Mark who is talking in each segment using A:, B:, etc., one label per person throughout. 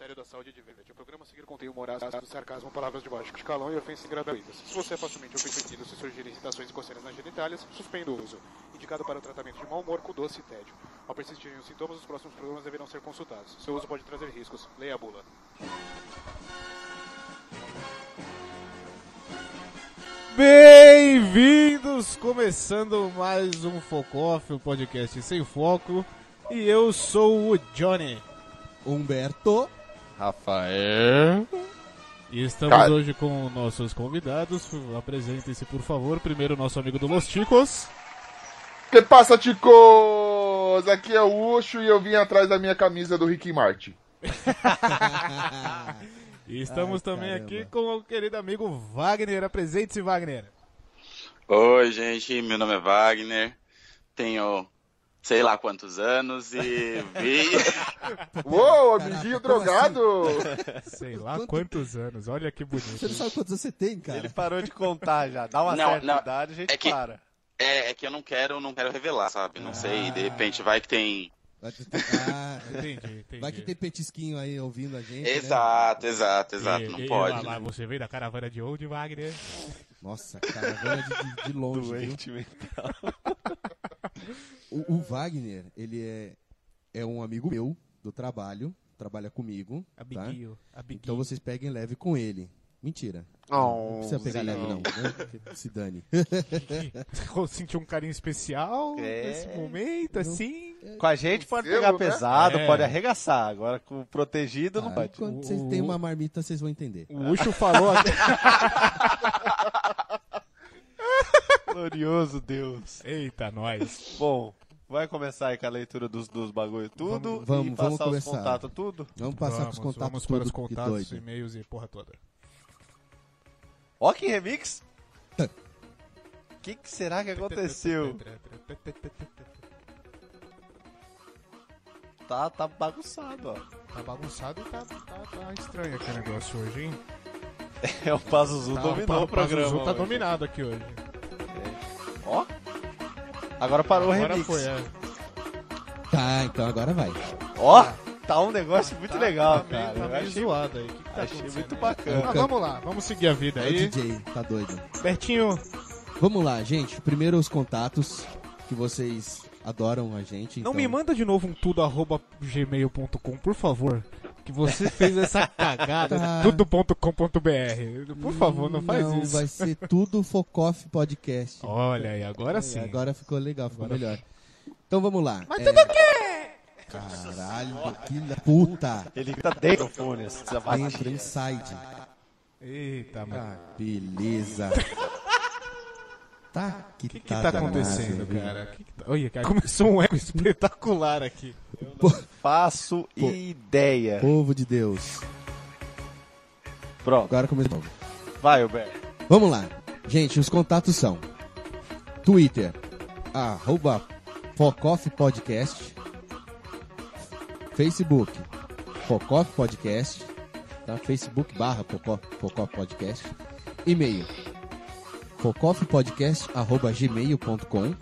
A: área da saúde adverte. O programa a seguir contém humor ácido, sarcasmo, palavras de baixo escalão e ofensas gratuitas. Se você é facilmente ofendido, se surgirem irritações e coceiras nas genitálias, suspenda o uso. Indicado para o tratamento de mau humor com doce e tédio. Ao persistirem os sintomas, os próximos programas deverão ser consultados. Seu uso pode trazer riscos. Leia a bula.
B: Bem-vindos! Começando mais um Focoff, o podcast sem foco. E eu sou o Johnny.
C: Humberto.
D: Rafael.
B: E estamos
D: Cara.
B: hoje com nossos convidados. Apresentem-se, por favor. Primeiro, nosso amigo do Los Chicos.
D: Que passa, ticos? Aqui é o Ucho e eu vim atrás da minha camisa do Ricky Martin.
B: E estamos
C: Ai,
B: também
C: caramba.
B: aqui com o querido amigo Wagner. Apresente-se, Wagner.
E: Oi, gente, meu nome é Wagner, tenho sei lá quantos anos e vim.
D: Uou, amiguinho
C: como assim?
D: drogado!
B: Sei lá
C: Quanto-
B: quantos anos, olha que
C: Você não
B: bonito.
C: sabe quantos você tem, cara?
F: Ele parou de contar já. Dá uma
E: Não,
F: certa
E: não.
F: idade, a gente
E: É que-
F: para.
E: É, é que eu não quero, não quero revelar, sabe? Não sei,
F: Ah.
E: de repente vai que tem.
C: Vai que tem, ah,
B: Entendi, entendi.
C: vai que tem petisquinho aí ouvindo a gente. né?
E: Exato, exato, exato,
B: E-
E: não
B: e- e lá,
E: pode.
B: lá, você veio da caravana de onde, Wagner?
C: Nossa, cara, agora de, de- de longe. viu?
F: Doente mesmo.
C: O, o Wagner, ele é, é um amigo meu do trabalho, trabalha comigo. tá?
B: Abiguinho. Abiguinho.
C: Então vocês peguem leve com ele. Mentira. não precisa pegar leve, não. né? Se dane.
B: Sentiu um carinho especial
F: É.
B: nesse momento, assim?
C: É.
F: Com a gente pode
D: Selo,
F: pegar
D: né?
F: pesado,
B: É.
F: pode arregaçar. Agora com o protegido
B: Então
F: não
C: Ah,
F: pode.
C: quando vocês têm uma marmita, vocês vão entender.
B: O Ucho falou aqui.
F: Glorioso Deus.
B: Eita, nós.
F: Bom, vai começar aí com a leitura dos, dos bagulho
C: Vamos-
F: tudo
C: vamos-
F: e passar
C: vamos
F: os
C: começar.
F: contatos tudo.
C: Vamos passar
B: vamos,
C: pros contatos
B: vamos
C: tudo,
B: para os
C: que
B: contatos,
C: doido.
B: e-mails e porra toda.
F: Ó que remix! O que, que será que aconteceu? Tá, tá bagunçado, ó.
B: Tá bagunçado e tá, tá, tá estranho aqui o negócio hoje, hein?
F: É o Pazuzu
B: Tá,
F: dominou
B: pa-
F: o programa.
B: Pazuzu tá
F: hoje.
B: dominado aqui hoje.
F: Ó. Agora parou o
B: Agora
F: remix.
B: foi, é.
C: Tá, então agora vai.
F: Ó, tá um negócio muito
B: Tá-
F: legal,
B: tá meio-
F: cara.
B: tá
F: Eu
B: meio
F: achei-
B: zoado aí. O que que tá
F: achei
B: acontecendo
F: muito
B: aí?
F: bacana.
B: Ah, vamos lá, vamos seguir a vida
C: É o
B: aí.
C: DJ, tá doido.
B: Bertinho,
C: Vamos lá, gente. Primeiro os contatos, que vocês adoram a gente.
B: não
C: então-
B: me manda de novo um tudo arroba gmail.com, por favor. Que você fez essa cagada.
C: Tá.
B: Tudo.com.br. Por favor, não faz
C: Não,
B: isso.
C: vai ser tudo Focoff Podcast.
B: Olha aí, agora
C: É,
B: sim.
C: Agora ficou legal, ficou melhor. Então vamos lá.
B: Mas
C: É,
B: tudo aqui!
C: Caralho, que da puta.
F: Ele tá dentro do fone, essa
C: Entra
F: batida.
C: inside.
B: Eita, mano.
C: Beleza. Tá, que,
B: O que, que tá acontecendo, cara? Que que tá- Olha, cara, começou um eco espetacular aqui.
F: Faço ideia.
C: Povo de Deus.
F: Pronto,
C: Agora começou.
F: vai, Uber.
C: Vamos lá. Gente, os contatos são Twitter, arroba Focoff Podcast, Facebook, Focoff Podcast, tá? Facebook barra Focoff Focoff Podcast, e-mail, focoffpodcast arroba gmail.com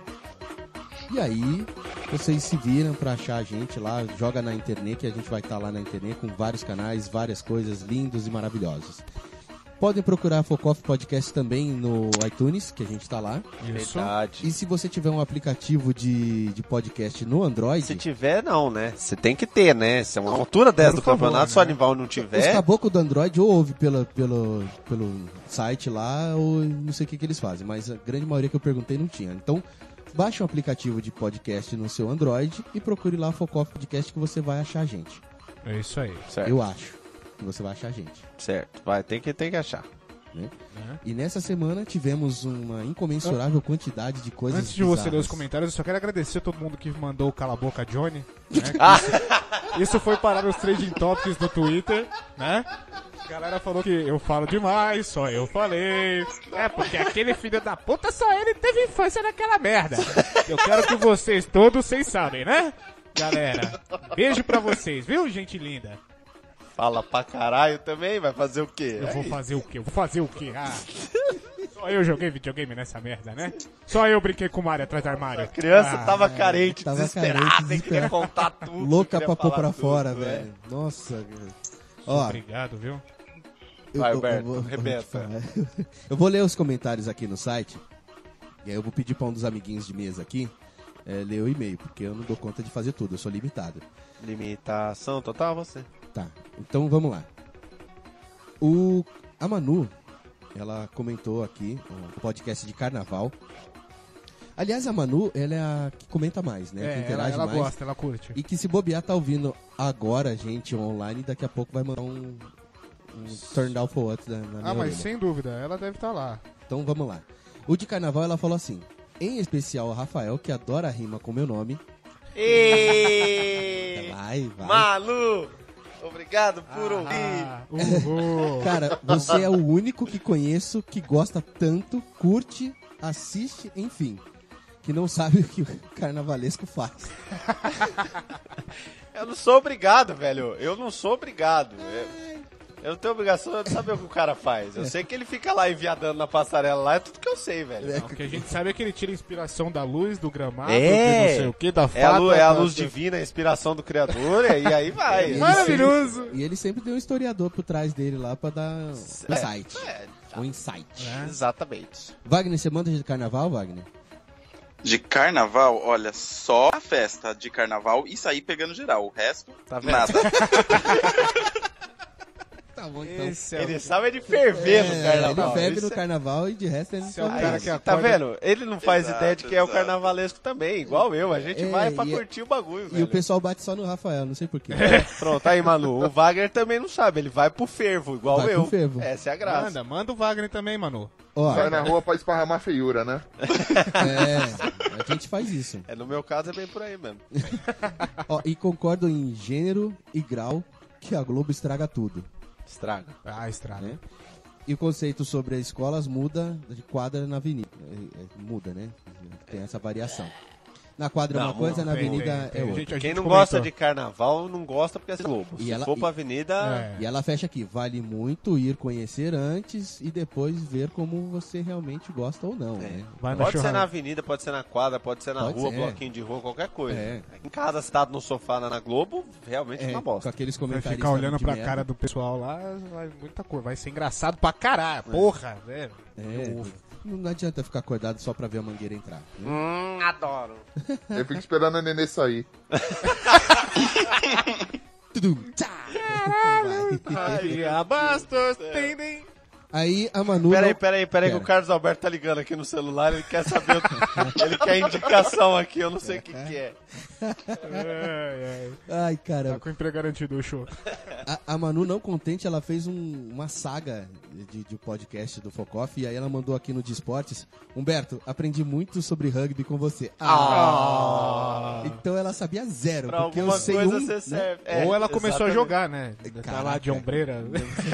C: e aí vocês se viram pra achar a gente lá, joga na internet, a gente vai estar lá na internet com vários canais, várias coisas lindos e maravilhosas. Podem procurar Focoff Podcast também no iTunes, que a gente tá lá.
B: Isso.
F: Verdade.
C: E se você tiver um aplicativo de, de podcast no Android,
F: Se tiver, não, né? Você tem que ter, né? Se é uma altura dessa
B: por
F: do
B: favor,
F: campeonato,
B: né?
F: se o animal não
C: os
F: tiver.
C: caboclos do Android ou ouve pela, pelo, pelo site lá, ou não sei o que, que eles fazem, mas a grande maioria que eu perguntei não tinha. Então, baixe um aplicativo de podcast no seu Android e procure lá Focoff Podcast que você vai achar a gente.
B: É isso aí.
F: Certo,
C: Eu acho que você vai achar a gente.
F: certo. Vai, tem que, tem que achar.
B: né?
C: E nessa semana tivemos uma incomensurável quantidade de coisas
B: Antes de você ler os
C: bizarras.
B: comentários, eu só quero agradecer a todo mundo que mandou o Cala a Boca Johnny. né? Que Isso, isso foi parar nos trending topics do Twitter, né? A galera falou que eu falo demais, só eu falei. É, porque aquele filho da puta só ele teve infância naquela merda. Eu quero que vocês todos, vocês sabem, né? Galera, beijo pra vocês, viu, gente linda?
F: Fala pra caralho também, vai fazer o quê?
B: Eu vou
F: Aí.
B: fazer o quê? Eu vou fazer o quê? Ah, só eu joguei videogame nessa merda, né? Só eu brinquei com o Mario atrás do armário.
F: A criança
B: Ah,
F: tava carente,
C: tava
F: desesperada,
C: carente,
F: e queria contar tudo. é.
C: Louca
F: queria
C: pra pôr
F: falar
C: pra
F: tudo,
C: fora,
F: né?
C: velho. Nossa, cara. Ó.
B: Obrigado, viu?
F: Vai,
C: vou-
F: Roberto,
C: vou- vou te
F: arrebenta.
C: falar. Eu vou ler os comentários aqui no site. E aí eu vou pedir pra um dos amiguinhos de mesa aqui eh, ler o e-mail, porque eu não dou conta de fazer tudo, eu sou limitado.
F: Limitação total, você.
C: Tá, então vamos lá. O, a Manu, ela comentou aqui um podcast de carnaval. Aliás, a Manu, ela é a que comenta mais, né? que
B: É, ela,
C: interage
B: ela
C: mais.
B: gosta, ela curte.
C: E que se bobear tá ouvindo agora, gente, online, daqui a pouco vai mandar um, um turn down for what né, na, na minha
B: Ah, mas
C: orelha.
B: sem dúvida, ela deve estar lá.
C: Então vamos lá. O de carnaval ela falou assim: em especial o Rafael, que adora rima com meu nome.
F: Ê!
C: Vai, vai.
F: Malu! Obrigado por ouvir.
B: Ah, uhul.
C: Cara, você é o único que conheço que gosta tanto, curte, assiste, enfim. Que não sabe o que o carnavalesco faz.
F: Eu não sou obrigado, velho. Eu não sou obrigado. Eu, eu não tenho obrigação de saber o que o cara faz. Eu sei que ele fica lá enviadando na passarela lá, é tudo que eu sei, velho.
B: o que a gente sabe é que ele tira inspiração da luz, do gramado,
F: É.
B: do não sei o que, da
F: É a,
B: fada.
F: lu- é a
B: da-
F: luz divina, a inspiração do Criador, e aí vai.
C: Ele
B: Maravilhoso.
C: sempre- e ele sempre tem um historiador por trás dele lá pra dar um insight. Um insight.
B: É.
F: Exatamente.
C: Wagner, você manda de carnaval, Wagner?
E: De carnaval, olha, só a festa de carnaval e sair pegando geral. O resto,
F: Tá vendo?
E: nada.
C: Tá bom,
B: Esse é, o-
F: Então, Ele sabe de ferver no
C: ele
F: carnaval.
C: bebe
F: Isso
C: no
F: é-
C: carnaval um e de resto ele não
B: Esse é o
C: sabe
B: cara
C: nada.
B: que acorda-
F: Tá vendo? Ele não faz
E: Exato,
F: ideia de que é o
E: exato.
F: carnavalesco também, igual eu. A gente
C: É,
F: vai pra
C: e-
F: curtir o bagulho,
C: E
F: velho.
C: o pessoal bate só no Rafael, não sei porquê.
F: Pronto, aí, Malu. O Wagner também não sabe. Ele vai pro fervo, igual
C: Vai pro
F: eu.
C: fervo.
F: Essa é a graça.
B: Manda, manda o Wagner também, Manu.
C: Ó,
D: Sai na rua pra esparramar feiura, né?
C: é, a gente faz isso.
F: É, no meu caso é bem por aí mesmo.
C: Ó, e concordo em gênero e grau que a Globo estraga tudo.
F: Estraga.
B: Ah, estrada.
C: Né? E o conceito sobre as escolas muda de quadra na avenida. É, é, Muda, né? Tem essa variação. Na quadra é uma
F: Não,
C: coisa, na
B: Tem, tem,
C: avenida
B: tem.
C: é
B: A
C: outra.
B: gente- a
F: Quem
B: gente
F: não
B: comentou.
F: gosta de carnaval, não gosta porque é lobo.
C: E
F: Se
C: ela-
F: for pra
C: e-
F: avenida,
B: É.
C: E ela fecha aqui, vale muito ir conhecer antes e depois ver como você realmente gosta ou não,
F: É.
C: né?
B: Vai na
F: pode ser na
B: churrasca.
F: avenida, pode ser na quadra, pode ser na
C: Pode
F: rua,
C: ser.
F: bloquinho de rua, qualquer coisa.
C: É.
F: Em casa, sentado no sofá na, na Globo, realmente é
C: É,
F: uma
C: com
F: bosta.
C: aqueles
B: Vai
C: comentários.
B: ficar olhando pra cara do pessoal lá, vai muita cor. Vai ser engraçado pra caralho. Porra, né? velho.
C: É, não adianta ficar acordado só pra ver a mangueira entrar. né?
F: Hum, adoro.
D: Eu fico esperando a nenê sair.
C: Tudum, tchá! Vai.
F: Aí, abastos, tem, tem.
C: Aí a Manu.
F: Peraí,
C: não-
F: peraí, peraí, que
C: Pera.
F: o Carlos Alberto tá ligando aqui no celular, ele quer saber, o- ele quer indicação aqui, eu não sei o que que é.
B: Ai, ai.
C: Ai,
B: Tá
C: cara.
B: com o emprego garantido o show.
C: A, a Manu, não contente, ela fez um- uma saga de, de podcast do Focoff. E aí ela mandou aqui no de esportes: Humberto, aprendi muito sobre rugby com você. Ah! Então ela sabia zero.
F: Pra
C: porque eu
F: alguma
C: sei
F: coisa
C: um,
F: você
C: né?
F: serve.
B: Ou ela começou a
F: É, exatamente.
B: jogar, né? Tá lá
C: Caraca.
B: de ombreira.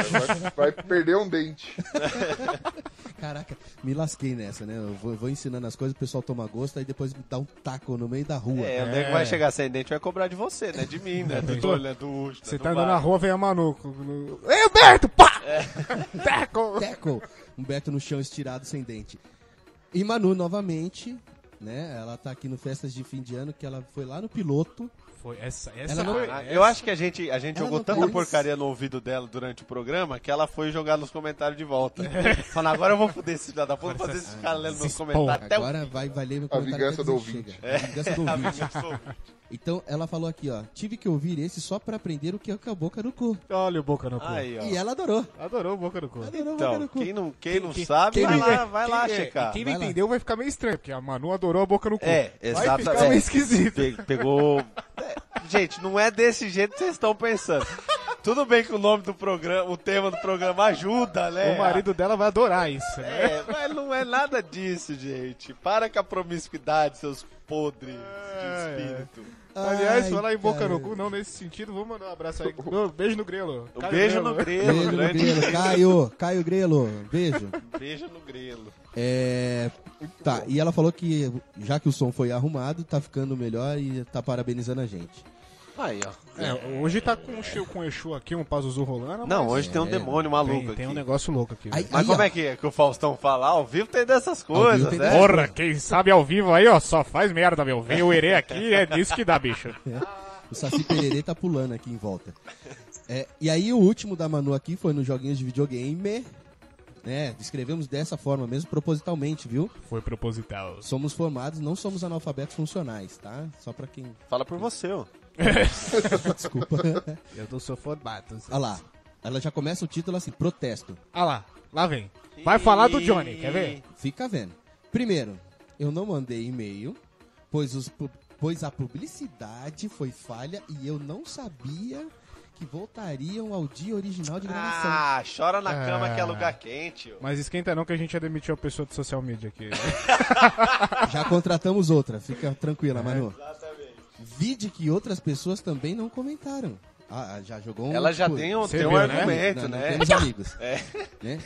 D: Vai perder um dente.
C: Caraca, me lasquei nessa, né? Eu vou, vou ensinando as coisas, o pessoal toma gosto, aí depois me dá um taco no meio da rua.
F: É, o nego vai chegar sem dente vai cobrar de você, né? De mim, né? Do
B: tô-
F: Dolha, do Ucho,
B: Você
F: do
B: tá andando na
F: Bar.
B: rua, vem a Manu. Ei, Alberto, pá!
F: É.
B: Teco!
C: Tackle. Humberto no chão estirado sem dente. E Manu novamente, né? Ela tá aqui no Festas de Fim de Ano, que ela foi lá no piloto.
B: Foi essa, essa
C: Ela não-
B: foi.
F: Ah,
B: essa-
F: Eu acho que a gente, a gente
C: Ela
F: jogou
C: não
F: tanta
C: fez.
F: porcaria no ouvido dela durante o programa que ela foi jogar nos comentários de volta. Falando, agora eu vou foder esse filho da puta, vou fazer esse cara lendo meus
B: esses
F: comentários até o
C: Agora vai valer no
D: A
C: comentário.
D: vingança
C: quando
D: do
C: você
D: ouvinte.
C: chega. A vingança do ouvinte.
F: fim.
C: Então ela falou aqui, ó. Tive que ouvir esse só pra aprender o que é o boca no cu.
B: Olha o Boca no Cu.
F: Aí, ó.
C: E ela tá adorou.
B: Adorou o Boca no Cu.
C: Adorou boca
F: Então,
C: no cu.
F: quem não, quem não sabe, vai lá, vai lá
B: é? quem-
F: checar.
B: Quem não
C: Vai lá.
B: entendeu vai ficar meio estranho, porque a Manu adorou a Boca no Cu.
F: É,
B: Vai
F: exatamente.
B: ficar meio esquisito.
F: Pe- Pegou. É, Gente, não é desse jeito que vocês estão pensando. Tudo bem que o nome do programa, o tema do programa ajuda, né?
B: O marido dela vai adorar isso, né?
F: É, mas não é nada disso, gente. Para com a promiscuidade, seus podres de espírito.
B: Aliás,
C: Ai,
B: falar em Boca no
C: cara.
B: Cu, não nesse sentido, vou mandar um abraço aí. Ô, beijo no grelo.
F: Um
B: Caio
F: beijo no grelo,
C: Beijo no
F: grande
C: Grelo. Caio, Caio Grelo. Beijo.
F: beijo no grelo.
C: É. Tá, e ela falou que já que o som foi arrumado, tá ficando melhor e tá parabenizando a gente.
F: Aí, ó.
B: É, hoje tá com o Chiu- com o Exu aqui, um Pazuzu rolando.
F: Não,
B: mas
F: hoje
C: É,
F: tem um
B: tem,
F: demônio maluco
B: tem um
F: aqui.
B: negócio louco aqui.
C: Aí-
B: velho.
F: Mas
C: ó.
F: como é que, é que o Faustão fala? Ao vivo tem dessas
C: vivo
F: coisas,
C: tem
F: né?
B: é
C: dessas-
B: Porra, quem sabe ao vivo aí, ó, só faz merda, meu. Vem o Herê aqui, é disso que dá, bicho.
C: O Saci Pererê tá pulando aqui em volta. É, e aí o último da Manu aqui foi nos joguinhos de videogame. Né? Descrevemos dessa forma mesmo, propositalmente, viu?
B: Foi proposital.
C: Somos formados, não somos analfabetos funcionais, tá? Só pra quem.
F: Fala por você, ó.
C: Desculpa.
G: Eu não sou formado.
C: Olha lá. Ela já começa o título assim: protesto.
B: Ah lá, lá vem. Vai falar do Johnny, quer ver?
C: Fica vendo. Primeiro, eu não mandei e-mail, pois, os pu- pois a publicidade foi falha e eu não sabia que voltariam ao dia original de gravação.
F: Ah, chora na cama que é
B: Ah.
F: lugar quente, ó.
B: Mas esquenta não que a gente já demitiu a pessoa de social media aqui.
C: Já contratamos outra, fica tranquila, Manu. Vide que outras pessoas também não comentaram. Ah, ah, já jogou um.
F: Ela já
C: tipo,
F: tem um,
B: você
F: tem um
B: viu, né?
F: argumento,
C: não, não
F: né?
C: Temos amigos. Né?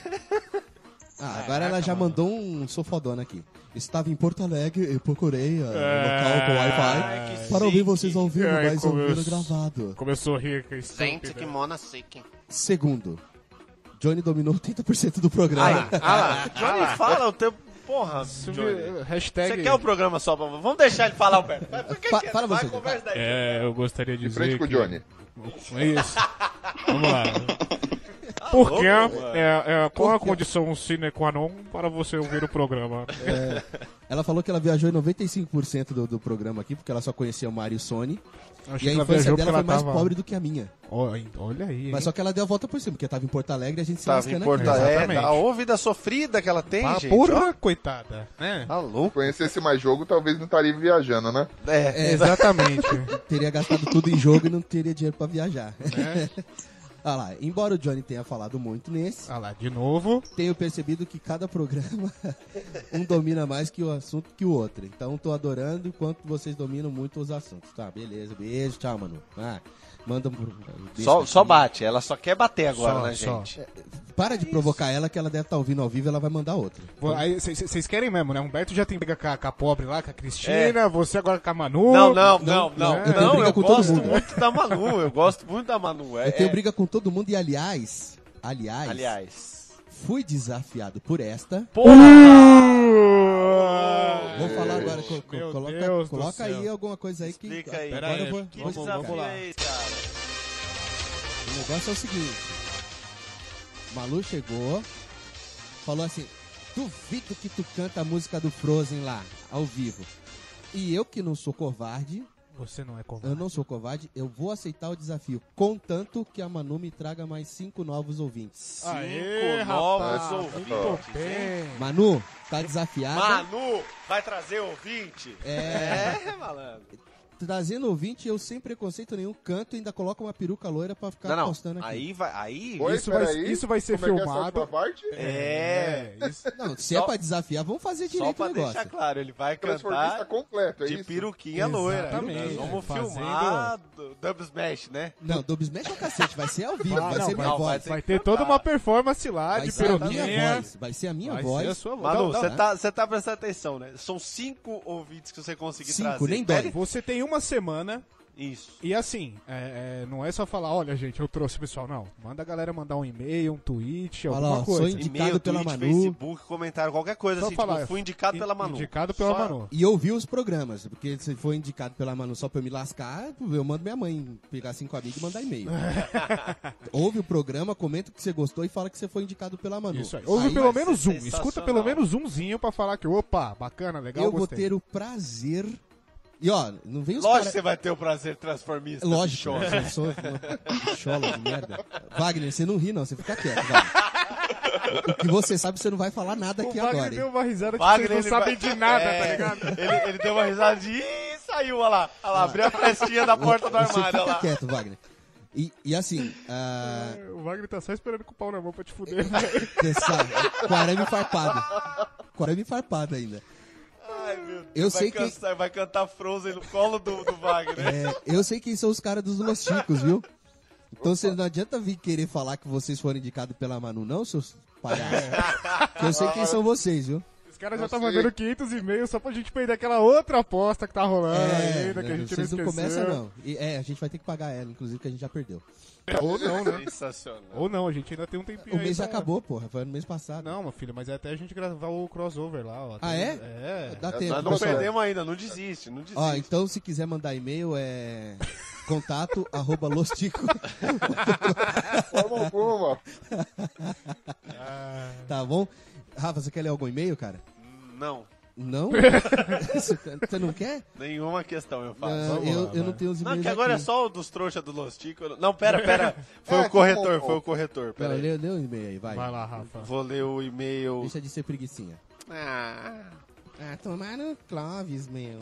C: Ah, agora ela já mandou um sofodona aqui. Estava em Porto Alegre, eu procurei ah, um
B: É.
C: local com
F: que
C: Wi-Fi
F: chique.
C: para ouvir vocês ao vivo,
B: Ai,
C: mas
B: como eu
C: ouviram
B: s-
C: gravado.
B: Começou a rir, que é estúpida.
F: mona sick.
C: Segundo, Johnny dominou 80% do programa.
F: Ah lá, Johnny fala o tempo. Porra, Johnny.
B: Sub- eh, Hashtag...
F: Você quer o programa só pra. Vamos deixar ele falar, Alberto. Vai, fica
C: Fa-
F: quieto,
C: fala
F: vai,
C: você,
F: conversa daí.
B: É, eu gostaria de
D: De
B: dizer
D: frente com o
B: que-
D: Johnny.
B: É isso. Vamos lá. Porque
F: Tá louco, mano.
B: é, é, qual a
C: Por quê?
B: condição sine qua non para você ouvir o programa?
C: Ela falou que ela viajou em 95% do, do programa aqui, porque ela só conhecia o Mario e o Sony.
B: Acho
C: e a
B: ela
C: infância
B: viajou porque
C: dela foi
B: ela
C: mais
B: tava-
C: pobre do que a minha.
B: Olha, olha aí. hein?
C: Mas só que ela deu a volta por cima, porque tava em Porto Alegre e a gente se
F: Tava
C: lasca,
F: em
C: né?
F: Porto
B: Exatamente.
F: Alegre. A ouvida sofrida que ela tem,
B: Ah,
F: gente. ó.
B: porra, coitada. Né?
F: Tá louco.
D: Conhecesse mais jogo, talvez não estaria viajando, né?
F: É.
C: É,
B: Exatamente.
C: teria gastado tudo em jogo e não teria dinheiro pra viajar.
B: né?
C: Olha lá, embora o Johnny tenha falado muito nesse,
B: Ah lá, de novo.
C: tenho percebido que cada programa um domina mais que o assunto que o outro. Então tô adorando o quanto vocês dominam muito os assuntos. Tá, beleza, beijo, tchau, Manu. Ah, manda um. um
F: Só,
C: beijo pra
F: só bate, ela só quer bater agora,
B: Só,
F: né,
B: só.
F: gente?
C: mim. Para de provocar ela, que ela deve estar ouvindo ao vivo ela vai mandar outra.
B: Vocês querem mesmo, né? Humberto já tem briga com a, com a pobre lá, com a Cristina, você agora com a Manu.
F: Não, não, não, não.
C: não, eu
F: Eu,
C: tenho briga com todo
F: gosto
C: mundo.
F: muito da Manu, eu gosto muito da Manu. É,
C: Eu tenho
F: é-
C: briga com todo mundo e, aliás, aliás,
F: Aliás.
C: fui desafiado por esta. Vou falar agora. co- co-
B: Meu
C: coloca
B: Deus do
C: coloca aí
B: céu.
C: alguma coisa aí que.
F: Explica aí.
C: Agora
B: Pera
C: eu
B: aí,
C: vou,
F: Que
C: vou
F: desafio
C: explicar.
F: é esse, cara?
C: O negócio é o seguinte. Malu chegou, falou assim: duvido que tu canta a música do Frozen lá, ao vivo. E eu que não sou covarde,
B: Você não é covarde.
C: eu não sou covarde, eu vou aceitar o desafio, contanto que a Manu me traga mais cinco novos ouvintes.
B: Aê,
F: Cinco
B: rapaz,
C: Tá
F: novos ouvintes.
B: Muito bem.
C: Manu, tá desafiada.
F: Manu, vai trazer ouvinte?
C: É,
F: É, malandro.
C: trazendo ouvinte, eu sem preconceito nenhum canto e ainda coloco uma peruca loira pra ficar
F: Não, não.
C: postando aqui.
F: Aí vai. Aí.
D: Oi,
B: Isso vai-
D: peraí.
B: isso vai ser
D: Como É que é
B: filmado.
D: essa última parte?
F: É.
B: isso.
C: Não, se é
F: Só-
C: pra desafiar, vamos fazer
F: Só
C: direito o
F: pra deixar
C: negócio.
F: claro, ele vai
D: Transformista
F: cantar
D: completo, é
F: de
D: isso?
F: peruquinha loira.
B: Exatamente.
F: Nós Vamos
B: Fazendo-
F: filmar do- Double Smash, né?
C: Não, Dub Smash é o cacete, vai ser ao vivo,
B: Ah,
C: vai
B: não,
C: ser minha
B: não,
C: voz.
F: vai
B: Vai ter toda uma performance lá
C: Vai
B: de
C: ser a minha
B: peruquinha.
C: voz. Vai ser a minha
B: Vai
C: voz.
B: ser a sua voz.
F: Manu,
C: Dá-
F: você
C: dá-
F: tá, você tá prestando atenção, né? São cinco ouvintes que você conseguiu
C: Cinco,
F: trazer.
C: nem dói.
F: Pera-
B: Você tem uma semana
F: Isso.
B: e assim, é, é, não é só falar, olha gente, eu trouxe o pessoal, não. Manda a galera mandar um e-mail, um tweet,
C: Fala,
B: alguma
C: ó,
B: coisa.
C: sou indicado
F: E-mail,
C: pela
F: tweet,
C: Manu.
F: Facebook, comentário, qualquer coisa
B: Só
F: assim.
B: falar,
F: tipo, fui indicado pela Manu.
B: Indicado pela
F: Só-
B: Manu.
C: E ouvir os programas, porque se for indicado pela Manu só pra eu me lascar, eu mando minha mãe pegar cinco amigos e mandar e-mail. Ouve o programa, comenta o que você gostou e fala que você foi indicado pela Manu.
B: Isso aí. Ouve
C: Aí
B: pelo
F: vai
B: menos
F: ser
B: um. Escuta pelo
F: sensacional.
B: menos umzinho pra falar que, opa, bacana, legal,
C: eu vou
B: gostei.
C: ter o prazer. E ó, não vem os
F: Lógico que
C: caras.
F: você vai ter o prazer transformista.
C: É Lógico, né?
F: bicho.
C: eu sou uma chola de merda. Wagner, você não ri, não, você fica quieto. Wagner. O que você sabe, você não vai falar nada
B: O
C: aqui
B: Wagner
C: agora. hein?
B: deu uma risada que
F: Wagner,
B: vocês
F: ele
B: não sabem
F: vai-
B: de nada,
F: É,
B: tá ligado?
F: Ele, ele deu uma risada de... Ih, saiu, olha lá. Olha lá, abriu a frestinha da porta do
C: Você
F: armário, olha
C: fica
F: lá.
C: quieto, Wagner. E, e assim, ah,
B: O Wagner tá só esperando com o pau na mão pra te fuder.
C: Pensar, com arame farpado. Com arame farpado ainda.
F: Ai, meu Deus.
C: Eu
F: vai
C: sei que-
F: cansar- Vai cantar Frozen no colo do, do Wagner.
C: É, eu sei quem são os caras dos Los Chicos, viu? Então você não adianta vir querer falar que vocês foram indicados pela Manu, não, seus palhaços. Que eu sei quem são vocês, viu?
B: Os caras já
D: Eu
B: estão
D: sei.
B: mandando 500 e-mails só pra gente perder aquela outra aposta que tá rolando
C: É,
B: ainda, que a gente
C: vocês
B: não
C: não começam,
B: esqueceu.
C: não. E, é, a gente vai ter que pagar ela, inclusive, que a gente já perdeu.
B: Ou não, né?
F: Sensacional.
B: Ou não, a gente ainda tem um tempinho
C: O
B: aí
C: mês já
B: pra-
C: acabou, porra. Foi no mês passado.
B: Não, meu filho, mas é até a gente gravar o crossover lá, ó.
C: Ah, é?
B: É.
C: Dá tempo,
F: Nós não
C: pessoal.
F: perdemos ainda, não desiste, não desiste.
C: Ó, então se quiser mandar e-mail, é Contato arroba lostico.
D: Forma alguma.
C: Tá bom? Rafa, você quer ler algum e-mail, cara?
F: Não,
C: Não? Você você não quer?
F: nenhuma questão eu faço.
C: Ah,
B: vamos
C: eu,
B: lá,
C: eu não
B: vai.
C: tenho os
F: Não,
C: e-mails.
F: que agora é
C: aqui. tá
F: só o dos trouxas do Lostico. eu não- Não, pera, pera. Foi
D: É,
F: o corretor,
D: como-
F: foi o corretor. Pera
C: Não,
F: aí.
C: lê, lê o e-mail aí, vai.
B: Vai lá, Rafa.
F: Vou ler o e-mail.
C: Deixa de ser preguicinha.
F: Ah,
C: Ah, tomaram Clóvis, meu.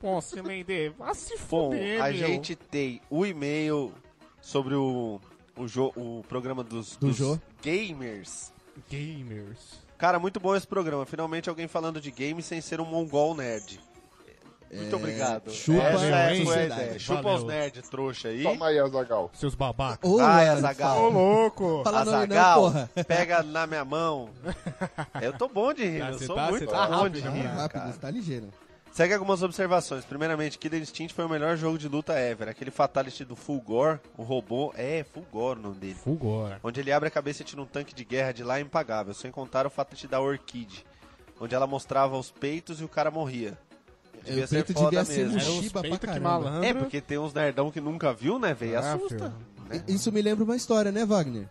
B: Bom, se Mende, vá se
C: é
F: bom,
B: fuder,
F: a
B: meu.
F: gente tem o e-mail sobre o, o, jo- o programa dos,
C: Do
F: dos
C: Jô.
F: gamers.
B: Gamers.
F: Cara, muito bom esse programa. Finalmente alguém falando de games sem ser um mongol nerd. Muito obrigado.
C: É, chupa
F: Essa
B: a
F: é, foi a
C: sociedade.
F: ideia. Chupa
B: Valeu.
F: os nerds, trouxa aí.
D: Toma aí, Azagal.
B: Seus babacas.
C: Ô,
F: Vai,
C: Leandro,
F: Azaghal.
B: Ah, é, Ô, louco.
C: Fala não, não,
F: Azagal,
C: porra.
F: pega na minha mão. Eu tô bom de rir,
B: Tá,
F: eu
B: cê
F: sou
B: tá-
F: muito
B: cê tá
F: bom
B: rápido,
F: de
B: né,
F: rir.
B: mano?
C: Rápido,
F: cara.
C: você tá ligeiro.
F: Segue algumas observações. Primeiramente, Killer Instinct foi o melhor jogo de luta ever. Aquele Fatality do Fulgor, o robô. É, Fulgor o nome dele.
B: Fulgor.
F: Onde ele abre a cabeça e tira um tanque de guerra de lá é impagável. Sem contar o Fatality da Orchid. Onde ela mostrava os peitos e o cara morria. Devia
C: É, o
F: ser
C: peito
F: foda
C: devia ser um
F: mesmo.
B: Era uns
C: Chiba pra
B: peito que
C: caramba.
B: malandro.
F: É, porque tem uns nerdão que nunca viu, né, velho?
B: Ah,
F: Assusta.
B: filho.
F: né?
C: Isso me lembra uma história, né, Wagner?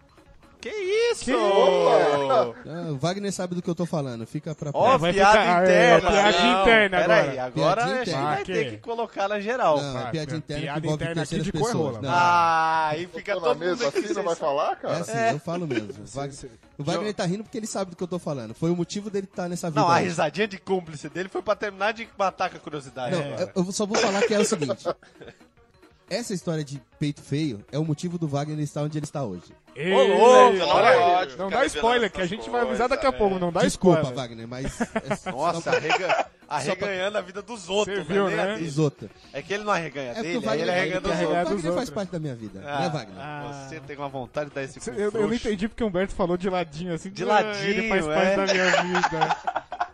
F: Que isso?
C: Ah, o Wagner sabe do que eu tô falando, fica pra
F: Ó,
B: É,
C: próxima.
B: vai
F: piada
B: ficar- é,
F: interna.
B: piada interna agora.
F: Peraí,
C: Piada
F: agora a gente
C: interna.
F: vai
B: Ah, que-
F: ter que colocar na geral.
C: Não, é
B: Ah,
C: piada interna
B: piada
C: que envolve
B: interna aqui
C: terceiras
B: de cor
C: pessoas.
B: rola,
C: Não,
F: Ah, e fica
D: Fica na
F: todo mundo
D: mesa
F: aqui
D: assim,
F: sem
D: não vai falar,
C: É
D: cara?
C: assim, eu falo mesmo. O Wag- O Wagner tá rindo porque ele sabe do que eu tô falando. Foi o motivo dele estar nessa vida.
F: Não, a
C: hoje.
F: risadinha de cúmplice dele foi pra terminar de matar com a curiosidade.
C: Não,
F: agora.
C: eu- eu só vou falar que é o seguinte. Essa história de peito feio é o motivo do Wagner estar onde ele está hoje.
B: Ei,
F: Ô, louco,
B: ei, olha
F: não pode
B: aí.
E: ficar
B: Não dá spoiler,
E: revelando
B: que a gente
E: essas
B: vai avisar daqui a pouco. Não dá
C: Desculpa,
B: spoiler.
C: Wagner, mas. é só
F: Nossa,
C: pra-
F: arrega, arreganhando a vida dos outros.
B: Você viu,
F: mas nem a
B: né?
F: dele.
C: Isoto.
F: É que ele não arreganha
C: É porque o
F: dele, aí
C: Wagner,
F: ele
C: ele
F: arreganha dos
C: arrega-
F: outros.
C: o
B: dos
C: Wagner faz
B: outros.
C: parte da minha vida, né, Wagner?
B: Ah.
F: Você tem uma vontade de dar esse cu
B: Eu, eu não
F: frouxo.
B: entendi porque o Humberto falou de ladinho assim.
F: De
B: "Ah,
F: ladinho,
B: Ele faz parte
F: é.
B: da minha vida.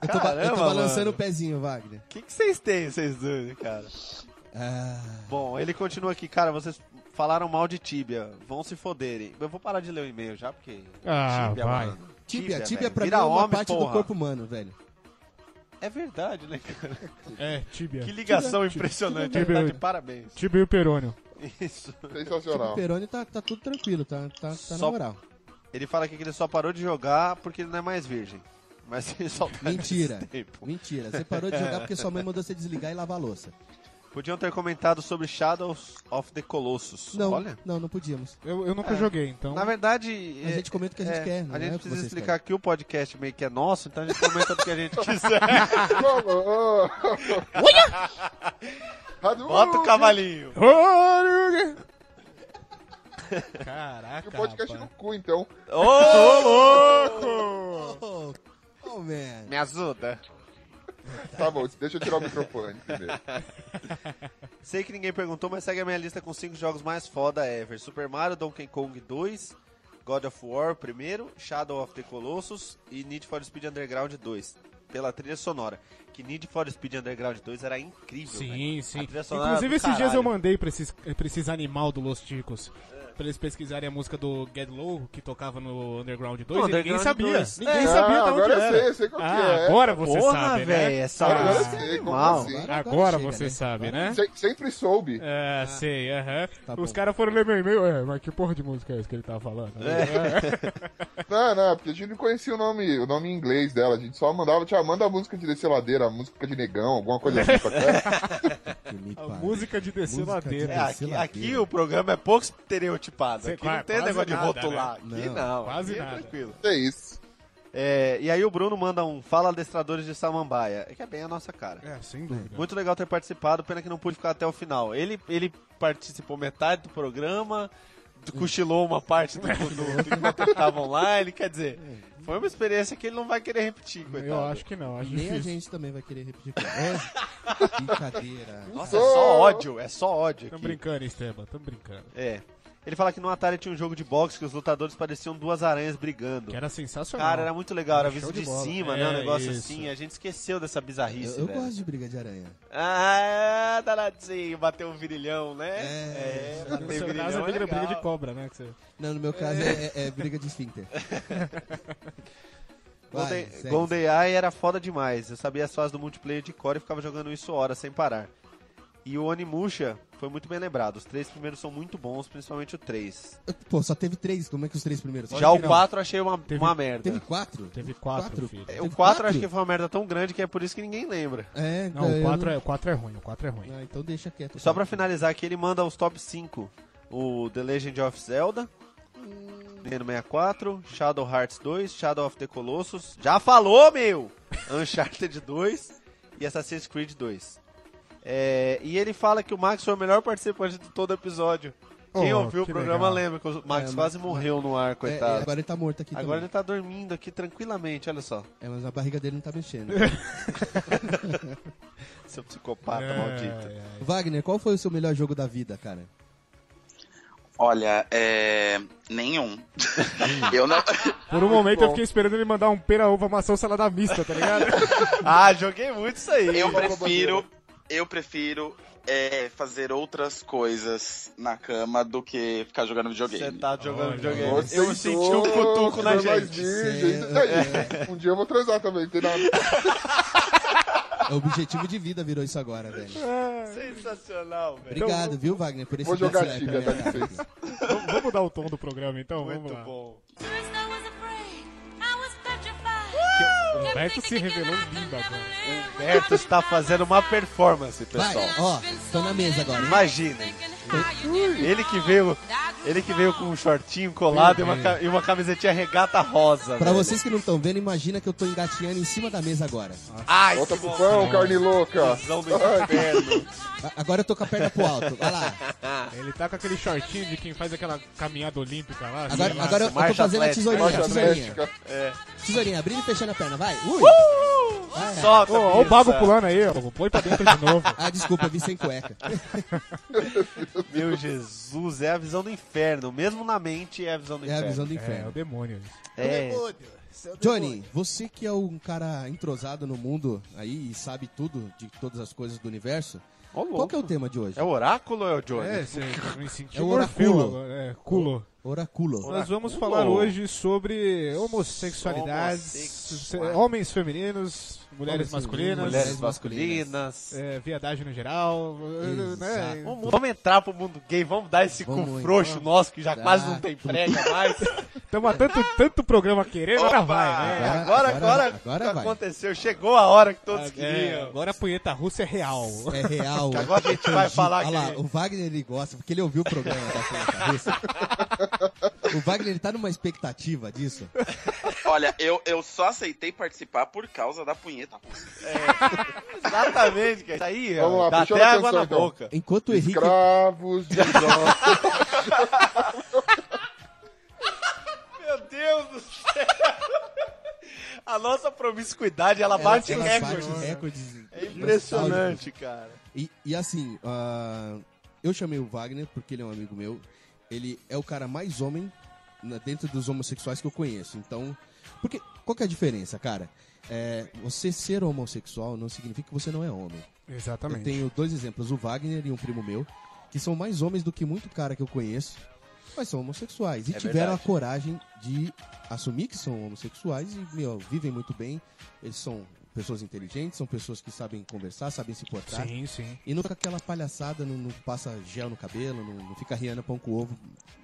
C: eu, tô, ba- eu
F: Caramba,
C: tava lançando
F: mano.
C: o pezinho, Wagner.
F: O que que vocês têm, vocês dois, cara?
C: Ah,
F: Bom, ele continua aqui, cara, vocês falaram mal de Tibia, vão se foderem. Eu vou parar de ler o e-mail já, porque...
B: Ah,
F: Tibia,
B: vai.
F: mano.
C: tíbia, tíbia
F: velho.
C: pra mim é
F: Vira
C: uma
F: homem,
C: parte do
F: porra.
C: corpo humano, velho.
F: É verdade, né, cara?
B: É, tíbia.
F: Que ligação impressionante,
B: Tibia-
F: é verdade, parabéns.
B: Tíbia e o perônio.
F: Isso.
C: Tipo, o
D: Sensacional.
C: Peroni tá, tá tudo tranquilo, tá, tá, tá na
F: Só-
C: moral.
F: Ele fala aqui que ele só parou de jogar porque ele não é mais virgem. Mas ele só tá
C: Mentira.
F: nesse tempo.
C: Mentira. Você parou de jogar porque sua mãe mandou você desligar e lavar a louça.
F: Podiam ter comentado sobre Shadows of the Colossus.
C: Não,
F: Olha.
C: não, não podíamos.
B: Eu, eu nunca joguei, então.
F: É. Na verdade.
C: A gente comenta o que a gente quer, não
F: A
C: é
F: gente
C: o que
F: precisa
C: vocês
F: explicar
C: querem.
F: que o podcast meio que é nosso, então a gente comenta o que a gente quiser.
D: Como? Ô, ô. Hadouken!
F: Bota o cavalinho.
B: Caraca.
D: o podcast
B: rapaz.
D: no cu, então.
C: Oh, oh man.
F: Me ajuda.
D: Tá bom, deixa eu tirar o microfone primeiro.
F: Sei que ninguém perguntou, mas segue a minha lista com cinco jogos mais foda ever: Super Mario, Donkey Kong 2, God of War, primeiro, Shadow of the Colossus e Need for Speed Underground 2. Pela trilha sonora. Que Need for Speed Underground 2 era incrível. velho.
B: Sim, sim.
F: A trilha sonora
B: Inclusive,
F: é do
B: esses dias eu
F: caralho.
B: mandei pra esses, pra esses animal do Los Ticos. Pra eles pesquisarem a música do Get Low, que tocava no Underground 2,
F: No
B: e ninguém
F: Underground
B: sabia.
F: 2.
B: Ninguém
D: É,
B: sabia de onde
D: agora eu
B: era.
D: sei, eu sei qual que
B: ah,
D: é.
B: Agora você
F: Porra,
B: sabe,
F: velho,
B: né?
F: essa
D: Agora eu
F: música é
D: sei, como
F: animal.
D: assim?
B: Agora
C: chega,
B: você
C: né?
B: sabe, né?
D: Se- sempre soube.
F: Ah.
B: É, sei, aham.
F: Tá
C: bom.
B: Os caras foram ler meu e-mail, é, mas que porra de música é essa que ele tava falando?
F: É,
B: É,
D: Não, não, porque a gente não conhecia o nome, o nome em inglês dela. A gente só mandava, tia, manda a música de descer ladeira, a música de negão, alguma coisa assim. pra cá.
C: Que me
B: A
C: pare.
B: música de descer
C: Música de
B: ladeira.
F: É, aqui,
C: Vaciladeira.
F: aqui o programa é pouco estereotipado.
B: Cê-
F: aqui
B: quase-
F: não tem
B: quase
F: negócio de
B: nada,
F: rotular.
C: né?
F: Aqui
C: Não,
F: não.
B: quase
F: aqui
B: nada.
F: É tranquilo.
D: é isso.
F: É, e aí o Bruno manda um Fala Adestradores de Samambaia. É que é bem a nossa cara.
B: É, sem dúvida.
F: Muito legal ter participado, pena que não pude ficar até o final. Ele, ele participou metade do programa, d-
B: Hum.
F: cochilou uma parte do, do, do enquanto estavam lá, ele quer dizer, foi uma experiência que ele não vai querer repetir, coitado.
B: Eu acho que não, acho
C: Nem a
B: difícil.
C: gente também vai querer repetir. com- Ô, Brincadeira.
F: Nossa, é só ódio, é só ódio
B: Tamo
F: aqui.
B: brincando, Esteban, tamo brincando.
F: É. Ele fala que no Atari tinha um jogo de boxe que os lutadores pareciam duas aranhas brigando.
B: Que era sensacional.
F: Cara, era muito legal, era
B: Show
F: visto
B: de
F: de,
B: bola.
F: cima,
B: É,
F: né? Um negócio
B: isso.
F: assim, a gente esqueceu dessa
C: Eu,
F: bizarrice,
C: eu
F: velho.
C: gosto de briga de aranha.
F: Ah, danadinho, bateu um virilhão, né? É, bateu
B: No seu caso, é briga, briga de cobra, né? que você-
C: Não, no meu caso é, é- é briga de esfíncter. Vai, segue.
F: GoldenEye era foda demais. Eu sabia as fases do multiplayer de core e ficava jogando isso horas sem parar. E o Onimusha foi muito bem lembrado. Os três primeiros são muito bons, principalmente o 3.
C: Pô, só teve três. Como é que os três primeiros?
F: Já o
C: Não,
F: 4 achei uma,
B: Teve-
F: uma merda.
C: Teve quatro?
B: Teve quatro,
C: Quatro?
B: filho.
F: É,
C: teve
F: O 4
C: quatro?
F: acho que foi uma merda tão grande que é por isso que ninguém lembra.
C: É,
B: Não, o 4 é, o quatro é ruim, o 4 é ruim.
C: Ah, então deixa quieto.
F: Só pra finalizar aqui, ele manda os top 5. O The Legend of Zelda, Nintendo 64, Shadow Hearts 2, Shadow of the Colossus, já falou, meu! Uncharted 2 e Assassin's Creed 2. É, e ele fala que o Max foi o melhor participante de todo episódio. Quem
B: Oh,
F: ouviu o
B: que
F: programa
B: legal.
F: lembra que o Max
C: É,
F: quase morreu no ar,
C: É, é,
F: coitado.
C: agora ele tá morto aqui
F: Agora
C: também.
F: ele tá dormindo aqui tranquilamente, olha só.
C: É, mas a barriga dele não tá mexendo.
F: Seu psicopata
B: É,
F: maldito.
B: é.
C: Wagner, qual foi o seu melhor jogo da vida, cara?
E: Olha, é. Nenhum.
F: Hum.
E: eu não.
B: Por um momento eu fiquei esperando ele mandar um pera uva maçã ou salada mista, tá ligado?
F: Ah, joguei muito isso aí.
E: Eu prefiro. Eu prefiro é, fazer outras coisas na cama do que ficar jogando
F: Você
E: videogame.
F: tá jogando
B: Olha,
F: videogame.
D: Nossa,
F: Eu senti um cutuco na
D: você Então, é mais
F: gente.
D: virgem, isso daí. Um dia eu vou transar também, não tem nada.
C: É o objetivo de vida virou isso agora, velho.
F: Sensacional, velho.
C: Obrigado, viu, Wagner, por esse
D: Vou jogar
C: Death
D: Tibia,
C: Slap,
F: tá
D: dá
C: né?
D: licença.
B: vamos, vamos mudar o tom do programa então,
F: Muito
B: vamos lá.
F: bom.
H: First I was afraid. I was petrified.
B: O
H: Kept
B: Humberto se
H: thinking
B: revelou
H: I could
B: lindo
H: never
B: agora.
H: live
F: Humberto está tá fazendo uma performance,
C: Vai,
F: pessoal.
C: ó, tô na mesa agora. hein?
F: Imaginem. Ele que veio, ele que veio com um shortinho colado e uma, ca- e uma camisetinha regata rosa.
C: Pra
F: velho.
C: vocês que não estão vendo, imagina que eu tô engatinhando em cima da mesa agora.
F: Ai,
D: Volta
F: que
D: pro pão, carne louca.
F: Visão do inferno.
C: A- Agora eu tô com a perna pro alto. Vai lá.
B: Ele tá com aquele shortinho de quem faz aquela caminhada olímpica lá.
C: Agora,
B: assim,
C: agora eu tô
F: marcha
C: fazendo a
F: atlética,
C: tesourinha,
D: Loja
C: tesourinha.
D: atlética.
C: Tesourinha, abrindo e fechando a perna, vai. Ui!
F: Uh!
C: Vai.
F: Solta,
B: Ô, ó o Bago
F: Bissa.
B: pulando aí, ó. Põe pra dentro de novo.
C: Ah, desculpa, vi sem cueca.
F: Meu Jesus, é a visão do inferno. Mesmo na mente é a visão do
C: É a
F: inferno.
C: visão do
B: É, é o
C: inferno.
B: demônio.
F: É.
C: Johnny, você que é um cara entrosado no mundo aí e sabe tudo de todas as coisas do universo,
F: Ó,
C: qual
F: louco.
C: que é o tema de hoje?
F: É o oráculo ou é o Johnny?
B: É, você me sentiu
C: É o
B: Morfeu
C: oráculo.
B: agora, É, culo.
C: Oraculo.
B: Nós vamos
F: Oráculo.
B: falar hoje sobre homossexualidades,
F: Homossexual.
B: se- homens femininas, mulheres
C: Homens
B: masculinas,
F: Mulheres
C: Mulheres
F: masculinas.
B: é, viadagem no geral,
C: Exato.
B: né?
F: Vamos, vamos entrar pro mundo gay, vamos dar esse cu
C: Vamos, então. Tá.
F: frouxo nosso que já
C: Dá.
F: quase não tem prega mais.
B: Estamos há tanto, tanto programa querendo, agora vai, né?
F: Ah, Agora, agora, agora,
C: agora- agora vai.
F: aconteceu, chegou a hora que todos
B: É,
F: queriam.
B: agora a punheta russa é real.
C: É real.
F: Que agora a gente vai falar
C: Olha lá,
F: que-
C: o Wagner ele gosta, porque ele ouviu o programa da Planeta Russa. O Wagner ele tá numa expectativa disso.
E: Olha, eu, eu só aceitei participar por causa da punheta.
F: Exatamente, cara. Isso aí,
D: Vamos
F: ó,
D: lá,
F: dá até
D: puxou a
F: água
D: canção,
F: na
D: então.
F: boca.
C: Enquanto o Henrique.
D: Escravos de nós.
F: Meu Deus do céu. A nossa promiscuidade, ela bate
C: ela
F: recordes.
C: bate recordes.
F: É impressionante, cara.
C: E, e assim, ah, eu chamei o Wagner porque ele é um amigo meu. Ele é o cara mais homem na- dentro dos homossexuais que eu conheço. Então, porque qual que é a diferença, cara? É, você ser homossexual não significa que você não é homem. Eu
B: Exatamente.
C: tenho dois exemplos, o Wagner e um primo meu, que são mais homens do que muito cara que eu conheço, mas são homossexuais. E
F: É
C: tiveram
F: verdade.
C: a coragem de assumir que são homossexuais e, meu, vivem muito bem. Eles são pessoas inteligentes, são pessoas que sabem conversar, sabem se portar.
B: Sim, sim.
C: E nunca aquela palhaçada, não, não passa gel no cabelo, não, não fica riando pão com ovo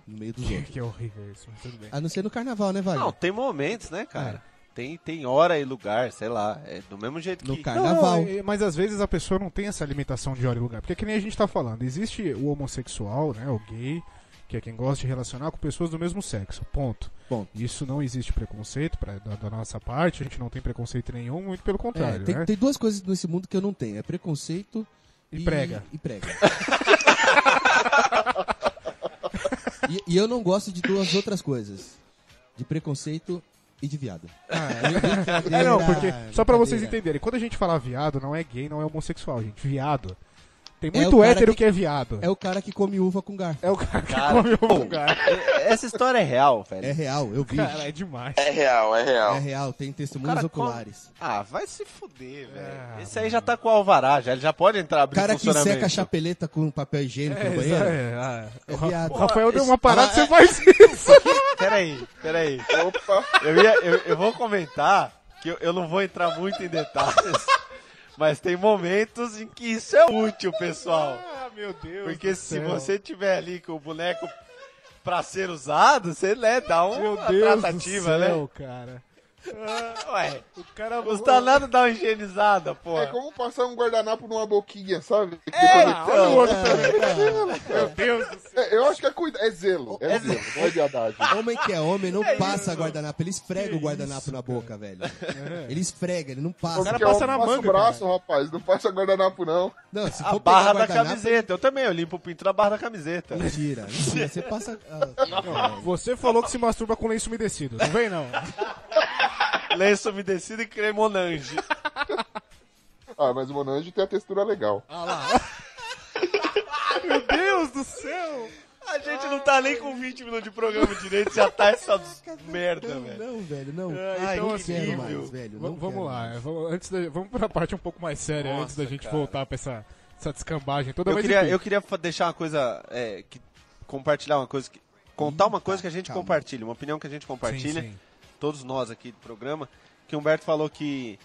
C: no meio dos outros.
B: Que horrível isso, mas tudo bem.
C: A não ser no carnaval, né,
F: Não,
C: Wagner?
F: tem momentos, né, cara? Tem, tem hora e lugar, sei lá. É do mesmo jeito
C: É. No
F: que...
C: carnaval.
B: Não, não, é, mas às vezes a pessoa não tem essa limitação de hora e lugar. Porque que nem a gente tá falando, existe o homossexual, né, o gay, que é quem gosta de relacionar com pessoas do mesmo sexo, ponto.
C: Ponto.
B: Isso não existe preconceito pra, da, da nossa parte, a gente não tem preconceito nenhum, muito pelo
C: É,
B: contrário,
C: tem,
B: né?
C: tem duas coisas nesse mundo que eu não tenho: é preconceito
B: E prega.
C: E prega. e, e eu não gosto de duas outras coisas: de preconceito e de viado.
B: Ah, É, não, porque, só pra
C: é.
B: vocês entenderem, quando a gente fala viado, não é gay, não é homossexual, gente, viado. Tem
C: É
B: muito
C: o cara
B: hétero que...
C: que-
B: é viado.
C: É o cara que come uva com garfo.
B: É o cara que
F: Cara,
B: come
F: pô,
B: o lugar.
F: Essa história é real, velho.
C: É real, eu vi.
B: Cara, é demais.
E: É real, é real.
C: É real, tem
F: O
C: testemunhos
F: cara
C: oculares.
F: Ah, vai se fuder, velho.
B: Ah,
F: Esse aí já tá com o alvará, já, ele já pode entrar
C: O
F: abrir
C: cara que
F: funcionamento.
C: seca a chapeleta com papel higiênico
B: É,
C: no banheiro.
B: é, ah,
C: É
B: o Ra-
C: viado.
B: o Rafael deu uma parada,
C: Olha
B: você
C: lá,
B: faz isso.
F: Peraí, peraí.
D: Opa,
F: Eu, ia, eu, eu vou comentar que eu, eu não vou entrar muito em detalhes.
I: Mas tem momentos em que isso é útil, pessoal.
B: Ah, meu Deus.
I: Porque
B: do
I: se
B: céu.
I: você tiver ali com o boneco pra ser usado, você né, dá uma
B: Meu Deus
I: tratativa,
B: do
I: né?
B: céu, cara.
I: Ué,
B: O cara
I: custa nada dar uma higienizada, pô.
D: É como passar um guardanapo numa boquinha, sabe?
B: Ah, olha o outro também. Meu Deus do céu. Ah,
D: É, eu acho que é cuida. É zelo. É zelo. Não é viadagem.
C: Homem que é homem não passa guardanapo, ele esfrega o guardanapo na boca, velho. Ele esfrega, ele não
D: Porque
C: passa.
B: É. cara
D: é
B: passa
D: homem,
B: na
D: passa
B: manga,
D: o braço, rapaz. Não passa guardanapo, não.
C: Não, se
I: A
C: for
I: barra
C: pegar
I: da
C: guardanapo,
I: camiseta. Eu também, eu limpo o pinto na barra da camiseta.
C: mentira. Mentira, você passa. ah,
B: Você falou que se masturba com lenço umedecido. Não vem, não.
I: Lenço umedecido e cremonange.
D: Ah, mas o Monange tem a textura legal.
B: Ah. Meu Deus do céu.
I: A gente não tá nem com 20 minutos de programa direito, já tá essa merda,
C: não,
I: velho.
C: não, velho, não.
B: É,
C: Ai,
B: então,
C: não
B: assim,
C: quero
I: horrível.
C: mais, velho.
B: Va-
C: Não
B: vamos
C: quero
B: lá,
C: mais.
B: vamos, antes da, vamos pra parte um pouco mais séria, antes da gente voltar pra essa, essa descambagem toda.
F: Eu
B: mas
F: queria,
B: enfim.
F: eu queria fa- deixar uma coisa. é, que, compartilhar uma coisa. Que, contar uma coisa que a gente
C: calma.
F: compartilha, uma opinião que a gente compartilha,
B: tá, Sim, sim.
F: todos nós aqui do programa, que o Humberto falou que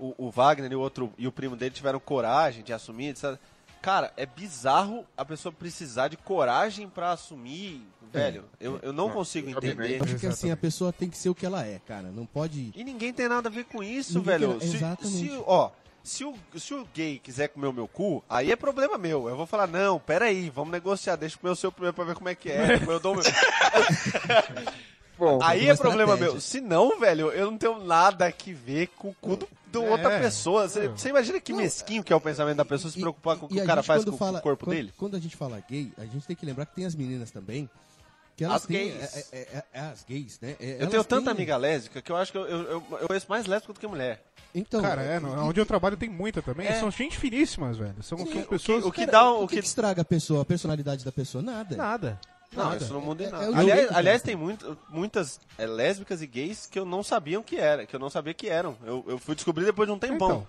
F: o, o Wagner e o, outro, e o primo dele tiveram coragem de assumir. etc. Cara, é bizarro a pessoa precisar de coragem pra assumir,
B: É,
F: velho. eu, eu não consigo entender.
C: Acho que assim, a pessoa tem que ser o que ela é, cara. Não pode.
F: E ninguém tem nada a ver com isso,
C: Ninguém
F: velho.
C: tem-
F: Se-
C: exatamente.
F: Se, ó, se o, se o gay quiser comer o meu cu, aí é problema meu. Eu vou falar, não, peraí, vamos negociar, deixa o meu seu primeiro pra ver como é que é. depois eu dou o meu.
D: Bom,
F: aí
C: uma
F: é problema
C: estratégia.
F: meu. Se não, velho, eu não tenho nada que ver com o cu do, do outra pessoa. Você você imagina que mesquinho que é o pensamento da pessoa se
C: É. E-
F: preocupar com o
C: e
F: que
C: a
F: o cara
C: gente
F: faz
C: quando
F: com, o-
C: fala-
F: com o corpo
C: quando-
F: dele?
C: Quando a gente fala gay, a gente tem que lembrar que tem as meninas também. Que elas
F: As
C: têm,
F: gays.
C: É, é- é- é as gays, né? É,
F: Eu
C: elas
F: tenho tanta
C: têm-
F: amiga lésbica que eu acho que eu, eu, eu- eu conheço mais lésbica do que mulher.
C: Então,
B: Cara, é, não, onde eu trabalho tem muita também.
F: É.
B: São gente finíssimas, velho. São, são
F: o que-
B: pessoas.
F: o que dá
C: o
F: um- o
C: que,
F: que-
C: que estraga a pessoa, a personalidade da pessoa? Nada.
B: Nada.
F: Não,
B: Nada.
F: isso não muda em
C: É-
F: nada.
C: é o
F: aliás,
C: direito
F: aliás,
C: delas.
F: tem muito- muitas é, lésbicas e gays que eu não sabia que era, que eu não sabia que eram. Eu, eu fui descobrir depois de um
B: É, então,
F: tempão.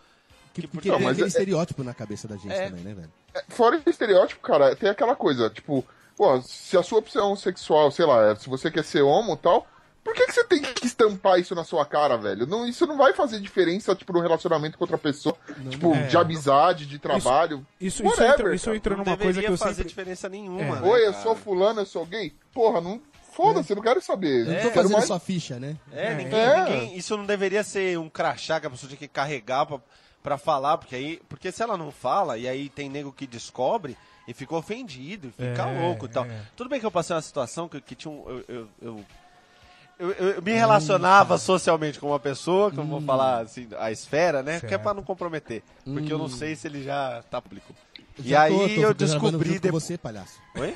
C: Que,
F: Que por-
C: porque
F: Não,
C: tem
D: mas
C: aquele
D: é-
C: estereótipo na cabeça da gente
F: É.
C: também, né, velho?
D: fora o estereótipo, cara, tem aquela coisa, tipo, pô, se a sua opção sexual, sei lá, é, se você quer ser homo e tal, por que, que você tem que estampar isso na sua cara, velho? Não, isso não vai fazer diferença, tipo, no relacionamento com outra pessoa, tipo,
B: é.
D: de amizade, de trabalho.
B: Isso, isso,
D: Whatever,
B: entra, isso
D: cara.
B: entra
F: não
B: numa coisa
F: deveria
B: que eu
F: fazer
B: sempre.
F: diferença nenhuma.
B: É.
F: né,
D: Oi, eu
F: cara?
D: sou fulano, eu sou gay. Porra, não. Foda-se, eu não quero
B: É.
C: Eu
D: saber. Eu
C: não
D: não
C: tô
D: quero
C: fazendo
D: mais.
C: sua ficha, né?
F: É, ninguém,
D: É.
F: ninguém- isso não deveria ser um crachá que a pessoa tinha que carregar pra, pra falar, porque aí, porque se ela não fala e aí tem nego que descobre e fica ofendido, e fica
B: É,
F: louco e tal.
B: é.
F: Tudo bem que eu passei uma situação que, que tinha um eu, eu, eu- eu- eu- eu me relacionava
C: Hum.
F: socialmente com uma pessoa, que eu vou falar assim, a esfera, né? Que é
B: Certo.
F: pra não comprometer. Porque eu não sei se ele já tá público. e
C: Já
F: aí
C: tô- tô
F: eu
C: gravando
F: descobri
C: junto com
F: depois.
C: você, palhaço.
F: Oi?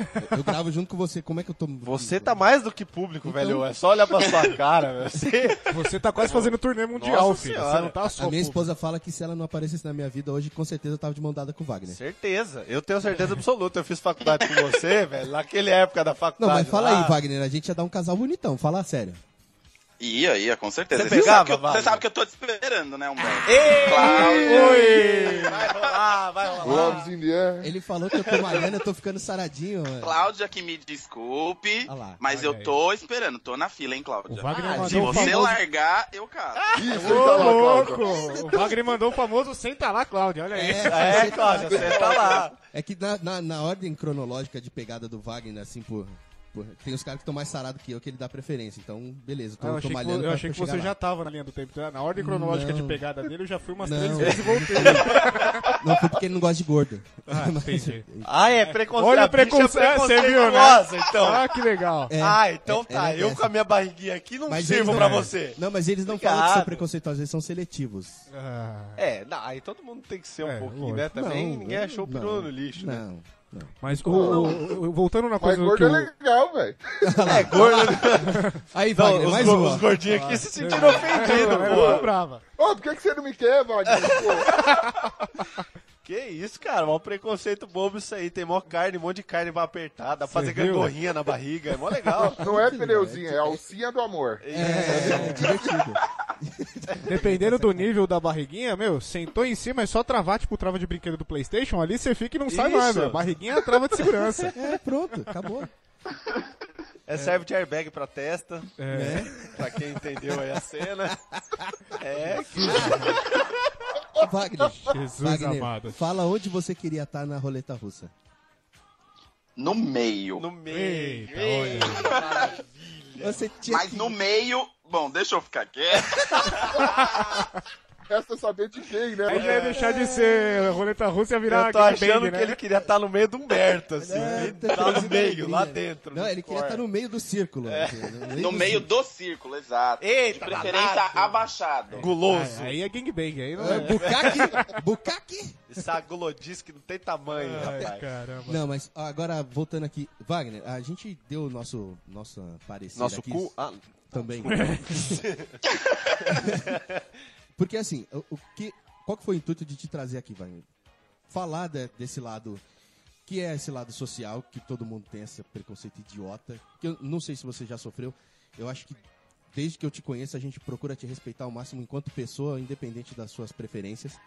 C: Eu gravo junto com você. Como é que eu tô.
F: Você tá mais do que público,
C: Então-
F: velho. É só olhar pra sua cara, velho. Você.
B: Você tá quase fazendo turnê mundial,
F: Nossa
B: filho.
F: Senhora.
B: Você não tá
C: A
B: só.
C: minha
B: pô.
C: esposa fala que se ela não aparecesse na minha vida hoje, com certeza eu tava de mão dada com o Wagner.
F: Certeza, eu tenho certeza absoluta. Eu fiz faculdade com você, velho, naquela época da
C: Não,
F: faculdade.
C: mas fala
F: lá.
C: aí, Wagner, a gente ia dar um casal bonitão, fala sério.
E: Ia, ia, com certeza.
F: Você
E: Você
F: pegava,
E: sabe, que eu,
F: Wagner?
E: você sabe que eu tô te esperando, né, Humberto?
F: Ei!
E: Claro.
F: Oi! Vai rolar, vai rolar.
D: Loves in the air.
C: Ele falou que eu tô malhando, eu tô ficando saradinho. mano.
E: Cláudia, que me desculpe,
C: Ah lá,
E: mas eu tô esperando, tô na fila, hein,
B: O
E: Cláudia.
B: Wagner
C: Ah,
E: Se
B: mandou um
E: você
B: famoso.
E: largar, eu caso.
D: Isso,
B: Ô,
D: ele tá lá, Cláudia.
B: louco! O Wagner mandou o famoso senta lá, Cláudia. Olha aí.
F: É, Cláudia, você tá lá.
C: É que na, na- na ordem cronológica de pegada do Wagner, assim, por. por- tem os caras que estão mais sarados que eu, que ele dá preferência. Então, beleza, eu
B: Ah,
C: tô,
B: eu
C: tô
B: achei, que,
C: malhando.
B: vo- eu
C: pra-
B: achei
C: pra
B: que você
C: chegar
B: já
C: lá.
B: tava na linha do tempo. tá? Na ordem cronológica
C: Não.
B: de pegada dele, eu já fui umas
C: Não.
B: três vezes e voltei.
C: Não, foi porque ele não gosta de gordo.
B: entendi.
F: Ah, é preconceito.
B: Olha
F: a
B: o preconceito,
F: bicha é
B: é, você viu,
F: preconceituosa,
B: né?
F: então.
B: Ah, que legal.
C: É,
F: ah, então
C: é-
F: tá.
C: é
F: eu
C: dessa.
F: com a minha barriguinha aqui não
C: eles
F: sirvo
C: não-
F: pra você.
C: Não, mas eles não falam que
F: Obrigado.
C: são preconceituosos, eles são seletivos.
B: Ah,
F: É, não, aí todo mundo tem que ser um
B: É,
F: pouquinho,
B: lógico.
F: né? Também
C: Não,
F: ninguém achou o
C: não,
F: peru no lixo, né?
C: Não.
B: mas o, o- o- voltando na
D: Mas
B: coisa do que
D: gordo é
B: o,
D: legal, velho.
F: É, gordo.
C: Aí,
F: Não,
C: Wagner,
F: os,
C: mais
F: go-
C: uma.
F: os gordinhos aqui se
B: É,
F: sentiram ofendidos,
B: Eu tô
F: pô.
B: brava.
D: Ô, por que, que você não me quer, Wagner? Pô,
F: Que isso, cara, mó preconceito bobo isso aí. Tem mó carne, um monte de carne pra apertar, dá pra fazer
B: viu?
F: gangorrinha na barriga, é mó legal.
D: não é pneuzinho, é alcinha do amor.
C: É, divertido.
B: Dependendo do nível da barriguinha, meu, sentou em cima, é só travar, tipo, trava de brinquedo do Playstation, ali você fica e não sai
F: Isso.
B: mais, velho. Barriguinha é a trava de segurança.
C: É, pronto, acabou.
F: É, serve de airbag pra testa, Né?
B: É.
F: pra quem entendeu aí a cena. É, que-
C: Wagner,
B: Jesus
C: Wagner,
B: amado.
C: fala onde você queria estar na roleta russa.
E: No meio.
I: No meio.
B: Eita, olha.
C: Você tinha
E: Mas
C: que-
E: no meio. Bom, deixa eu ficar quieto.
D: Resta saber de quem, né?
B: Aí já ia deixar de ser roleta russa e ia virar
I: Eu tô
B: gangbang,
I: achando
B: né?
I: que ele queria
F: tá
I: estar no meio do Humberto, assim.
C: É,
I: ele
C: tá
I: tá no
C: coisa
I: meio,
C: maravilha.
I: lá dentro. É,
C: Não, ele queria
I: core.
C: estar no meio do círculo. né,
E: No meio do círculo, exato.
I: Eita,
E: De
F: Tá
E: preferência
I: danado.
E: abaixado.
I: Guloso.
B: Aí é gangbang, aí não
C: É,
B: é.
C: Bukaki, Bukaki?
I: Essa gulodice que não tem tamanho,
B: Ai,
I: rapaz.
B: caramba.
C: Não, mas agora voltando aqui, Wagner, a gente deu o nosso nossa parecer
I: Nosso
C: aqui
I: cu. Ah,
C: também. Porque assim, o, o que qual que foi o intuito de te trazer aqui, Wagner? Falar de- desse lado que é esse lado social que todo mundo tem esse preconceito idiota, que eu não sei se você já sofreu. Eu acho que desde que eu te conheço a gente procura te respeitar ao máximo enquanto pessoa, independente das suas preferências.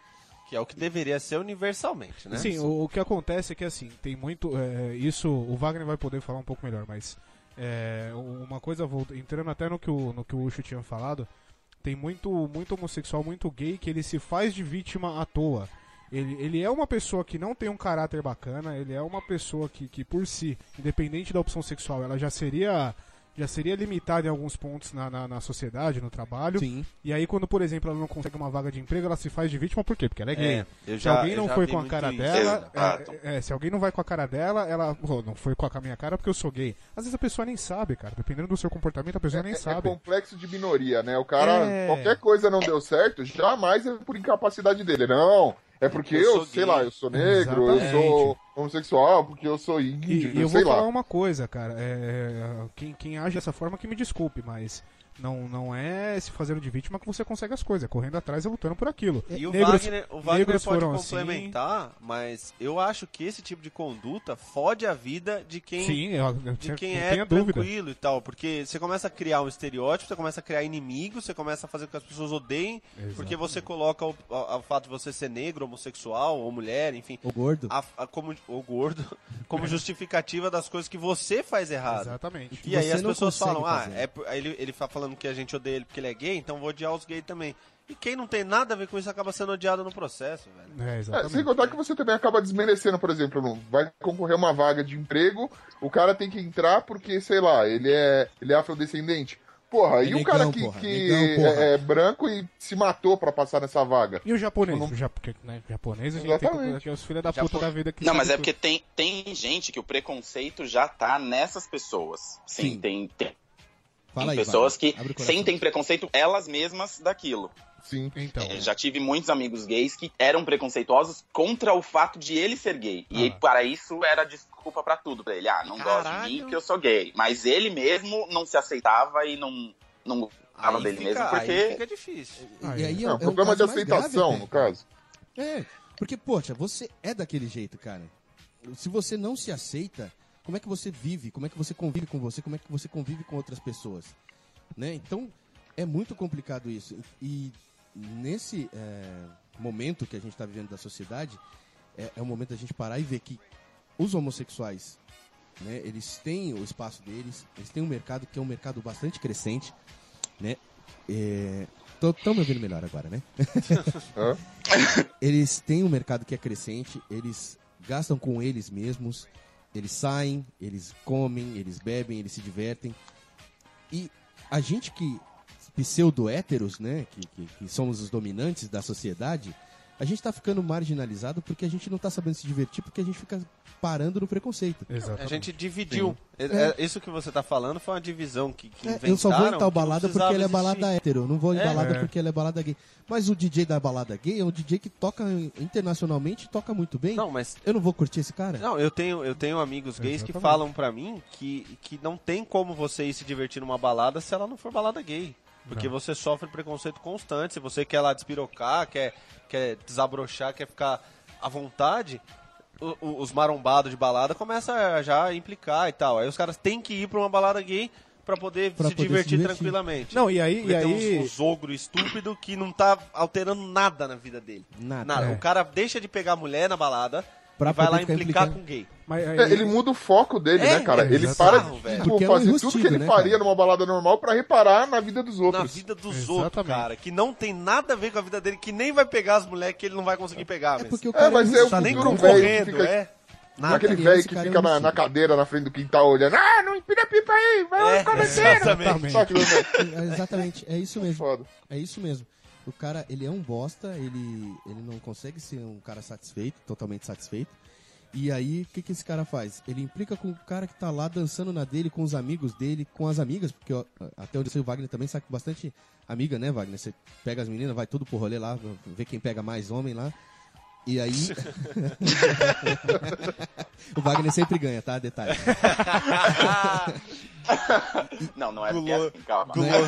F: Que é o que deveria ser universalmente, né?
B: Sim, o, o que acontece é que assim, tem muito. é, isso o Wagner vai poder falar um pouco melhor, mas é, uma coisa, volta- entrando até no que o, no que o Ucho tinha falado, tem muito, muito homossexual, muito gay que ele se faz de vítima à toa. Ele, ele é uma pessoa que não tem um caráter bacana, ele é uma pessoa que, que por si, independente da opção sexual, ela já seria. Já seria limitada em alguns pontos na, na, na sociedade, no trabalho.
C: Sim.
B: E aí, quando, por exemplo, ela não consegue uma vaga de emprego, ela se faz de vítima, por quê? Porque ela é gay.
F: É, eu
B: se
F: já-
B: alguém
F: eu
B: não
F: já
B: foi
F: vi
B: com a
F: muito
B: cara
F: isso.
B: dela,
E: Exato.
B: é, é, é, se alguém não vai com a cara dela, ela "Pô, não foi com a minha cara porque eu sou gay. Às vezes a pessoa nem sabe, cara. Dependendo do seu comportamento, a pessoa nem
D: É- é
B: sabe.
D: complexo de minoria, né? O cara,
B: É.
D: qualquer coisa não deu certo, jamais é por incapacidade dele. Não, é porque
F: Eu
D: eu,
F: sou
D: sei
F: gay.
D: lá, eu sou negro, eu
B: Exatamente.
D: sou homossexual, porque eu sou
B: E,
D: índio, né?
B: e eu
D: sei
B: vou
D: lá.
B: falar uma coisa, cara. é, é, quem, quem age dessa forma que me desculpe, mas não, não é se fazendo de vítima que você consegue as coisas. É correndo atrás e lutando por aquilo.
F: E o
B: É, Negros-
F: Wagner, o Wagner
B: negros
F: pode
B: foram assim?
F: complementar, mas eu acho que esse tipo de conduta fode a vida de quem,
B: Sim, eu, eu
F: de
B: tinha-
F: quem
B: não
F: é
B: tenha dúvida.
F: tranquilo e tal. Porque você começa a criar um estereótipo, você começa a criar inimigos, você começa a fazer com que as pessoas odeiem, porque você coloca o, a- o fato de você ser negro, homossexual ou mulher, enfim,
C: O gordo.
F: a- a- como, ou gordo, como justificativa das coisas que você faz errado.
B: Exatamente.
F: E aí
C: Você
F: as
C: não
F: pessoas
C: consegue
F: falam, ah,
C: fazer.
F: é, por- aí ele, ele tá falando que a gente odeia ele porque ele é gay, então vou odiar os gays também. E quem não tem nada a ver com isso acaba sendo odiado no processo, velho.
B: É,
D: É, sem
B: exatamente.
D: contar que você também acaba desmerecendo, por exemplo, não vai concorrer uma vaga de emprego, o cara tem que entrar porque, sei lá, ele é, ele é afrodescendente. Porra, e
C: negão,
D: o cara que,
C: porra,
D: que
C: negão, porra.
D: é, é branco e se matou pra passar nessa vaga?
B: E o japonês?
D: Tipo,
B: O ja- porque, né, japonês a gente tem que-
D: Exatamente.
B: que é os filhos da puta
F: Japo-
B: da vida que
E: Não,
B: sabe
E: mas é
B: tudo.
E: porque tem, tem gente que o preconceito já tá nessas pessoas. Sim,
C: Sim.
E: tem, tem
C: Fala aí,
E: pessoas
C: Wagner. Abre o
E: que
C: coração.
E: sentem preconceito elas mesmas daquilo.
D: Sim.
B: Então,
E: É, já tive muitos amigos gays que eram preconceituosos contra o fato de ele ser gay. E
B: Ah.
E: para isso era desculpa pra tudo pra ele. Ah, não gosto de mim
F: Caralho.
E: porque eu sou gay. Mas ele mesmo não se aceitava e não, não gostava dele mesmo
F: aí
E: porque
F: fica difícil.
B: Ah,
C: E aí é,
D: É
C: é
D: um
C: um
D: problema de
C: caso mais
D: aceitação,
C: grave,
D: no
C: até.
D: caso.
C: É, porque, poxa, você é daquele jeito, cara. Se você não se aceita, como é que você vive? Como é que você convive com você? Como é que você convive com outras pessoas? Né? Então, é muito complicado isso. E nesse é, momento que a gente está vivendo da sociedade, é, é o momento da gente parar e ver que os homossexuais, né, eles têm o espaço deles, eles têm um mercado que é um mercado bastante crescente, né? Estão me ouvindo melhor agora, né?
D: Hã?
C: eles têm um mercado que é crescente, eles gastam com eles mesmos, eles saem, eles comem, eles bebem, eles se divertem. E a gente que pseudo-héteros, né, que, que- que somos os dominantes da sociedade, a gente tá ficando marginalizado porque a gente não tá sabendo se divertir, porque a gente fica parando no preconceito.
B: exatamente.
F: A gente dividiu. É- é- Isso que você tá falando foi uma divisão que, que
C: É,
F: inventaram.
C: eu só vou em
F: que não
C: tal balada porque
F: precisava
C: ela é
F: existir.
C: balada hétero. Eu não vou em
F: É.
C: balada
B: É.
C: porque ela é balada gay. Mas o DJ da balada gay é um DJ que toca internacionalmente, toca muito bem.
F: Não, mas
C: Eu não vou curtir esse cara?
F: Não, eu tenho, eu tenho amigos gays que
B: Exatamente.
F: falam pra mim que, que não tem como você ir se divertir numa balada se ela não for balada gay. Porque você sofre preconceito constante. Se você quer lá despirocar, quer, quer desabrochar, quer ficar à vontade, o- o- os marombados de balada começam a já implicar e tal. Aí os caras têm que ir pra uma balada gay pra poder
C: Pra
F: se
C: poder se
F: divertir
C: divertir.
F: tranquilamente.
B: Não, e aí,
F: Porque
B: e
F: tem
B: aí
F: uns, uns ogro estúpido que não tá alterando nada na vida dele.
C: Nada.
F: Nada.
B: É.
F: O cara deixa de pegar a mulher na balada,
C: Pra
F: e vai
C: poder
F: lá
C: ficar
F: implicar
C: implicando.
F: com gay.
B: Mas aí-
D: É, ele muda o foco dele,
F: É,
D: né, cara?
F: é
D: ele para
F: bizarro,
D: de
F: velho.
D: tipo,
C: Porque é um
D: fazer tudo que
C: enrustido,
D: ele
C: né,
D: faria
C: cara?
D: numa balada normal pra reparar na vida dos outros.
F: Na vida dos outros,
B: Exatamente.
F: cara. Que não tem nada a ver com a vida dele, que nem vai pegar as mulheres que ele não vai conseguir pegar.
C: É
F: mas
C: porque o
D: É,
C: cara
D: mas
C: muito
D: é o
C: chato,
F: nem
C: né,
D: futuro
C: cara?
D: velho
F: concorrendo,
D: fica-
F: é. Nada.
D: Aquele
C: Esse
D: velho que
C: cara é
D: fica na,
C: homicídio.
D: na cadeira na frente do quintal olhando. Ah, não empina a pipa aí, vai lá
F: É,
D: ficar mexendo.
F: exatamente.
D: Só que não
C: É, Exatamente, é isso
D: é
C: mesmo.
D: foda.
C: É isso mesmo. O cara, ele é um bosta, ele, ele não consegue ser um cara satisfeito, totalmente satisfeito. E aí, o que, que esse cara faz? Ele implica com o cara que tá lá dançando na dele, com os amigos dele, com as amigas, porque ó, até onde eu sei, o Wagner também sai com bastante amiga, né, Wagner? Você pega as meninas, vai tudo pro rolê lá, vê quem pega mais homem lá. E aí. o Wagner sempre ganha, tá? Detalhe.
E: Não, não é porque é
F: Gulo...
E: assim, calma.
F: Gulovinho.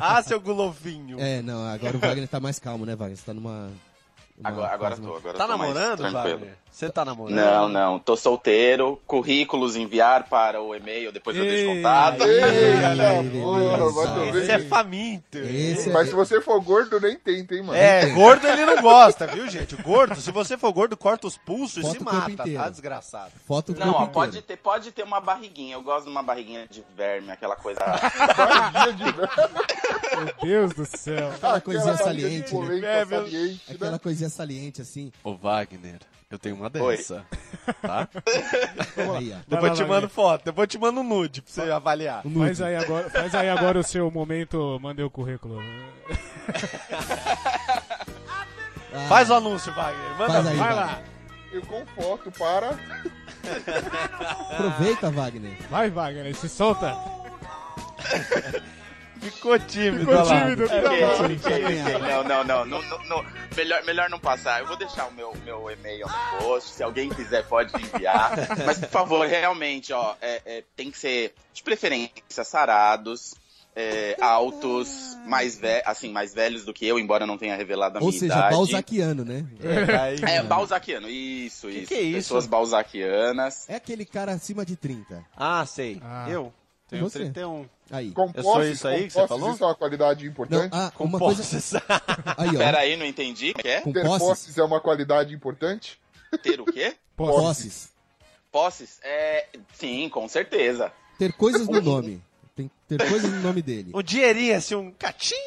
F: ah, seu Gulovinho.
C: É, não, agora o Wagner tá mais calmo, né, Wagner? Você tá numa. uma
E: Agora, agora
C: fase mais-
E: tô, agora
F: Tá
E: tô mais
F: namorando,
E: tranquilo.
F: Wagner? Você tá namorando?
E: Não, não, tô solteiro, currículos enviar para o e-mail, depois eu deixo
B: Ei,
E: contato.
C: beleza.
D: Eita, porra, vai
F: Esse
D: também.
F: é faminto.
C: Esse é
D: Mas se você for gordo, nem tenta, hein, mano.
F: É, gordo ele não gosta, viu, gente? O gordo, se você for gordo, corta os pulsos e
C: Corta
F: se
C: o corpo
F: mata,
C: inteiro.
F: tá desgraçado.
C: Foto do
E: Não, ó,
C: corpo
E: pode
C: inteiro.
E: ter, pode ter uma barriguinha. Eu gosto de uma barriguinha de verme, aquela coisa.
B: Meu Deus do céu.
C: Aquela coisinha
D: Aquela barriga de
C: saliente, né?
D: polenta
I: É, meu-
D: saliente, né?
C: Aquela coisinha saliente, assim.
I: Ô, Wagner, eu tenho uma
E: Oi.
I: dessa. Tá?
C: Aí, ó.
I: Depois
B: lá,
I: eu te
B: Wagner.
I: mando foto, depois eu te mando um nude pra você avaliar.
B: Faz aí, agora, faz aí agora o seu momento, mandei o currículo.
C: Ah,
F: Faz o anúncio, Wagner. Manda
C: faz aí,
B: Vai lá,
C: Wagner.
D: Eu conforto para.
F: É
C: Aproveita, Wagner.
B: vai Wagner, se solta.
I: Ficou tímido,
B: Ficou
I: olha lá.
B: tímido,
E: Ok,
B: tá
E: ok, ok. Não, não, não. não, não, não. Melhor, melhor não passar. Eu vou deixar o meu, meu e-mail no post. Se alguém quiser, pode enviar. Mas, por favor, realmente, ó, é- é, tem que ser de preferência sarados. é, altos, mais, ve assim, mais velhos do que eu, embora não tenha revelado a
C: Ou
E: minha
C: seja,
E: idade.
C: balzaquiano, né?
E: É, balzaquiano, isso,
F: Que
E: isso.
F: que é isso?
E: Pessoas balzaquianas.
C: É aquele cara acima de 30.
F: Ah, sei.
B: Ah.
F: Eu tenho
C: Você?
F: 31.
C: Aí.
D: Compostos,
F: É só isso aí que você
D: compostos,
F: falou?
D: Isso é uma qualidade
C: Não,
D: importante.
C: ah,
F: Com
C: uma coisa.
F: posses.
C: Aí,
E: Pera
C: ó.
E: aí, não entendi. O que é?
C: Com
D: Ter
C: posses.
D: posses é uma qualidade importante?
E: Ter o quê?
C: Posses.
E: Posses? É. Sim, com certeza.
C: Ter coisas no nome. Tem que ter coisas no nome dele.
F: Um dinheirinho, assim, um catinho.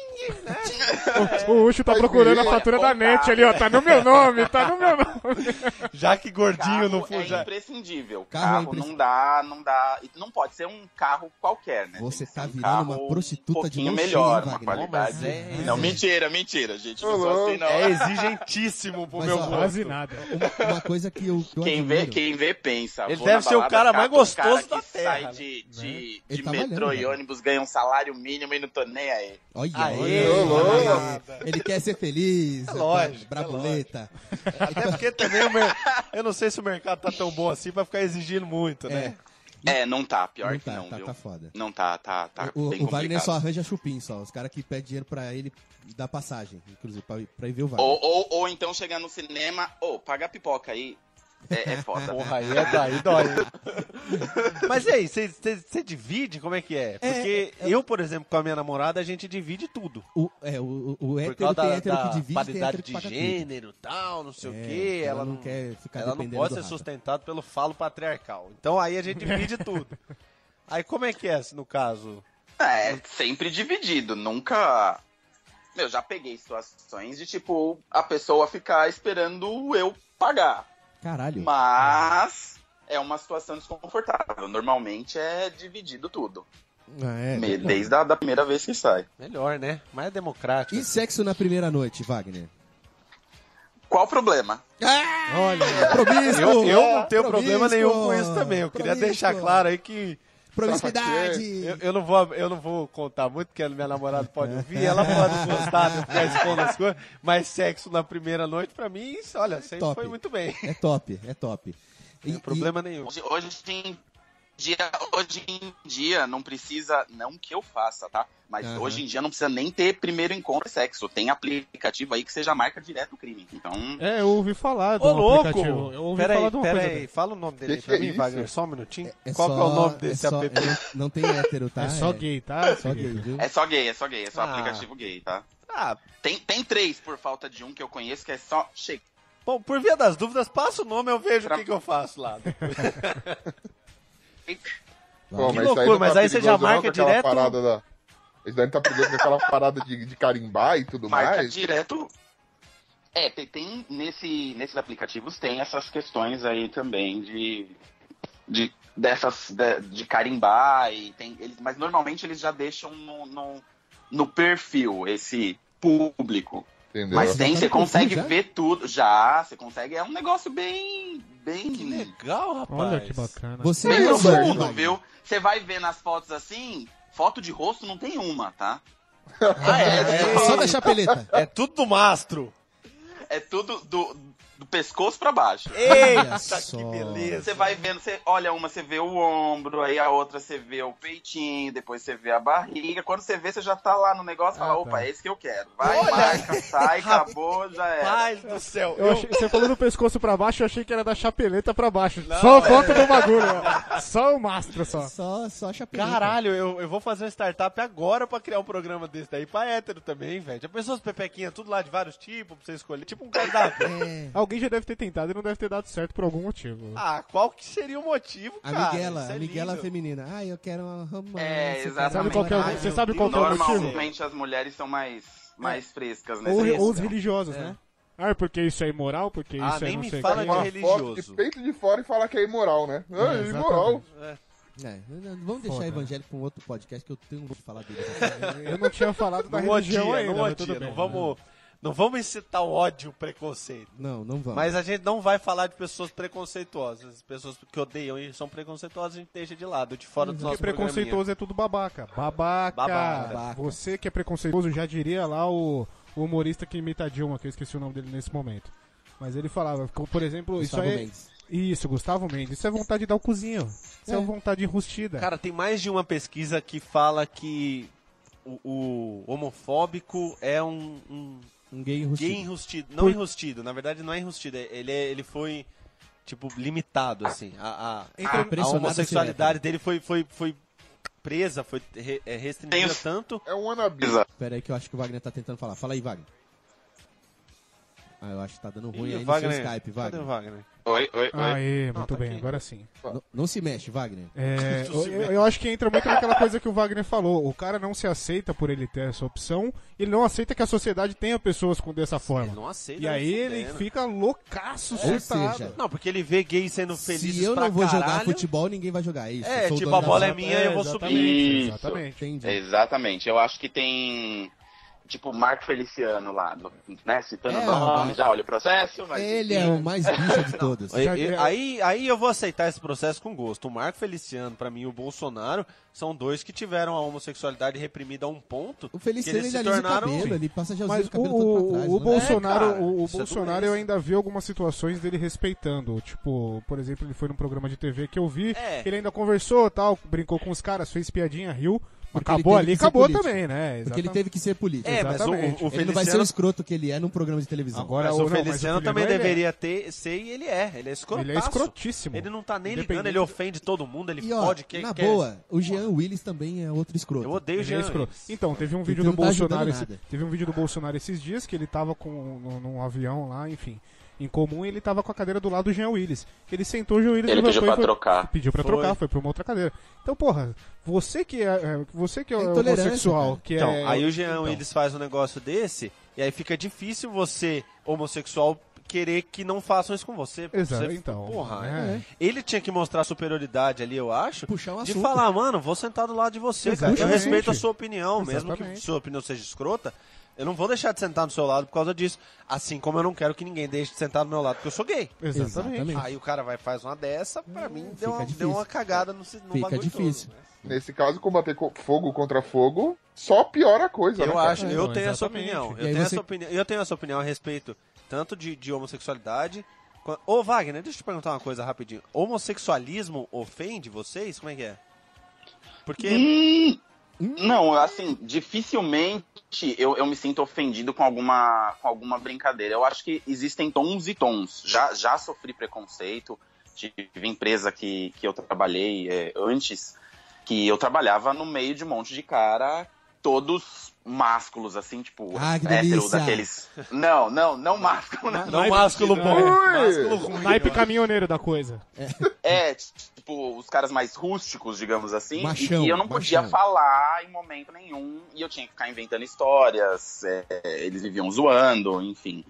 B: O, o Ucho tá procurando a
E: Olha,
B: fatura da
E: bom, cara.
B: NET ali, ó. Tá no meu nome, tá no meu nome.
I: Já que gordinho não
E: Carro
I: foi,
E: é
I: já.
E: imprescindível.
C: Carro é
E: Carro, não
C: imprescindível.
E: dá, não dá. e Não pode ser um carro qualquer, né?
C: Você
E: Tem que
C: tá
E: ser
C: virando uma
E: carro
C: prostituta
E: um
C: de
E: pouquinho
C: mão cheia,
E: melhor,
C: hein,
E: uma
C: Wagner?
E: qualidade.
F: Não, mas é-
E: Não, mentira, mentira, gente. Não
D: Ô,
E: sou assim,
D: louco.
E: não.
F: É exigentíssimo pro
C: Mas,
F: meu
C: ó,
F: gosto.
B: Quase nada.
C: Uma, uma coisa que eu. que eu
E: Quem vê,
C: admiro-
E: quem vê, pensa.
F: Ele
E: Vou
F: deve
E: na
F: ser o
E: balada,
F: cara mais
E: cato um
F: gostoso
E: cara
F: da
E: que
F: terra, né?
E: Sai de, de,
C: Ele
E: de
C: tá
E: metrô
C: malhando,
E: e
C: velho.
E: ônibus, ganha um salário mínimo e não tô nem aí.
C: Olha,
F: Aê,
C: olha,
D: ô, louco.
C: olha. Ele quer ser feliz. É
F: lógico, é
C: Brabuleta.
F: Até É porque também o mer- eu não sei se o mercado tá tão bom assim pra ficar exigindo muito, né?
E: É, não tá, pior
C: Não
E: que
C: tá,
E: não,
C: tá,
E: viu?
C: tá foda.
E: Não tá, tá, tá.
C: o
E: bem
C: o Wagner
E: complicado.
C: só arranja chupim, só. Os caras que pedem dinheiro pra ele dar passagem, inclusive, pra, pra ir ver o Wagner.
E: Ou, ou, ou então chegar no cinema, ou pagar pipoca aí. É, é foda.
F: Porra, aí é daí, dói. Mas e aí, você divide? Como é que é? Porque eu, por exemplo, com a minha namorada, a gente divide tudo.
C: O, é, o, o, o
F: Por
C: hétero
F: causa
C: tem
F: da,
C: hétero
F: da
C: que divide, tem
F: paridade
C: hétero que
F: de
C: paga tudo.
F: gênero, tal, não sei o
C: É,
F: quê. Ela, não,
C: quer ficar
F: ela não
C: dependendo
F: pode
C: do
F: ser
C: rabo.
F: sustentada pelo falo patriarcal. Então aí a gente divide tudo. Aí como é que é, se no caso?
E: É, sempre dividido, nunca. Meu, já peguei situações de tipo, a pessoa ficar esperando eu pagar.
C: Caralho.
E: Mas é uma situação desconfortável. Normalmente é dividido tudo.
C: Ah, é.
E: Me- Desde a da primeira vez que sai.
F: Melhor, né? Mais democrático.
C: E sexo na primeira noite, Wagner?
E: Qual o problema?
B: Olha,
C: Promíscuo!
F: Eu, eu não tenho
C: Promíscuo!
F: problema nenhum com isso também. Eu queria
C: Promíscuo!
F: deixar claro aí que
C: Promiscuidade!
F: eu, eu não vou, eu não vou contar muito, porque a minha namorada pode ouvir, ela pode gostar de eu ficar expondo as coisas, mas sexo na primeira noite, pra mim, isso, olha, sempre
C: Top.
F: foi muito bem.
C: É top, é top. E,
F: Não tem problema nenhum.
E: Hoje, hoje em dia, hoje em dia não precisa, não que eu faça, tá? Mas
C: Aham.
E: hoje em dia não precisa nem ter primeiro encontro e sexo. Tem aplicativo aí que você já marca direto o crime. Então,
B: é, eu ouvi falar do
F: Ô, louco!
B: aplicativo. Eu ouvi falar
F: Peraí,
B: de uma coisa.
F: peraí, fala o nome dele
D: Que
F: aí
D: que
F: pra
D: é
F: mim,
D: isso?
F: Wagner, só um minutinho.
C: e- é
F: Qual que é o
C: só-
F: nome desse
C: é só-
F: app?
C: é- não tem hétero, tá?
B: É só gay, tá?
C: Só gay, viu?
E: é só gay, é só gay, é só
F: Ah.
E: aplicativo gay, tá?
F: Ah,
E: Tem, tem três por falta de um que eu conheço que é só che-
F: Bom, por via das dúvidas, passa o nome, eu vejo o
E: Tra-
F: que, que eu faço lá.
D: Pô,
F: Que
D: isso
F: loucura,
D: não tá
F: mas aí você
D: perigoso
F: já
D: não,
F: marca
D: com aquela
F: direto-
D: Parada da... Isso daí não tá perigoso com aquela parada de, de carimbar e tudo
E: marca
D: mais.
E: direto. É, tem, tem nesse, nesses aplicativos tem essas questões aí também de, de dessas de, de carimbar e tem, eles, mas normalmente eles já deixam no, no, no perfil esse público.
D: Entendeu?
E: Mas tem,
C: tá
E: você
C: no perfil
E: consegue
C: já?
E: ver tudo já, você consegue, é um negócio bem bem
F: Que legal, rapaz.
B: Olha que bacana.
C: Você
E: bem
C: não sabe,
E: profundo,
C: vai.
E: viu? Você vai ver nas fotos assim, foto de rosto não tem uma, tá? ah, é,
C: É só da chapeleta.
F: É tudo do mastro.
E: É tudo do, do pescoço pra baixo.
C: Olha
F: Eita,
C: só.
F: que beleza.
E: Você vai vendo, você olha uma, você vê o ombro, aí a outra você vê o peitinho, depois você vê a barriga. Quando você vê, você já tá lá no negócio e fala,
B: Ah, tá.
E: opa, é esse que eu quero. Vai, marca, sai, acabou, já era.
F: Paz do céu.
B: Eu achei- você falou do pescoço pra baixo, eu achei que era da chapeleta pra baixo.
F: é.
B: só a foto do bagulho, ó. Só o mastro, só.
C: Só, só a chapeleta.
I: Caralho, eu, eu vou fazer uma startup agora pra criar um programa desse daí pra hétero também, velho. Já pensou as pepequinhas tudo lá de vários tipos pra você escolher? Tipo um cardápio.
C: É.
B: Alguém já deve ter tentado e não deve ter dado certo por algum motivo.
I: ah, qual que seria o motivo,
C: A
I: cara?
C: Miguela,
I: Isso é
C: a Miguela
I: lindo.
C: feminina. Ah, eu quero uma romance.
E: É,
C: eu quero
E: exatamente.
B: Sabe qual que é o-
C: namorado.
B: você sabe qual que é o motivo? É.
E: Normalmente as mulheres são mais, mais frescas, né?
F: é
B: Ou, ou os religiosos, né? Ah, porque isso é imoral, porque
F: Ah,
B: isso é
F: nem
B: não
F: me
B: sei o
F: fala
B: quê.
F: de
D: Uma foto de
F: religioso.
D: peito de fora e falar que é imoral, né? Ah,
B: É,
D: imoral.
C: É, vamos deixar
B: Foda.
C: evangélico com outro podcast que eu tenho que falar dele.
B: Eu não tinha falado da
I: Não
B: religião
I: odia,
B: ainda,
I: não
B: mas né? tudo
I: odia.
B: bem.
I: Não vamos, não vamos incitar o ódio, o preconceito.
C: Não, não vamos.
F: Mas a gente não vai falar de pessoas preconceituosas. As pessoas que odeiam e são preconceituosas, a gente deixa de lado, de fora do nosso
B: Porque Uhum. preconceituoso é tudo babaca. babaca.
F: Babaca.
B: Você que é preconceituoso, já diria lá o, o humorista que imita a Dilma, que eu esqueci o nome dele nesse momento. Mas ele falava, co- por exemplo,
C: Gustavo
B: isso aí. é
C: Mendes.
B: Isso, Gustavo Mendes. Isso é vontade de dar o cozinho. Isso é,
C: É.
B: vontade enrustida.
F: Cara, tem mais de uma pesquisa que fala que o, o homofóbico é um, um
C: Um gay
F: gay
C: enrustido.
F: enrustido. Não enrustido, na verdade não é enrustido. é- Ele, é- ele foi, tipo, limitado, assim. A, a- a
C: Pressionado
F: homossexualidade dele foi, foi, foi presa, foi re- é, restringida
E: Tem os-
F: tanto.
D: É um anabi.
C: Pera aí que eu acho que o Wagner tá tentando falar. Fala aí, Wagner. Ah, eu acho que tá dando ruim
F: Ih,
C: aí no seu Skype,
F: Cadê
C: Wagner.
F: o Wagner?
E: Oi, oi, oi.
B: Aê, muito bem, agora sim.
C: Não, não se mexe, Wagner.
B: É, eu, eu- eu acho que entra muito naquela coisa que o Wagner falou. O cara não se aceita por ele ter essa opção, ele não aceita que a sociedade tenha pessoas com dessa forma.
F: Não aceita.
B: E
F: não
B: aí ele
F: fudendo.
B: fica loucaço,
C: Ou
B: surtado.
C: seja,
F: Não, porque ele vê gay sendo feliz
C: se eu não vou jogar
F: caralho.
C: futebol, ninguém vai jogar. É isso.
F: É,
C: eu sou o
F: tipo,
C: dono
F: a
C: da
F: bola é
C: Zapa.
F: minha, eu vou
B: exatamente,
E: subir.
B: Exatamente.
C: Entendi.
E: Exatamente. Eu acho que tem. Tipo, Marco Feliciano lá, do- né? Citando
C: É,
E: o nome,
C: rapaz.
E: já olha o processo. Mas...
C: Ele é o mais bicho de todos.
F: Aí-
B: Já-
F: eu-
B: já-
F: Aí, aí eu vou aceitar esse processo com gosto. O Marco Feliciano, pra mim, e o Bolsonaro são dois que tiveram a homossexualidade reprimida a um ponto.
C: O Feliciano
F: que eles
C: ele
F: se
C: alisa
F: tornaram-
C: o cabelo, ele passa gelzinho
B: Mas
C: o
B: o,
C: cabelo todo pra trás.
B: o
C: né?
B: Bolsonaro,
F: É, cara,
B: o, o
F: isso é
B: Bolsonaro eu
F: doença.
B: ainda vi algumas situações dele respeitando. Tipo, por exemplo, ele foi num programa de TV que eu vi,
F: É.
B: ele ainda conversou tal, brincou com os caras, fez piadinha, riu.
C: Porque ele
B: acabou
C: teve
B: ali,
C: que ser
B: acabou
C: político.
B: também, né?
C: Porque ele teve que ser político.
F: É, mas o, o- o
B: Exatamente.
C: Ele não vai ser o
F: Feliciano,
C: escroto que ele é num programa de televisão.
B: Agora
F: mas
B: não,
F: o
B: mas
F: Feliciano
B: Filipão,
F: também
B: ele é-
F: deveria ter, ser e ele é. Ele é escrotaço.
B: Ele é escrotíssimo.
F: Ele não tá nem
B: Independente
F: ligando, ele
B: do-
F: ofende todo mundo, ele
C: E ó,
F: pode. Quer,
C: na
F: quer-
C: boa, o Jean Willis também é outro escroto.
F: Eu odeio o
B: Ele é
F: Jean.
B: escroto.
F: Willis.
B: Então, teve um vídeo
C: não
B: do
C: tá ajudando
B: Bolsonaro. esse-
C: nada.
B: teve um vídeo do Bolsonaro esses dias que ele tava com num, num avião lá, enfim. Em comum, ele tava com a cadeira do lado do Jean Willis. Ele sentou, o Jean Willis
E: Ele
B: levantou
E: pediu pra
B: e foi-
E: trocar.
B: Pediu pra
F: Foi.
B: trocar, foi pra uma outra cadeira. Então, porra, você que é, é, você que é,
C: É intolerância,
B: homossexual,
C: cara.
B: que
F: Então,
B: é.
F: aí o Jean
B: então.
F: Willis faz um negócio desse, e aí fica difícil você, homossexual, querer que não façam isso com você. porque
B: Exato,
F: você-
B: então.
F: Porra,
B: é.
F: Ele tinha que mostrar superioridade ali, eu acho.
C: Puxar um
F: de
C: assunto.
F: falar, mano, vou sentar do lado de você, cara. Eu
B: Exatamente.
F: respeito a sua opinião, mesmo que
B: Exatamente.
F: sua opinião seja escrota. Eu não vou deixar de sentar do seu lado por causa disso. Assim como eu não quero que ninguém deixe de sentar do meu lado porque eu sou gay.
B: Exatamente.
C: Exatamente.
F: Aí o cara vai e faz uma dessa, pra
B: É,
F: mim deu uma,
C: difícil.
F: deu uma cagada no, no fica bagulho todo,
C: difícil.
F: né?
D: Nesse caso, combater co- fogo contra fogo só piora a coisa, né?
F: Eu
D: cara?
F: acho, eu
B: Então,
F: tenho essa
B: exatamente.
C: E
F: opinião. Eu
C: aí
F: tenho,
C: você-
F: essa opinião. eu tenho essa opinião a respeito tanto de, de homossexualidade. qua- Ô, Wagner, deixa eu te perguntar uma coisa rapidinho. Homossexualismo ofende vocês? Como é que é? Porque.
E: Hum, Não, assim, dificilmente eu, eu me sinto ofendido com alguma, com alguma brincadeira. Eu acho que existem tons e tons. Já, já sofri preconceito. Tive empresa que, que eu trabalhei é, antes, que eu trabalhava no meio de um monte de cara, todos másculos, assim, tipo,
C: Ah, que
E: hétero
C: delícia.
E: daqueles. Não, não, não másculo, né?
F: é
I: Não másculo bom.
F: né?
I: Másculo ruim.
B: Naipe caminhoneiro da coisa.
E: É, tipo, os caras mais rústicos, digamos assim.
C: Machão,
E: e que eu não podia
C: machão.
E: falar em momento nenhum. E eu tinha que ficar inventando histórias. é, eles viviam zoando, enfim.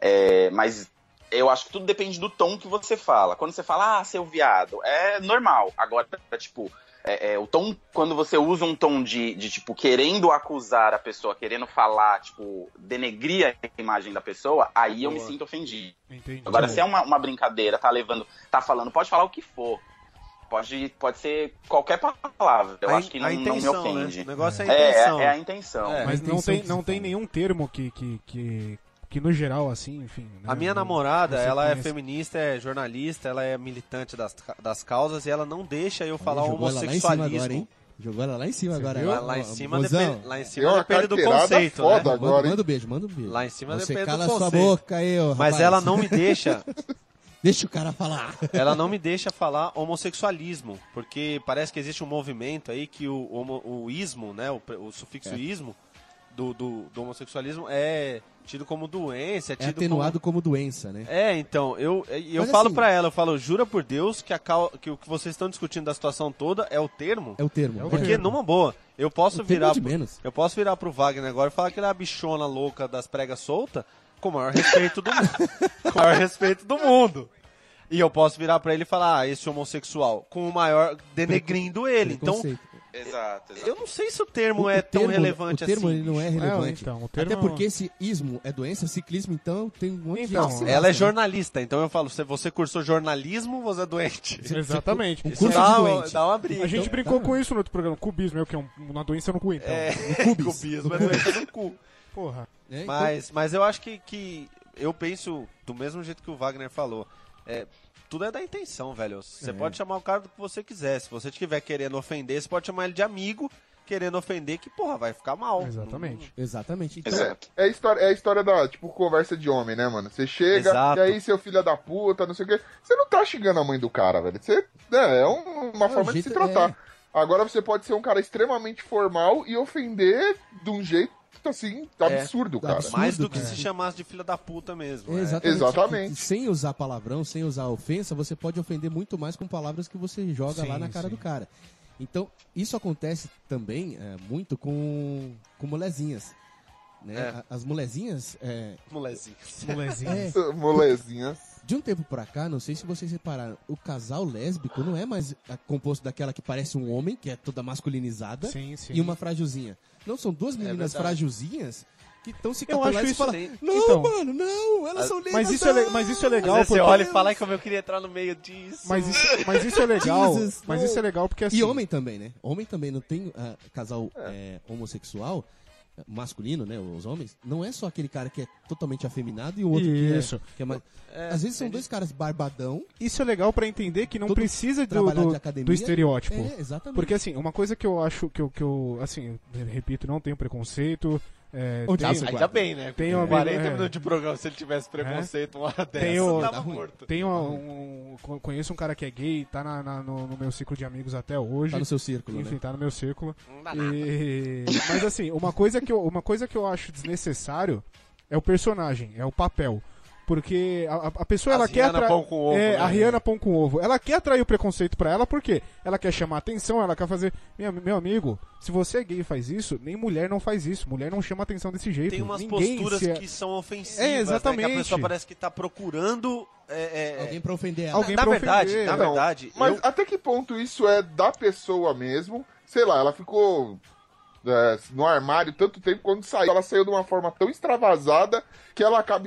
E: É, mas eu acho que tudo depende do tom que você fala. Quando você fala, ah, seu viado, é normal. Agora, tipo. é, é, o tom, quando você usa um tom de, de, tipo, querendo acusar a pessoa, querendo falar, tipo, denegrir a imagem da pessoa, aí eu me sinto ofendido.
B: Entendi.
E: Agora, se é uma, uma brincadeira, tá levando, tá falando, pode falar o que for. Pode, pode ser qualquer palavra. Eu
F: a,
E: acho que não,
F: a
E: não me
F: intenção, né?
E: ofende.
F: O negócio é a
E: É,
F: intenção.
E: é, é a intenção.
F: É.
B: Mas
C: A
B: não
C: intenção
B: tem,
C: que
B: não
C: se
B: tem
C: fala.
B: nenhum termo que, que, que, que no geral, assim, enfim. né,
F: A minha
B: não-
F: namorada,
B: não se
F: ela é
B: conhece.
F: feminista, é jornalista, ela é militante das, ca- das causas e ela não deixa eu falar
C: Olha, Jogou ela lá em cima agora,
F: homossexualismo.
C: hein? Jogou ela lá em cima agora.
F: Lá,
C: ó,
F: lá em
C: ó,
F: cima
C: mozão.
F: depende, lá em
D: Deu
F: cima
D: uma
F: depende do
D: carteirada
F: conceito,
D: foda.
F: né?
C: Manda,
D: Agora, hein?
C: manda um beijo, manda um beijo.
F: Lá em cima
C: Você
F: depende
C: cala
F: do
C: sua
F: conceito.
C: boca, eu.
F: Mas ela não me deixa,
C: Deixa o cara falar.
F: ela não me deixa falar homossexualismo, porque parece que existe um movimento aí que o, homo- o ismo, né, o, pre- o sufixo
C: É.
F: ismo do, do, do homossexualismo é tido como doença, é
C: É
F: tido como
C: atenuado como doença, né?
F: É, então, eu, eu
C: Mas
F: falo
C: assim-
F: pra ela, eu falo, jura por Deus que, a cau- que o que vocês estão discutindo da situação toda é o termo.
C: É o termo. né?
F: Porque numa boa, eu posso
C: O termo é
F: virar.
C: de
F: pro-
C: menos.
F: Eu posso virar pro Wagner agora e falar que ele é a bichona louca das pregas soltas com o maior respeito do mundo. com o maior respeito do mundo. E eu posso virar pra ele e falar, ah, esse homossexual, com o maior. denegrindo ele. Então,
C: Preconceito.
E: Exato, exato.
F: eu não sei se o termo
C: É O
F: é tão
C: termo-
F: relevante
C: o termo,
F: assim.
C: ele não é
B: bicho.
C: relevante.
B: É, então, o termo-
C: Até porque esse ismo é doença, ciclismo então tem um monte
B: Então,
C: de gente que se
F: Ela é
C: lasca, né?
F: jornalista, então eu falo, se você cursou jornalismo, você é doente.
B: Exatamente.
C: Tipo, O
F: Isso
C: curso
F: dá,
C: de
F: uma-
C: doente.
F: dá uma briga.
B: A gente
C: Então,
B: brincou
C: tá.
B: com isso no outro programa. Cubismo, é o que? Uma doença no cu, então.
F: É,
C: cubis.
F: cubismo é doente no cu.
B: Porra.
C: né? Então,
F: Mas, mas eu acho que, que eu penso do mesmo jeito que o Wagner falou. É, tudo é da intenção, velho.
B: É.
F: Você pode chamar o cara do que você quiser. Se você estiver querendo ofender, você pode chamar ele de amigo, querendo ofender, que porra, vai ficar mal.
B: Exatamente.
C: Exatamente. Então,
E: Exato.
D: É a, história, é a história da, tipo, conversa de homem, né, mano? Você chega,
F: Exato.
D: e aí, seu filho da puta, não sei o quê. Você não tá xingando a mãe do cara, velho. Você, né, é um- uma
C: É, o
D: forma de
C: jeito-
D: se tratar. Agora você pode ser um cara extremamente formal e ofender de um jeito, assim,
C: É,
D: absurdo, cara.
C: absurdo.
F: Mais do que
C: cara.
F: se chamasse de filha da puta mesmo.
C: é
F: né?
C: exatamente.
D: Exatamente.
C: Sem usar palavrão, sem usar ofensa, você pode ofender muito mais com palavras que você joga lá na cara do cara. Então, isso acontece também é, muito com, com molezinhas. Né?
F: É.
C: A- As molezinhas, é,
F: Molezinho.
B: Molezinho.
C: é,
D: Molezinha.
C: de um tempo pra cá, não sei se vocês repararam, o casal lésbico não é mais ah, composto daquela que parece um homem, que é toda masculinizada,
B: Sim, sim.
C: e uma frágilzinha. Não, são duas meninas
F: verdade.
C: frágilzinhas que estão se
B: Eu
C: catando
B: acho
C: e
B: isso
C: falam,
B: le-
C: não,
B: Então.
C: mano, não, elas são negras,
B: Mas isso, é le-
C: não."
B: mas isso é
F: Às
B: legal.
F: vezes você
B: Porque...
F: olha e fala "Ai, como eu queria entrar no meio disso.
B: Mas isso, mas isso é legal.
C: Jesus,
B: mas
C: não.
B: isso é legal porque assim. É.
C: E homem também, né? Homem também não tem ah, casal eh, homossexual eh, masculino, né? Os homens não é só aquele cara que é totalmente afeminado e o outro que é-
B: Isso. é
C: que é, mais... às vezes são dois caras barbadão
B: Isso é legal pra entender que não
C: Todo
B: precisa do,
C: trabalhado
B: do,
C: de academia.
B: do estereótipo.
C: é exatamente
B: Tipo, Porque assim, uma coisa que eu acho que eu, que eu assim, repito, não tenho preconceito. É,
C: Ô,
B: tenho-
C: Thiago,
B: tenho-
I: Ainda bem, né?
B: Tem uma-
I: 40
B: é.
I: minutos de programa, se ele tivesse preconceito uma hora dessa,
B: Tem o-
I: tava
C: Tá ruim.
I: morto.
B: tenho um, co- conheço um cara que é gay, tá na- na- no, no meu ciclo de amigos até hoje.
C: tá no seu círculo,
B: Enfim,
C: né?
B: tá no meu círculo. E- Mas assim, uma coisa, que eu, uma coisa que eu acho desnecessário é o personagem, é o papel. Porque a, a- a
I: A
B: pessoa ela quer
I: Rihanna
B: atra-
I: pão com ovo,
B: é,
I: né?
B: a Rihanna pão com ovo. Ela quer atrair o preconceito pra ela porque ela quer chamar atenção, ela quer fazer, meu, meu amigo, se você é gay e faz isso, nem mulher não faz isso. Mulher não chama atenção desse jeito.
F: Tem umas
B: Ninguém
F: posturas
B: se-
F: que são ofensivas,
B: É,
F: Né? Que
B: exatamente.
F: a pessoa parece que tá procurando... é, é,
C: né? Alguém pra ofender ela.
B: Alguém
F: na
B: pra
F: verdade,
B: ofender. Então,
F: na
B: Não,
F: verdade,
D: Mas
F: eu-
D: até que ponto isso é da pessoa mesmo? Sei lá, ela ficou é, no armário tanto tempo, quando saiu, ela saiu de uma forma tão extravasada que ela acaba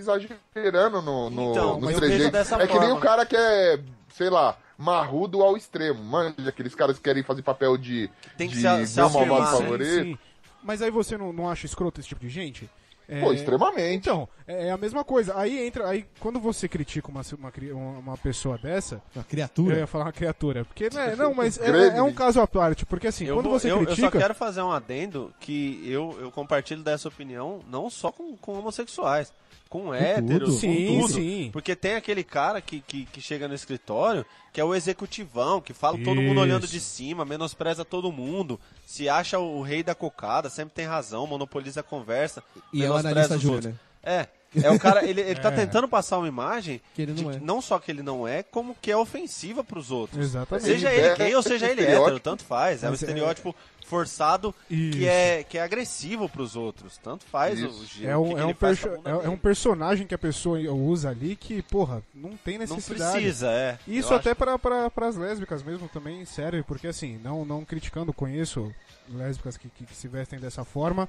D: exagerando no, no,
F: Então,
D: nos
F: mas eu vejo
D: trejeitos.
F: dessa
D: É que nem
F: forma.
D: o cara que é, sei lá, marrudo ao extremo. Manja, aqueles caras que querem fazer papel de,
F: Tem que
D: de
F: se- se
D: meu
F: afirmar,
D: malvado
F: né?
B: Sim,
D: favorito.
B: sim. Mas aí você não, não acha escroto esse tipo de gente? É,
D: Pô, extremamente.
B: Então, é é a mesma coisa. Aí entra, aí quando você critica uma, uma, cri- uma uma pessoa dessa,
C: Uma
B: eu
C: criatura.
B: ia falar uma criatura, porque não, é, não mas é,
D: Gremlin.
B: é um caso à parte, porque assim,
F: Eu,
B: quando
F: vou-
B: você
F: eu- eu
B: critica,
F: só quero fazer um adendo que eu, eu compartilho dessa opinião não só com, com homossexuais, com héteros, com
B: Sim,
F: tudo.
B: sim.
F: Porque tem aquele cara que, que, que chega no escritório, que é o executivão, que fala todo mundo olhando de cima, menospreza todo mundo, se acha o, o rei da cocada, sempre tem razão, monopoliza a conversa.
C: E é o
F: menospreza
C: analista
F: os
C: júnior,
F: outros. É. É o cara, ele, ele tá tentando passar uma imagem
C: Que ele
F: de
C: não é.
F: não só que ele não é, como que é ofensiva pros outros.
B: Exatamente.
F: Seja
D: Ele
F: ele
D: é
F: gay ou seja ele
D: estereótipo.
F: hétero, tanto faz. É um
B: Mas é-
F: estereótipo forçado
B: Isso.
F: que é, que é agressivo pros outros. Tanto faz o
D: Isso.
F: giro.
B: é
F: que
B: um,
F: que
B: é,
F: ele
B: um
F: faz
B: perso-
F: com a bunda
B: é- é
F: dele.
B: um personagem que a pessoa usa ali que, porra, não tem
F: Não
B: necessidade.
F: precisa, é.
B: Isso
F: Eu
B: até para as lésbicas mesmo também serve, porque assim, não, não criticando, conheço lésbicas que, que- que se vestem dessa forma,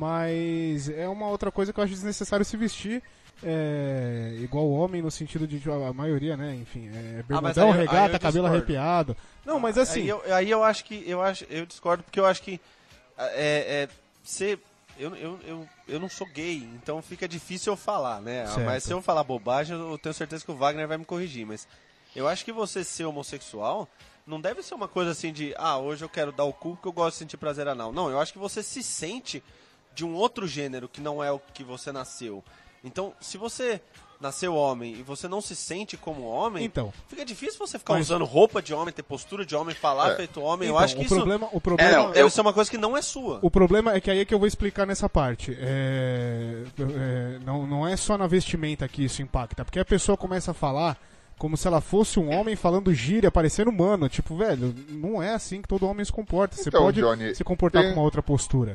B: mas é uma outra coisa que eu acho desnecessário se vestir é, igual homem, no sentido de de a a maioria, né? Enfim, é
F: Ah, mas
B: bermudão,
F: aí eu- aí eu
B: regata, cabelo
F: discordo.
B: arrepiado. Não, mas
F: Aí
B: assim,
F: eu- Aí eu, acho que. Eu, acho, eu discordo, porque eu acho que. ah, É. é ser. Eu, eu, eu, eu não sou gay, então fica difícil eu falar, né? Ah, Mas
B: Certo.
F: se eu falar bobagem, eu tenho certeza que o Wagner vai me corrigir. Mas eu acho que você ser homossexual não deve ser uma coisa assim de, ah, hoje eu quero dar o cu porque eu gosto de sentir prazer anal. Não, eu acho que você se sente de um outro gênero que não é o que você nasceu. Então, se você nasceu homem e você não se sente como homem,
B: Então.
F: fica difícil você ficar
B: Mas-
F: usando roupa de homem, ter postura de homem, falar feito homem. eu
B: então,
F: acho que
B: o
F: isso,
B: problema, o problema
E: não, eu-
F: isso é uma coisa que não é sua.
B: O problema é que aí é que eu vou explicar nessa parte. É, é, não, não é só na vestimenta que isso impacta, porque a pessoa começa a falar como se ela fosse um homem falando gíria, parecendo humano. Tipo, velho, não é assim que todo homem se comporta. Você
D: Então,
B: pode
D: Johnny,
B: se comportar
D: tem-
B: com uma outra postura.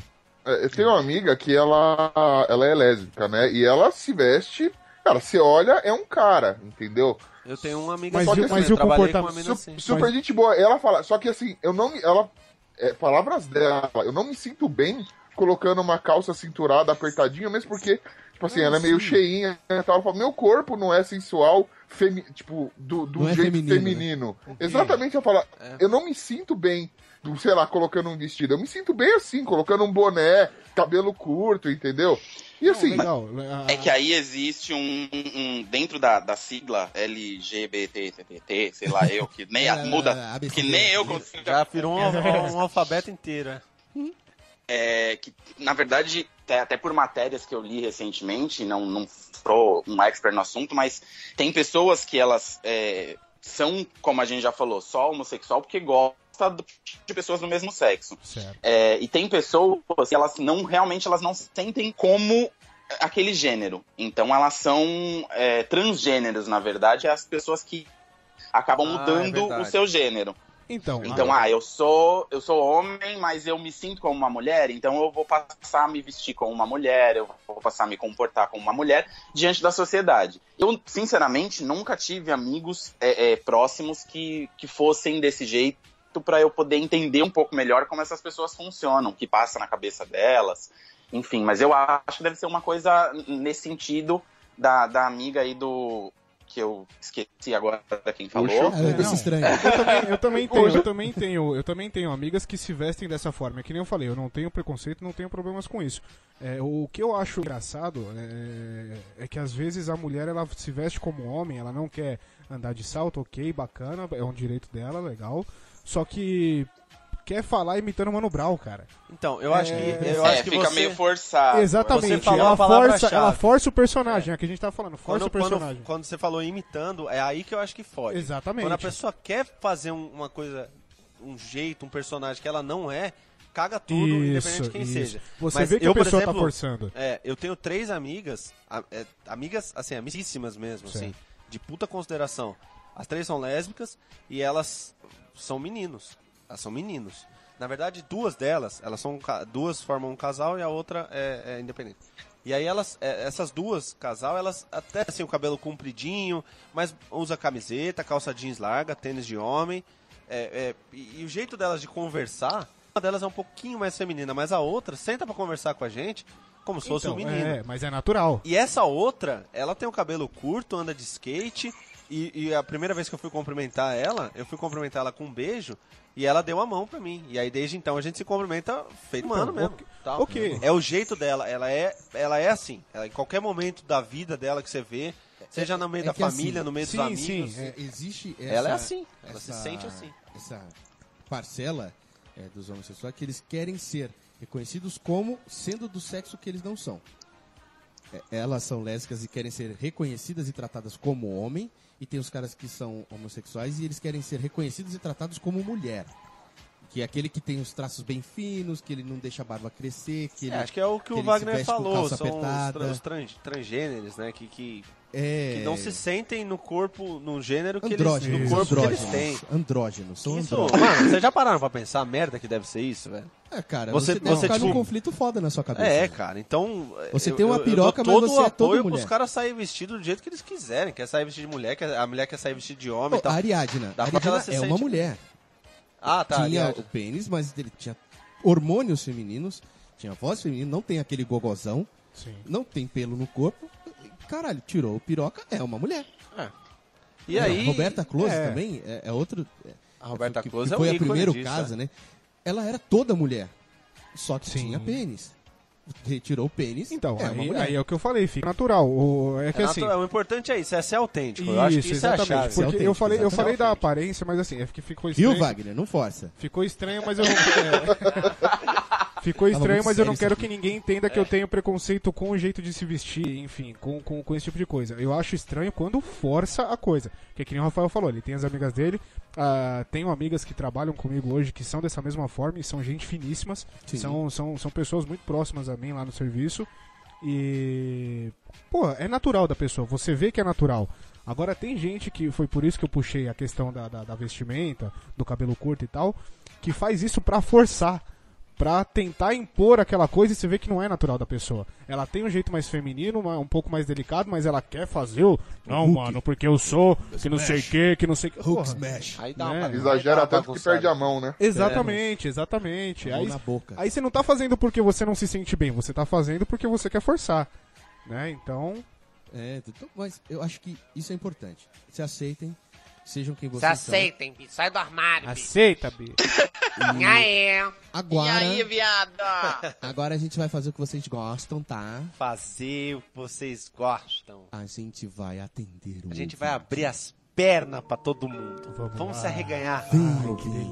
D: É, Eu tenho uma amiga que ela, ela é lésbica, né? E ela se veste. Cara, você olha, é um cara, entendeu?
F: Eu tenho uma amiga
B: Mas
F: assim,
D: e o-
F: eu
B: mas e o
F: trabalhei
B: comporta-
F: com uma
D: Su-
F: mina assim.
D: super gente boa. Ela fala. Só que assim, eu não me. Ela. é, palavras dela, eu não me sinto bem colocando uma calça cinturada apertadinha, mesmo porque, tipo
C: Ah,
D: assim, ela é meio cheinha e tal. Ela fala, meu corpo não é sensual, femi- tipo, do, do
C: Não é
D: jeito
C: feminino,
D: feminino.
C: né?
D: Exatamente, ela fala, eu não me sinto bem, do- sei lá, colocando um vestido. Eu me sinto bem assim, colocando um boné, cabelo curto, entendeu? E assim,
B: Legal. a-
E: É que aí existe um. um- dentro da, da sigla LGBTTT, sei lá, eu, que nem a-
C: É,
E: muda.
C: ABC,
E: que nem eu consigo.
F: Já virou um,
B: É.
F: al- um alfabeto inteiro, é.
E: É, que, na verdade, até, até por matérias que eu li recentemente, não, não sou um expert no assunto, mas tem pessoas que elas é, são, como a gente já falou, só homossexual porque gosta do- tipo de pessoas do mesmo sexo.
B: Certo.
E: É, e tem pessoas que elas não realmente elas não se sentem como aquele gênero. Então elas são é, transgêneros, na verdade, é as pessoas que acabam
F: Ah, é
E: mudando
F: verdade.
E: o seu gênero.
B: Então,
E: Então, ah, eu sou eu sou homem, mas eu me sinto como uma mulher, então eu vou passar a me vestir como uma mulher, eu vou passar a me comportar como uma mulher diante da sociedade. Eu, sinceramente, nunca tive amigos é, é, próximos que, que fossem desse jeito para eu poder entender um pouco melhor como essas pessoas funcionam, o que passa na cabeça delas, enfim. Mas eu acho que deve ser uma coisa nesse sentido da, da amiga aí do... que eu esqueci agora quem falou.
C: É um negócio estranho.
B: eu também, eu também tenho, eu também tenho, eu também tenho amigas que se vestem dessa forma. É que nem eu falei, eu não tenho preconceito, não tenho problemas com isso. É, o que eu acho engraçado é, é que às vezes a mulher ela se veste como homem, ela não quer andar de salto, ok, bacana, é um direito dela, legal. Só que quer falar imitando o Mano Brown, cara.
F: Então, eu acho que, eu
E: É,
F: acho que
E: fica
F: você...
E: meio forçado.
F: Ah, você
B: Exatamente.
F: falou
B: Ela
F: a palavra
B: força,
F: chave.
B: ela força o personagem, é. que a gente tava falando, força
F: quando,
B: o personagem.
F: quando, quando você falou imitando, é aí que eu acho que fode.
B: Exatamente.
F: Quando a pessoa quer fazer um- uma coisa, um jeito, um personagem que ela não é, caga tudo, independente de quem
B: isso.
F: seja.
B: Você
F: Mas
B: vê que
F: eu,
B: a
F: por
B: pessoa tá
F: exemplo,
B: forçando.
F: É, eu tenho três amigas, a- é, amigas, assim, amicíssimas mesmo,
B: Certo.
F: assim, de puta consideração. As três são lésbicas e elas são meninos. Elas são meninos. Na verdade, duas delas, elas são um ca- duas formam um casal e a outra é, é independente. E aí elas, é, essas duas casal, elas até assim o cabelo compridinho, mas usa camiseta, calça jeans larga, tênis de homem. É, é, e, e o jeito delas de conversar, uma delas é um pouquinho mais feminina, mas a outra senta pra conversar com a gente como
C: um
F: se fosse
B: Então,
F: um menino.
B: É, mas é natural.
F: E essa outra, ela tem o cabelo curto, anda de skate, E, e a primeira vez que eu fui cumprimentar ela, eu fui cumprimentar ela com um beijo e ela deu a mão pra mim. E aí desde então a gente se cumprimenta feito mano mesmo.
B: Então, ok-
F: tal.
B: ok.
F: É o jeito dela, ela é, ela é assim. Ela, em qualquer momento da vida dela que você vê, seja no meio
C: é
F: da
C: que assim,
F: família, no meio
B: sim,
F: dos amigos.
B: sim,
C: É, existe essa,
F: Ela é assim, ela se
C: essa-
F: sente assim.
C: Essa parcela é, dos homossexuais que eles querem ser reconhecidos como sendo do sexo que eles não são. É, elas são lésbicas e querem ser reconhecidas e tratadas como homem, e tem os caras que são homossexuais e eles querem ser reconhecidos e tratados como mulher. Que é aquele que tem os traços bem finos, que ele não deixa a barba crescer, que ele
F: É, acho que é o que,
C: que
F: o
C: ele se
F: Wagner
C: veste com
F: falou,
C: calça
F: são os, tra-
C: apertada.
F: os trans- transgêneros, né? Que, que,
C: é
F: que não se sentem no corpo, num gênero que
C: andrógenos,
F: eles, no corpo que
C: andrógenos,
F: eles têm.
C: andrógenos, são
F: Isso,
C: andrógenos.
F: mano, vocês já pararam pra pensar a merda que deve ser isso, velho?
C: É, cara,
F: Você-
C: você, deve
F: você,
C: ficar num
F: tipo,
C: conflito foda na sua cabeça.
F: É,
C: né?
F: cara, então.
C: Você
F: eu-
C: tem uma
F: eu- eu
C: piroca,
F: dou
C: mas você
F: o
C: é toda
F: apoio
C: mulher.
F: pros caras saírem vestidos do jeito que eles quiserem. Quer sair vestido de mulher, quer- a mulher quer sair vestido de homem e
C: Pô,
F: tal.
C: a Ariadna,
F: então, Dá
C: a
F: pra ela
C: Ariadna
F: se
C: é
F: sente-
C: uma mulher.
F: Ah, tá.
C: tinha
F: aliás.
C: o pênis, mas ele tinha hormônios femininos, tinha voz feminina, não tem aquele gogozão,
B: Sim.
C: não tem pelo no corpo. Caralho, tirou o piroca, é uma mulher.
F: E aí.
C: Roberta Close
B: é.
C: também é, é outro. é,
F: A Roberta
C: que- que
F: Close é um
C: Foi a
F: ícone
C: primeiro
F: disso,
C: caso, né? Ela era toda mulher, só que tinha pênis. Retirou o pênis.
B: Então,
C: é uma
B: aí,
C: mulher.
B: aí é o que eu falei, fica natural. O, é que
F: É
B: assim.
F: natural, o importante é isso, é ser autêntico. eu acho que isso é a chave.
B: Porque
C: Isso é
B: eu
C: autêntico,
B: falei, eu
C: exatamente.
B: falei da aparência, mas assim, é que ficou
C: Viu,
B: estranho.
C: Wagner? Não força.
B: Ficou estranho, mas eu não. é. Ficou estranho,
C: muito
B: mas eu não
C: sério
B: quero
C: isso
B: que ninguém entenda
F: É.
B: que eu tenho preconceito com o jeito de se vestir, enfim, com, com, com esse tipo de coisa. Eu acho estranho quando força a coisa. Porque que nem o Rafael falou, ele tem as amigas dele, ah, tenho amigas que trabalham comigo hoje que são dessa mesma forma e são gente finíssimas.
C: Sim.
B: São, são, são pessoas muito próximas a mim lá no serviço. E. Pô, é natural da pessoa, você vê que é natural. Agora tem gente que foi por isso que eu puxei a questão da, da, da vestimenta, do cabelo curto e tal, que faz isso pra forçar. Pra tentar impor aquela coisa e você vê que não é natural da pessoa. Ela tem um jeito mais feminino, uma- um pouco mais delicado, mas ela quer fazer o. Não, mano, porque eu sou, que não sei o que, que não sei o que.
C: Hulk smash.
F: Aí dá
B: Né?
F: uma
D: Exagera tanto que perde a mão, né?
B: Exatamente, exatamente.
C: Mão
B: Aí,
C: na boca.
B: aí você não tá fazendo porque você não se sente bem, você tá fazendo porque você quer forçar. Né? Então.
C: É, então, mas eu acho que isso é importante. Se aceitem, sejam quem vocês
J: Se aceitem, bicho. Sai do armário, bicho.
B: Aceita, Bi.
C: são.
J: E
C: E
J: aí?
C: agora,
E: viada?
C: agora a gente vai fazer o que vocês gostam, tá?
F: Fazer o que vocês gostam.
C: A gente vai atender o.
F: A gente vai abrir as pernas pra todo mundo. Vamos, se arreganhar.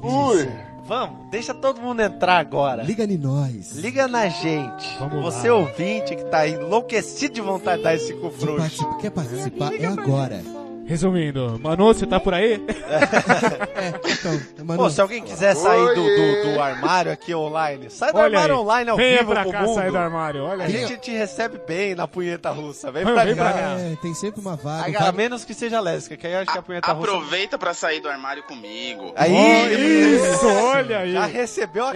D: Ui!
F: Vamos, deixa todo mundo entrar agora.
C: Liga em nós.
F: Liga na gente.
B: Vamos
F: Você
B: lá.
F: ouvinte que tá enlouquecido de vontade de dar esse cu
C: Quer
F: frouxo.
C: participar? Quer participar? É agora.
B: Resumindo, Manu, você tá por aí?
C: É, então, Manu,
F: Pô, se alguém quiser sair do,
D: Oiê!
F: do- do armário aqui online, sai do
B: Olha
F: armário
B: aí.
F: online é ao
B: Venha
F: vivo
B: pra
F: pro
B: cá,
F: mundo.
B: sai do armário, olha
F: A
B: aí.
F: gente te recebe bem na punheta russa. Vem
B: Vem
F: pra
B: pra
F: cá.
B: cá.
C: é, tem sempre uma
F: A,
C: vaga.
F: a menos que seja lésbica, que aí eu acho que a punheta russa...
E: Aproveita pra sair do armário comigo.
F: Aí,
B: Ó, isso, olha aí.
F: já recebeu
B: Ei,
F: a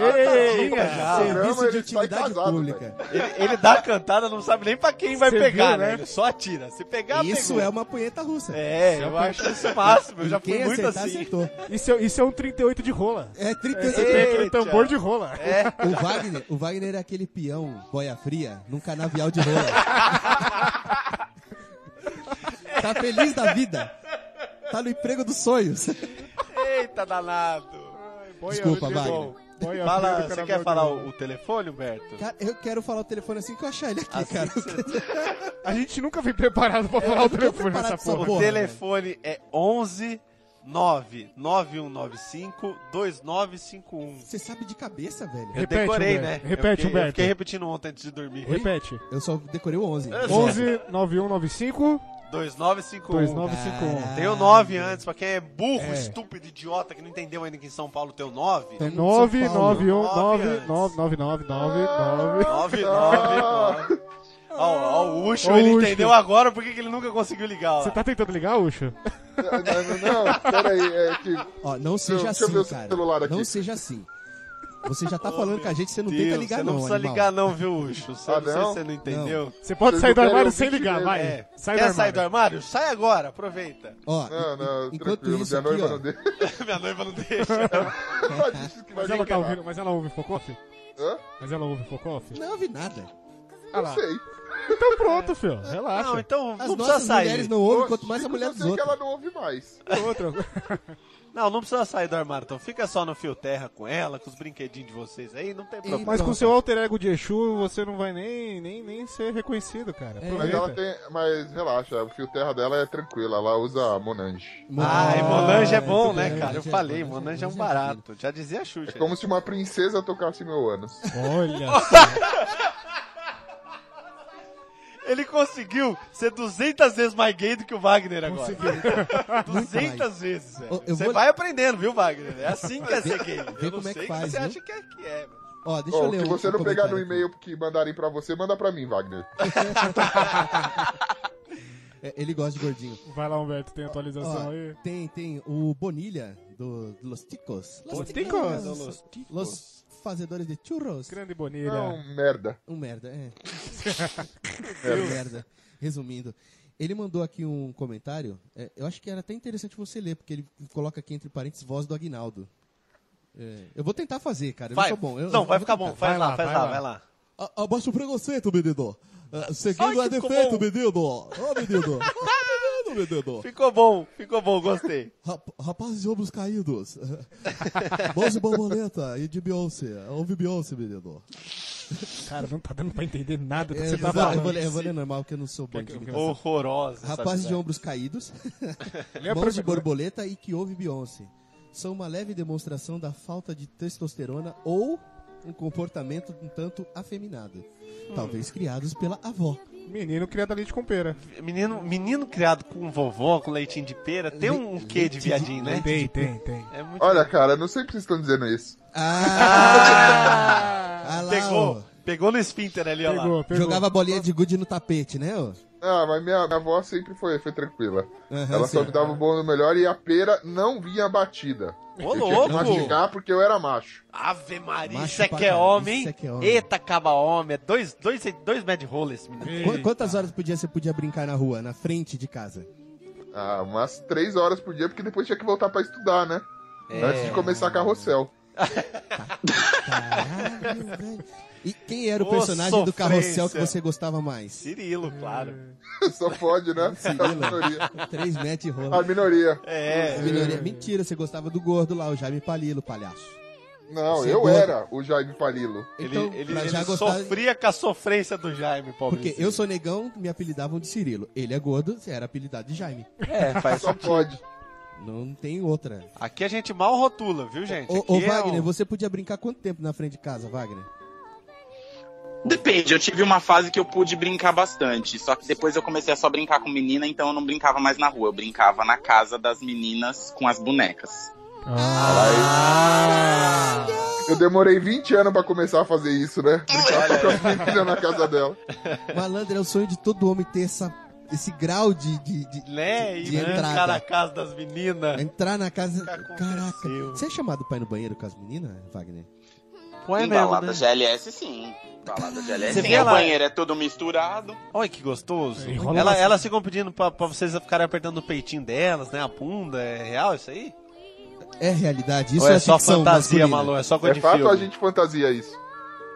F: cantadinha já.
D: sim.
C: Serviço de
D: Não, ele
F: tá
D: sai
C: utilidade
D: casado,
C: pública.
F: Ele, ele dá a cantada, não sabe nem pra quem vai
B: Você
F: pegar,
B: viu,
F: né?
B: né?
F: Ele só atira. Se pegar,
C: Isso
F: pegou.
C: é uma punheta russa.
F: É, eu acho isso o máximo. Eu já fui
C: Quem
F: muito
C: acertar,
F: assim.
C: acertou.
B: Isso, é- isso é um 38 de rola.
C: É 30
B: Você tem aquele
F: Eita. É.
B: tambor de rola.
C: O Wagner, o Wagner é aquele peão boia fria num canavial de rola. tá feliz da vida. Tá no emprego dos sonhos.
F: Eita, danado.
B: Boia,
C: Desculpa,
B: de
C: Wagner.
B: rola. Boia,
F: Fala,
B: boia do
F: você
B: carnaval
F: quer
B: de
F: falar
B: rola.
F: o, o telefone, Humberto?
C: Cara, eu quero falar o telefone assim que eu achar ele aqui,
F: Assim
C: cara.
F: que você-
B: A gente nunca vem preparado pra falar o telefone
C: preparado
B: nessa
C: pra essa
B: porra.
F: o
C: Porra,
F: telefone é 11 9 9195 2951.
C: Você sabe de cabeça, velho.
F: Eu
B: Repete,
F: um. decorei,
B: Humberto.
F: né?
B: Repete,
F: Eu fiquei- eu fiquei,
B: Humberto.
F: repetindo ontem antes de dormir.
B: Repete.
C: Eu só decorei o 11.
D: É,
B: 11 9195
F: 2951.
B: 2951.
F: Tem o 9 antes, pra quem é burro,
B: É.
F: estúpido, idiota, que não entendeu ainda que em São Paulo tem o 9.
C: Então, São Paulo.
B: 991999999.
F: 999. Ó, ó, o Ucho,
B: Ó, o
F: ele
B: Ucho.
F: entendeu agora por que que ele nunca conseguiu ligar.
B: Você
F: Ó.
B: tá tentando ligar, Ucho?
D: Não, não, não, peraí, é que.
C: Ó, não
D: Deixa
C: seja
D: eu
C: assim,
D: ver o
C: cara.
D: celular aqui.
C: Não seja assim. Você já tá falando com a gente, você não tenta
F: Deus,
C: ligar,
F: você
C: não,
F: não precisa
C: animal.
F: ligar não, viu, Ucho? Você,
D: Ah,
F: não, sei
D: não?
F: se você não entendeu.
B: Você pode
D: Vocês
B: sair do
D: não querem
B: armário
D: ouvir
B: sem ligar,
D: mesmo.
B: vai.
F: É.
B: Sai né? do
F: Quer sair
B: armário.
F: do armário? Sai agora, aproveita.
C: Ó,
D: Não,
C: en-
D: não,
C: en- enquanto
D: tranquilo,
C: isso
D: minha
C: aqui,
D: noiva
C: ó,
D: não deixa.
F: Minha noiva não deixa.
D: Tadinho, que vai
B: Mas ela, tá
D: ligar.
B: ouvindo, mas ela ouve Focoff?
D: Hã?
B: Mas ela ouve Focoff?
C: não ouvi nada.
B: Ah lá.
D: Sei.
B: Então pronto, filho. Relaxa.
F: Não, então
C: As
F: não precisa
C: nossas mulheres
F: sair. Não...
C: não ouvem,
D: Ô,
C: quanto mais a
D: Chico,
C: mulher
D: eu
C: dos
D: sei que
C: outros. É.
D: ela não ouve mais.
B: Outra.
F: não, precisa sair do armário, então. Fica só no fio terra com ela, com os brinquedinhos de vocês aí, não tem problema.
B: Mas com seu alter ego de Exu, você não vai nem, nem, nem ser reconhecido, cara.
D: Mas
B: Aproveita.
D: ela tem. Mas relaxa, o fio terra dela é tranquilo, ela usa Monange.
F: Ah, e Monange é
C: Ah,
F: bom,
C: muito
F: né,
C: bem,
F: cara? Eu
C: Monange é-
F: falei,
C: Monange é-
F: Monange é um
C: Monange é
F: barato. Já dizia a
D: É
F: Xuxa.
D: como se uma princesa tocasse meu ânus.
B: Olha só.
F: Ele conseguiu ser 200 vezes mais gay do que o Wagner agora.
C: Muito
F: 200
C: mais.
F: vezes, velho.
C: Ô, eu
F: Você
C: vou-
F: vai aprendendo, viu, Wagner? É assim que é ser gay. Eu não
C: como é que
F: sei o
C: faz,
F: Você
C: viu?
F: acha que é que é, velho.
C: Ó, deixa eu
D: Ó,
C: ler
D: se
C: um-
D: você
C: um
D: não pegar no
C: comentário aqui.
D: e-mail que mandarem pra você, manda pra mim, Wagner.
C: É, Ele gosta de gordinho.
B: Vai lá, Humberto, tem atualização
C: Ó,
B: aí.
C: Tem, tem o Bonilha do do Los Ticos.
B: Los Ticos.
C: Los, Los fazedores de churros.
B: Grande Bonilha.
D: Não, merda.
C: Um merda, é. um merda. Resumindo. Ele mandou aqui um comentário. é, eu acho que era até interessante você ler, porque ele coloca aqui entre parênteses voz do Aguinaldo. É, eu vou tentar fazer, cara. Eu
F: Vai.
C: não sou bom. Eu-
F: não,
C: eu
F: vai
C: vou
F: ficar
C: tentar.
F: bom. Faz
B: Vai
F: lá,
B: lá,
F: faz
B: vai
F: lá,
B: lá.
F: vai lá.
C: A- Abaixa o preconceito, menino. Ah, seguindo
F: Ai,
C: é
F: que ficou
C: defeito,
F: bom.
C: menino. Ó, menino. Ó, menino, menino.
F: Ficou bom, ficou bom, gostei.
C: Rap- Rapazes de ombros caídos. Mãos de borboleta e de Beyoncé. Ouve Beyoncé, menino.
B: Cara, não tá dando pra entender nada do que
C: É,
B: você
C: eu,
B: tá
C: vou, eu, vou,
B: falando.
C: ler- eu vou ler normal, porque eu não sou bom de imitação.
F: Horrorosa. essa
C: Rapazes de
F: amizade.
C: ombros caídos,
B: Lê a
C: mãos de
B: primeira.
C: borboleta e que ouve Beyoncé. São uma leve demonstração da falta de testosterona ou um comportamento um tanto afeminado. Talvez criados pela avó.
B: Menino criado a leite com pera.
F: Menino, menino criado com vovó, com leitinho de pera, tem um
C: Le-
F: quê de
C: leite de-
F: viadinho, né?
B: Tem, tem, tem.
F: É muito...
D: Olha, cara, não sei por que vocês estão dizendo isso.
C: Ah! Ah lá,
F: Pegou, pegou no esfíncter ali, ó lá.
B: Pegou,
C: ó.
B: pegou.
C: Jogava bolinha de gude no tapete, né? ó?
D: Ah, mas minha, minha avó sempre foi, foi tranquila.
C: Aham,
D: Ela só
C: sim.
D: me dava o bom do melhor e a pera não vinha batida.
F: Ô,
D: eu tinha que
F: louco!
D: mastigar porque eu era macho.
F: Ave Maria,
C: Macho
F: isso é
C: pra
F: que é
C: caralho,
F: homem,
C: isso
F: hein?
C: é que é homem.
F: Eita, caba homem, é dois, dois, dois mad rollers, menino.
B: Ei,
C: Qu- Quantas horas por dia você podia brincar na rua, na frente de casa?
D: Ah, umas três horas por dia, porque depois tinha que voltar pra estudar, né?
C: É.
D: Antes de começar carrossel.
C: Caralho, velho. E quem era o
F: Ô,
C: personagem do
F: sofrência.
C: carrossel que você gostava mais?
F: Cirilo, claro.
D: só pode, né? A minoria.
C: Três net e rola.
D: A minoria.
F: É,
C: Minoria- Mentira, você gostava do gordo lá, o Jaime Palilo, palhaço.
D: Não,
C: Você é
D: eu
C: gordo.
D: era o Jaime Palilo.
F: ele,
C: Então,
F: ele,
C: mas
F: ele
C: já gostava-
F: sofria com a sofrência do Jaime, pobre.
C: Porque eu sou negão, me apelidavam de Cirilo. Ele é gordo, você era apelidado de Jaime.
F: É, faz
D: Só pode.
C: Não tem outra.
F: Aqui a gente mal rotula, viu, gente?
C: Ô, ô,
F: Aqui é
C: Wagner,
F: um-
C: você podia brincar quanto tempo na frente de casa, Wagner?
E: Depende, eu tive uma fase que eu pude brincar bastante, só que depois eu comecei a só brincar com menina, então eu não brincava mais na rua, eu brincava na casa das meninas com as bonecas.
D: Eu demorei 20 anos pra começar a fazer isso, né? Brincar com a menina na casa dela.
C: Malandro, é o sonho de todo homem ter essa, esse grau de, de, de-
F: Né?
C: de
F: E brincar
C: entrada.
F: na casa das meninas.
C: entrar na casa.
F: que aconteceu?
C: Caraca. Você é chamado pra ir no banheiro com as meninas, Wagner?
F: Põe né?
E: em balada GLS, sim. Balada GLS,
F: é Você
E: sim.
F: vê
E: O
F: lá-
E: banheiro é todo misturado.
F: Olha que gostoso.
B: É, enrola
F: Ela,
B: bastante.
F: elas ficam pedindo pra, pra vocês ficarem apertando o peitinho delas, né? A bunda. É real isso aí?
C: É realidade, isso
F: Ou
C: é,
F: é, só
C: ficção
F: fantasia,
C: masculina?
F: Malu? É só coisa
D: É
F: de
D: fato ou
C: né?
F: filme?
D: a gente fantasia isso?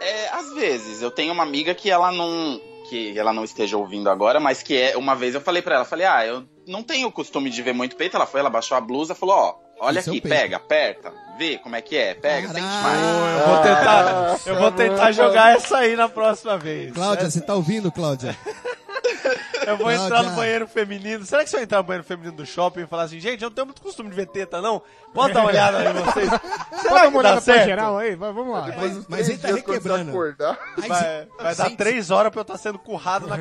E: É, às vezes, eu tenho uma amiga que ela não. que ela não esteja ouvindo agora, mas que é. Uma vez eu falei pra ela, falei, ah, eu não tenho o costume de ver muito peito. Ela foi, ela baixou a blusa, falou, ó, olha
C: Esse é
E: aqui,
C: o peito.
E: pega, aperta, vê como é que é, pega, sente mais.
C: Caralho.
F: Eu vou
D: Ah.
F: tentar, eu vou tentar jogar essa aí na próxima vez. É,
C: Cláudia, você tá ouvindo, Cláudia?
F: Eu vou entrar no
C: Cláudia.
F: banheiro feminino. Será que se eu entrar no banheiro feminino do shopping e falar assim, gente, eu não tenho muito costume de ver teta, não? Pode dar uma olhada aí vocês.
B: Pode dar
F: Será
B: uma
F: que
B: olhada
F: dá
B: pra
F: certo?
B: geral aí? Vai, vamos lá.
C: Mas, mas, ele tá
D: Dias, quando você
C: requebrando.
D: acordar.
C: Aí
F: Vai,
C: você-
F: vai dar
C: gente,
F: três horas pra eu estar sendo currado na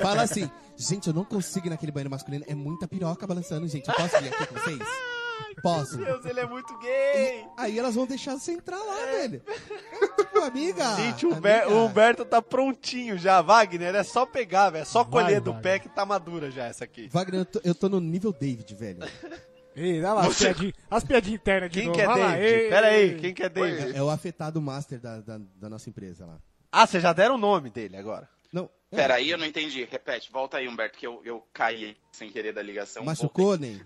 C: Fala assim, gente, eu não consigo ir naquele banheiro masculino. É muita piroca balançando, gente. Eu posso ir aqui com vocês? Posso.
F: Meu Deus, ele é muito gay.
C: Aí elas vão deixar você entrar lá, velho. Ô, Ah, amiga.
F: Gente, o Humber-
C: amiga.
F: o Humberto tá prontinho já. Wagner, é só pegar, velho. É só
B: Vai,
F: colher do
B: Wagner.
F: pé que tá madura já essa aqui.
C: Wagner, eu tô, eu tô no nível David, velho.
B: Ei, dá lá, as piadinhas as piadinhas internas de
F: Quem
B: novo.
F: que é
B: vai lá,
F: David?
B: ei,
F: Pera aí,
B: ei.
F: quem que é David?
C: É o afetado master da, da, da nossa empresa lá.
F: Ah, vocês já deram o nome dele agora.
C: Não, é,
E: Peraí, eu não entendi. Repete, volta aí, Humberto, que eu, eu caí sem querer da ligação. um
C: machucou, nem?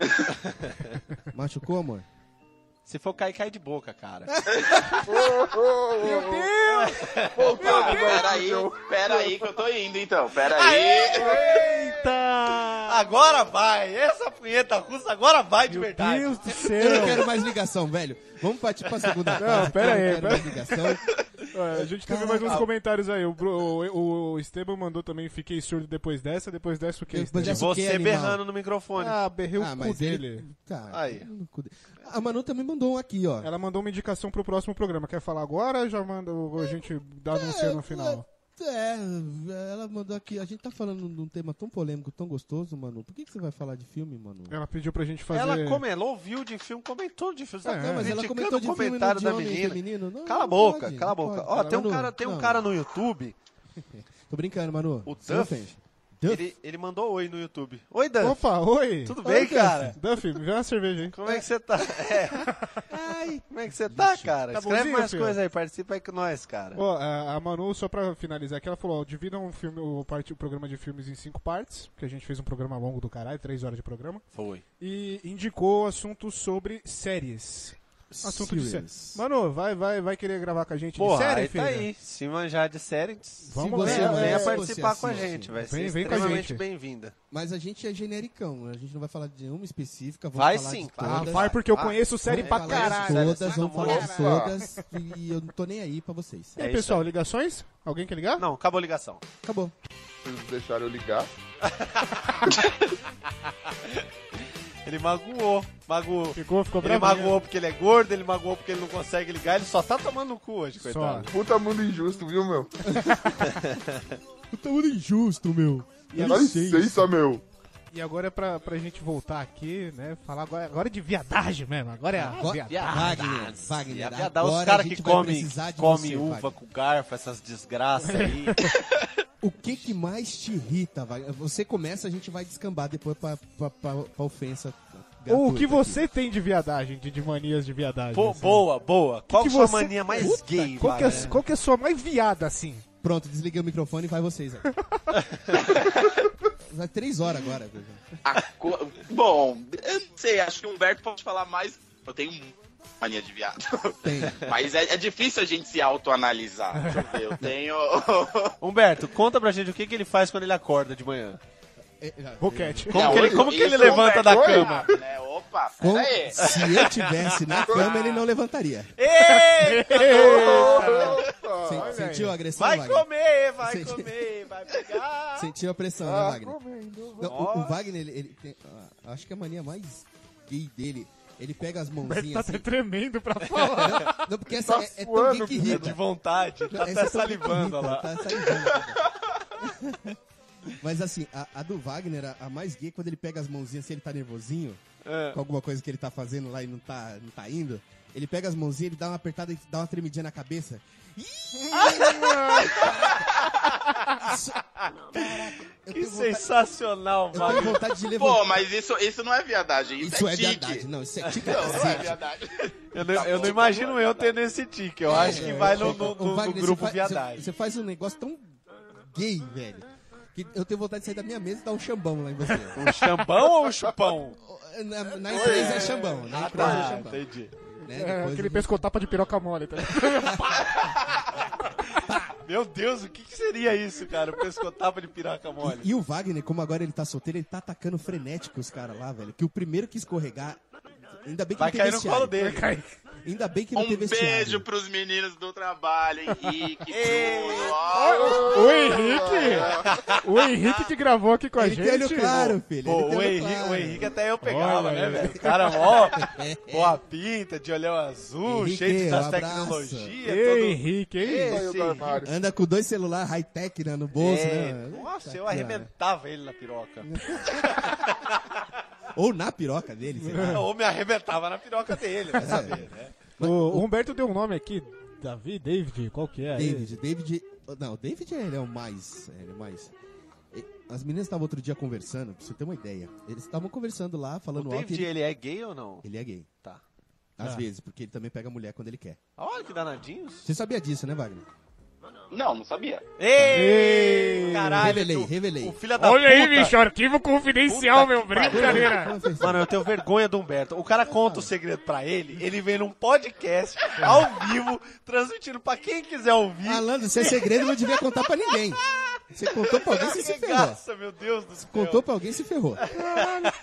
C: machucou, amor?
F: Se for cair, cai de boca, cara.
D: Meu Deus! Voltado,
E: Peraí, peraí que eu tô indo então, peraí.
B: Eita!
F: Agora vai! Essa punheta russa agora vai de
B: Meu
F: verdade.
B: Deus do
C: Eu não
B: céu!
C: quero mais ligação, velho. Vamos partir pra tipo, segunda
B: Não,
C: fase.
B: pera
C: eu
B: aí,
C: quero
B: pera
C: mais ligação.
B: Olha, a gente teve mais uns comentários aí. O, Bru- o, o Esteban mandou também, fiquei surdo depois dessa, depois dessa o que?
C: Depois dessa-
F: Você
C: Que animal.
F: berrando no microfone.
B: Ah, berrei o
C: Ah,
B: cu
C: mas
B: dele.
C: ele... Cara,
F: Aí.
C: no cu dele. A Manu também mandou um aqui, ó.
B: Ela mandou uma indicação pro próximo programa. Quer falar agora ou já manda, ou a gente dá anúncio no final?
C: É, ela mandou aqui. A gente tá falando de um tema tão polêmico, tão gostoso, Manu. Por que, que você vai falar de filme, Manu?
B: Ela pediu pra gente fazer...
F: Ela come, ela ouviu de filme, comentou de filme. Você
B: É.
F: tá
C: Não, Ah, mas ela
F: criticando
C: comentou
F: o
C: de filme
F: comentário
C: de
F: da
C: homem
F: menina.
C: feminino. Não,
F: Cala a
C: não
F: boca,
C: pode,
F: cala a
C: não
F: boca.
C: pode,
F: Ó, tem um
C: Manu,
F: cara, tem um
C: não.
F: cara no YouTube,
C: Tô brincando, Manu.
F: O
C: Você
F: Duff?
C: ofende. Duff?
F: ele, ele mandou oi no YouTube. Oi, Dan.
B: Opa, oi!
F: Tudo bem,
C: Duff.
F: cara?
B: Duffy, me vê uma cerveja, hein?
F: Como é que você tá? É,
C: Ai,
F: como é que você tá, cara?
B: Tá
F: Escreve
B: bonzinho,
F: mais
B: filho?
F: coisas aí, participa aí com nós, cara.
B: Ó, a a Manu, só pra finalizar aqui, ela falou, ó, dividam o, um filme, o, parte, o programa de filmes em cinco partes, porque a gente fez um programa longo do caralho, três horas de programa,
F: Foi.
B: e indicou assuntos sobre séries. Assunto de
C: Serious.
B: séries. Manu, vai, vai, vai querer gravar com a gente
F: Porra,
B: de série,
F: aí
B: filha?
F: tá aí. Se manjar de série, se
B: Vamos
F: venha,
B: lá, é,
F: venha
B: se
F: participar
C: você
F: com a
C: assiste.
F: gente. Vai
B: Vem- vem
F: ser
B: com a
F: extremamente
B: gente.
F: bem-vinda.
C: Mas a gente é genericão, a gente não vai falar de uma específica. Vamos
F: Vai
C: falar
F: sim,
C: de
F: claro.
C: todas.
B: Vai, porque eu
F: Vai. Ah,
B: conheço série pra
C: Vamos falar de
B: caralho.
C: Todas, vamos falar de
D: Opa.
C: todas. E eu não tô nem aí pra vocês.
B: E
F: É
B: aí,
F: isso
B: pessoal, ligações? Alguém quer ligar?
F: Não, acabou a ligação.
C: Acabou.
D: Vocês deixaram eu ligar.
F: Ele magoou. Magoou.
B: Ficou, ficou
F: Ele
B: bravo.
F: magoou porque ele é gordo, ele magoou porque ele não consegue ligar, ele só tá tomando no cu hoje,
B: Só.
F: coitado.
D: Puta mundo injusto, viu, meu?
C: Tá muito injusto, meu.
D: Dá licença, meu.
B: E agora é pra, pra gente voltar aqui, né? Falar agora, agora é de viadagem mesmo. Agora é a
C: Agora,
B: viadagem.
C: Wagner, Wagner,
F: Ia dar
C: agora
F: os caras
C: a gente
F: que
C: vai
F: comem
C: precisar de
F: come
C: você,
F: uva
C: Wagner.
F: com garfo, essas desgraças aí.
C: O que que mais te irrita, Wagner? Você começa, a gente vai descambar depois pra, pra, pra- pra ofensa.
B: Ou o que
C: gratuita
B: você tem de viadagem, de, de manias de viadagem?
F: Pô,
B: assim?
F: boa, boa. Qual
B: que
F: que sua
B: você-
F: mania mais
B: Puta,
F: gay,
B: Qual que, é,
F: Wagner?
B: qual que é a sua mais viada, assim?
C: aqui. Pronto, desliguei o microfone e vai vocês aí. Vai três horas agora. velho.
E: A co- Bom, eu não sei, acho que o Humberto pode falar mais. Eu tenho mania de viado.
C: Tem.
E: Mas é, é difícil a gente se autoanalisar. Deixa eu ver, eu tenho.
F: Humberto, conta pra gente o que, que ele faz quando ele acorda de manhã.
C: É, já-
B: Boquete.
F: Como
E: Não,
F: que ele,
E: oi,
F: como que ele
E: isso,
F: levanta da
E: Humberto,
F: cama?
E: oi, né? Opa,
C: Com-
E: peraí.
C: se eu tivesse na cama, ele não levantaria. Sen-
D: Opa!
C: sentiu a agressão,
F: Vai
C: Wagner?
F: comer, vai
C: Senti-
F: comer, vai pegar.
C: Sentiu a pressão, né, Wagner? Não, o, o Wagner, ele, ele tem. ah, Acho que a mania mais gay dele, ele pega as
B: Ele
C: mãozinhas
B: tá
C: assim.
B: tremendo pra falar.
C: Não, porque essa
D: Tá
C: é, é tão
D: suando, né?
C: gay que
D: filho.
F: De
C: irrita.
F: vontade, tá
C: Essa
F: até
C: é tão gay que
F: salivando
C: irrita,
F: lá.
C: Tá salivando. Mas assim, a, a do Wagner, a, a mais gay, quando ele pega as mãozinhas, se ele tá nervosinho,
F: É.
C: com alguma coisa que ele tá fazendo lá e não tá, não tá indo, ele pega as mãozinhas, ele dá uma apertada e dá uma tremidinha na cabeça. Ih! Isso- Caraca, eu
F: Que
C: tenho vontade-
F: sensacional,
C: eu tenho
F: Wagner.
C: vontade de levantar.
E: Pô, mas isso, isso não é viadagem, isso,
C: Isso é
E: tique.
C: verdade,
F: né?
C: não, isso é tique.
E: Não, não é viadagem.
F: Eu
E: Tá
F: não, eu
E: bom,
F: não
E: tá
F: imagino
E: bom, tá
F: eu
E: bom.
F: tendo esse tique. Eu acho que vai no, no-
C: Ô,
F: no- no
C: É, Wagner,
F: grupo
C: você faz-
F: viadagem.
C: Você, você faz um negócio tão gay, velho, que eu tenho vontade de sair da minha mesa e dar um chambão lá em você.
F: Um chambão ou um chupão?
C: na, na empresa é chambão, na empresa é
F: Ah,
C: chambão.
F: entendi.
B: É,
C: Né? Depois
B: aquele
C: eu vou-
B: pescotapa de piroca mole. Tá?
F: Meu Deus, o que, que seria isso, cara? O pescotapa de piraca mole.
C: E o Wagner, como agora ele tá solteiro, ele tá atacando frenético os caras lá, velho. Que o primeiro que escorregar. Ainda bem que não
F: Vai
C: tem
F: cair no
C: vestiário.
F: colo dele.
C: Ainda bem que não tem
E: Um
C: vestiário.
E: beijo pros meninos do trabalho, Henrique, Bruno, ó.
B: o Henrique! O Henrique que gravou aqui com a
C: Ele tem
B: gente.
C: olho claro, filho.
F: Pô,
C: ele é tem
F: o
C: olho
F: Henrique,
C: claro.
F: o Henrique até eu pegava,
B: Olha
F: né,
B: aí.
F: velho? O cara mó boa pinta, de olhão azul,
C: Henrique,
F: cheio de
C: um
F: das
C: abraço.
F: tecnologia.
B: Ei, Henrique, hein?
D: Saiu do armário.
C: Anda com dois celular high-tech né, no
F: todo...
C: bolso,
F: É,
C: né?
F: Nossa, eu
C: Tá,
F: arrebentava ele na piroca.
C: Ou na piroca dele, sei lá.
F: Ou me arrebentava na piroca dele, vai saber, né?
B: O, o Humberto deu um nome aqui. Davi, David, qual que é?
C: David, David. Não, o David ele é o mais. Ele é o mais. e- As meninas estavam outro dia conversando, pra você ter uma ideia. Eles estavam conversando lá,
F: O
C: falando alto. e
F: David,
C: Ele,
F: ele é gay ou não?
C: ele é gay.
F: Tá.
C: Às
B: Ah.
C: vezes, porque ele também pega mulher quando ele quer.
F: Olha que danadinhos.
C: Você sabia disso, né, Wagner?
E: Não, não sabia.
F: Ei! Caralho!
C: Revelei,
F: tu-
C: revelei.
F: O filho da
B: Olha aí,
F: puta.
B: bicho, arquivo confidencial,
F: Puta
B: meu.
F: que pariu.
B: Brincadeira.
F: É. Mano, eu tenho vergonha do Humberto. O cara conta o segredo pra ele, ele vem num podcast ao vivo, transmitindo pra quem quiser ouvir.
C: Malandro, se é segredo, não devia contar pra ninguém. Você contou pra alguém, você se ferrou.
F: Arregaça, é meu Deus do céu.
C: Contou pra alguém, se ferrou.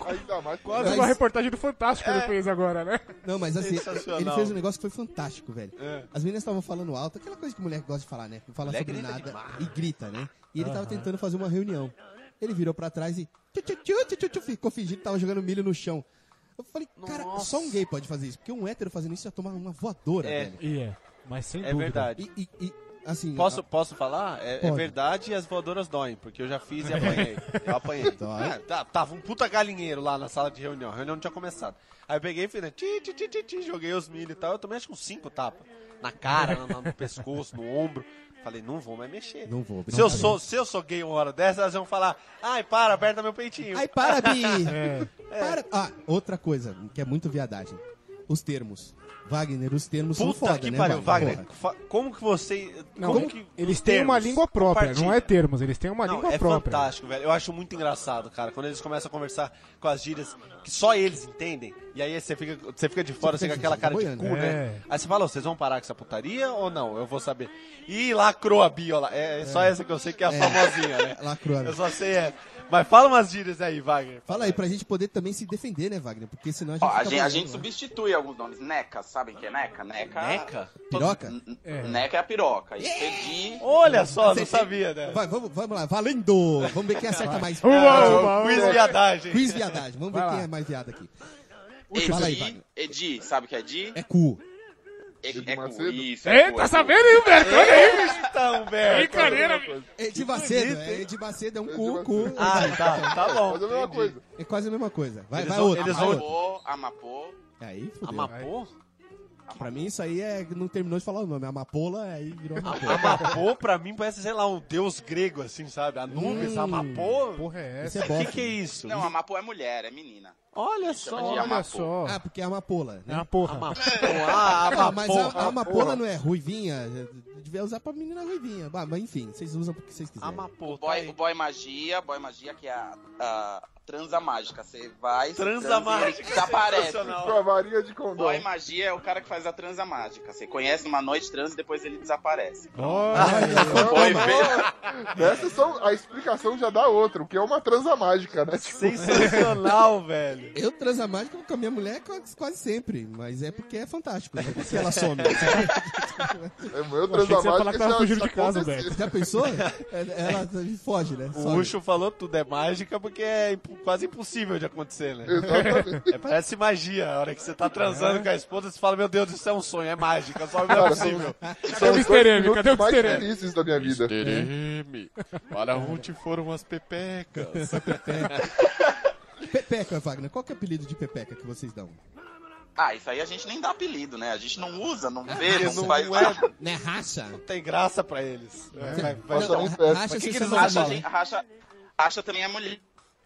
D: Ainda mais
B: Quase uma reportagem do Fantástico ele fez agora, né?
C: Não, mas assim,
F: Sensacional.
C: ele fez um negócio que foi fantástico, velho.
F: É.
C: As meninas estavam falando alto, aquela coisa que mulher gosta de falar, né? Não fala
F: Mulher
C: sobre
F: grita
C: nada
F: demais.
C: e grita, né? E ele tava tentando fazer uma reunião. Ele virou pra trás e tchu, tchu, tchu, tchu, tchu, tchu, ficou fingindo que tava jogando milho no chão. Eu falei, cara, só um gay pode fazer isso, porque um hétero fazendo isso ia tomar uma voadora,
F: É.
C: velho.
B: E é, mas sem
F: É
B: dúvida.
F: verdade.
C: E, e- e, assim.
F: Posso, posso falar? É, é
C: Pode.
F: verdade e as voadoras doem, porque eu já fiz e apanhei. Eu apanhei.
C: Dói.
F: É, tá- tava um puta galinheiro lá na sala de reunião. A reunião não tinha começado. Aí eu peguei e fiz, né, ti, ti, ti, ti, ti, joguei os milho e tal. Eu tomei acho que uns cinco tapas. Na cara, na- na- no pescoço, no ombro. Falei, não vou mais mexer.
C: Não vou,
F: Se
C: não
F: eu,
C: farei.
F: sou, se eu sou gay uma hora dessa, elas vão falar, ai, para, aperta meu peitinho.
C: Ai, para, Bi!
F: É.
C: Para. Ah, outra coisa, que é muito viadagem. Os termos. Wagner, os termos são
F: Puta
C: foda,
F: que
C: né,
F: pariu, Wagner.
C: Porra.
F: Fa- Como que você.
B: Não,
F: como que
B: eles
F: os
B: têm uma
F: termos
B: língua própria, não é
F: compartilham?
B: termos, eles têm uma
F: Não,
B: língua
F: é
B: própria.
F: fantástico, velho. Eu acho muito engraçado, cara, quando eles começam a conversar com as gírias que só eles entendem, e aí você fica, você fica de fora, você
C: Você
F: fica
C: fica
F: com aquela cara de
C: boiando.
F: cu, né? Aí você fala, "Ô, vocês vão parar com essa putaria ou não? Eu vou saber. Ih, lacrou a Bia, ó lá. É, é só essa que eu sei que é a famosinha, né?
C: Lacrou a Bia.
F: Eu só sei essa. Mas fala umas gírias aí, Wagner.
C: Fala aí, pra gente poder também se defender, né, Wagner? Porque senão a gente.
E: Ó, a
C: fica
E: gente, a
C: bolado,
E: gente
C: né?
E: substitui alguns nomes. Neca, sabem o que é Neca? Neca.
F: Neca?
C: Piroca?
E: N- n-
B: É.
E: Neca é a piroca. Expedi.
F: Olha só, não sabia, né?
C: Vai, vamos, vamos lá, valendo! Vamos ver quem acerta mais.
B: Uau, uau,
F: Quiz
B: uau.
F: viadagem.
C: Quiz viadagem, vamos ver
B: Vai lá.
C: quem é mais viado aqui. Fala aí,
E: Edi.
C: Wagner.
E: Edi, sabe o que é Edi?
C: É cu.
E: É,
D: Edir
E: é,
D: Macedo?
E: cu, isso, é cu,
B: Eita,
E: é cu.
B: sabendo, hein, Humberto? Olha aí.
F: Eita, Humberto. é,
B: Brincadeira,
C: Ed Macedo, é Ed Macedo é um cu,
D: Ed
C: cu.
F: Ah, tá, tá bom.
D: Mas é a mesma coisa.
C: É quase a mesma coisa. Vai,
F: Eles
C: vai
F: vão-
C: outro.
F: eles
C: vai
F: vão-
C: outro.
E: Amapô, Amapô.
C: Aí, fudeu.
F: Amapô?
C: Pra mim, isso aí é. Não terminou de falar o nome. Amapola, aí virou amapola.
F: Amapô, pra mim, parece, sei lá, um deus grego, assim, sabe? Anubis,
C: Hum.
F: Amapô.
B: Porra, é
C: Isso
B: essa?
C: é
F: O que,
C: bosta.
F: que é isso?
E: Não, Amapô é mulher, é menina.
F: Olha só.
E: de
B: é Olha
E: Amapô.
B: só.
C: Ah, porque é amapola,
B: É
C: né?
B: uma porra.
E: é
F: Ah,
C: Ah, mas
F: Amapô.
C: a, a amapola não é ruivinha? É, Devia usar pra menina ruivinha. Bah, mas enfim, vocês usam porque vocês quiserem.
F: Amapô. tá
E: Boy,
F: aí.
E: o boy magia, boy magia que é a, a transa mágica. Você vai. você transa
F: Transa
E: e ele
F: mágica,
E: Desaparece.
F: sensacional.
D: Com a varinha de condão.
E: Boy magia é o cara que faz a transa mágica. Você conhece numa noite trans e depois ele desaparece.
F: Ah,
E: Boy vê-
D: Nessa são, a explicação já dá outra, o que é uma transa mágica, né? Tipo,
F: Sensacional, velho.
C: Eu transa mágica com a minha mulher quase, quase sempre, mas é porque é fantástico. Não é porque ela some. sabe?
D: é meu
B: achei que
D: transa
B: você ia falar
D: mágica
B: que tava
D: já-
B: fugindo
D: já
B: de casa,
D: aconteceu.
B: velho.
C: Já pensou? Ela- Ela foge, né?
F: O
C: Some.
F: Ucho falou tudo é mágica porque é imp- quase impossível de acontecer, né?
D: Exatamente.
F: É, parece magia. A hora que você tá transando com a esposa, você fala, meu Deus, isso é um sonho, é mágica, só não é
D: Cara,
F: possível.
B: Cadê o Mr. M? Cadê o
D: mais
B: Mr. M?
D: felizes da minha vida.
F: Tereme, para onde foram as pepecas?
C: Pepeca, Wagner. Qual que é o apelido de Pepeca que vocês dão?
E: Ah, isso aí a gente nem dá apelido, né? A gente não usa, não vê, não,
F: não
E: faz
F: é-
E: nada.
C: Né, racha?
F: Tem graça pra eles. É, vai- vai-
D: Nossa, um
C: ra-
D: pé.
C: racha
F: Mas que
C: vocês
F: que
C: chamam
F: eles
C: de
E: Racha, a
C: bola.
E: gente- racha, racha também é mulher.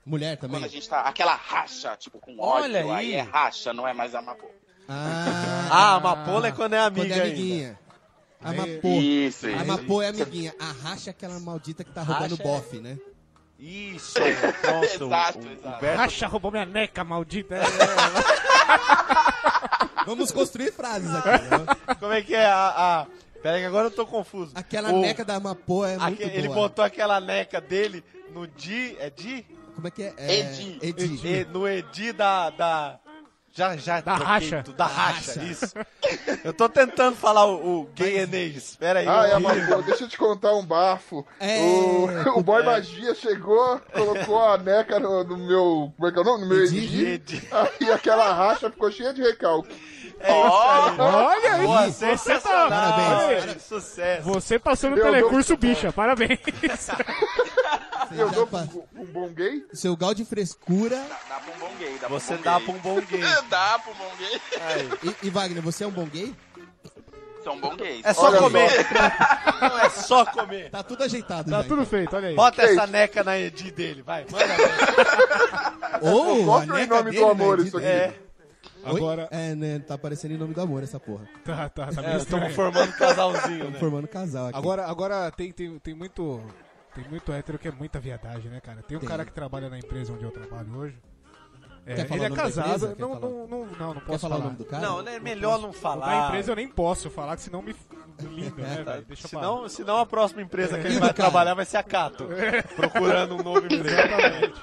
C: Mulher também?
E: Quando a gente tá. Aquela racha, tipo, com
F: Olha
E: ódio, aí
F: aí.
E: é racha, não é mais amapô.
C: Ah,
F: Ah, amapola é quando é amiga,
C: quando é
F: ainda.
C: amiguinha. Amapô.
E: Isso, isso.
C: Amapô é amiguinha. Arracha aquela maldita que tá roubando
F: Racha é-
C: bofe, né?
F: Isso, é, pronto.
E: Exato,
F: o,
E: exato.
F: Humberto
B: Racha roubou minha neca,
F: É,
B: maldita. É,
C: Vamos construir frases aqui. né?
F: Como é que é a. a... Pera aí, que agora eu tô confuso.
C: Aquela
F: O-
C: neca da Amapô é muito
F: aque- Ele
C: boa.
F: botou aquela neca dele no Di. É Di?
C: Como é que é? é...
E: Edi.
C: Edi.
F: E- no Edi da. da... Já, já,
B: Da
F: troquei
B: racha.
F: tá tudo, Da racha,
C: racha.
F: isso. Eu tô tentando falar o, o gay Enês. Pera aí.
D: Ah, é
F: eu-
D: Amapô, deixa eu te contar um bafo.
C: É.
D: O, o boy magia chegou, colocou a neca no, no meu. Como é que é o nome? No meu
C: Edir.
D: Edir.
F: Edi.
D: Aí aquela racha ficou cheia de recalque.
F: É isso aí.
B: Olha aí.
F: Boa,
B: Você tá
F: sensacional.
C: Parabéns.
F: velho, Sucesso.
B: Você passou no
D: Meu Deus
B: telecurso,
D: do céu.
B: bicha. Parabéns.
F: Tá Ah,
C: Você
D: Eu
C: já
D: dou
C: pa-
D: um, um bom gay?
C: Seu grau de frescura.
E: Dá, dá pra um bom gay, dá pra
F: Você
E: um bom
F: dá
E: gay.
F: pra um bom gay.
E: dá pra um bom gay.
C: E, e, Wagner, você é um bom gay?
E: São bom gays.
F: É só
D: Olha
F: comer. Não é só comer.
C: Tá tudo ajeitado
B: Tá
C: já.
B: tudo feito, olha aí.
F: Bota essa neca na Edi dele, vai. Manda,
C: Ou a
D: Qual que é o
C: neca
D: nome do
C: dele,
D: amor
C: né,
D: isso
C: de-
D: aqui?
F: é.
B: Agora.
C: É, né? Tá aparecendo em nome do amor essa porra.
B: Tá, tá, tá meio
F: É, estamos
B: estranho.
F: formando um casalzinho,
C: Estamos
F: né?
C: formando um casal aqui.
B: Agora, agora tem, tem, tem muito. Tem muito hétero que é muita viadagem, né, cara? Tem um
C: Tem.
B: cara que trabalha na empresa onde eu trabalho hoje. É,
C: Quer falar
B: ele
C: o
B: é
C: nome da
B: casado.
C: empresa? Quer
B: Não,
C: falar?
B: não, não, não, não posso
C: Quer falar,
B: falar.
C: o nome do cara?
F: Não, né? Melhor não
B: O da
F: falar. Tá,
B: empresa eu nem posso falar, que senão me f- lindo, né,
C: Tá.
B: velho? Deixa eu falar.
F: Senão, senão a próxima empresa que ele
C: Lindo,
F: vai
C: cara.
F: trabalhar vai ser a Cato. Procurando um novo emprego.
B: Exatamente.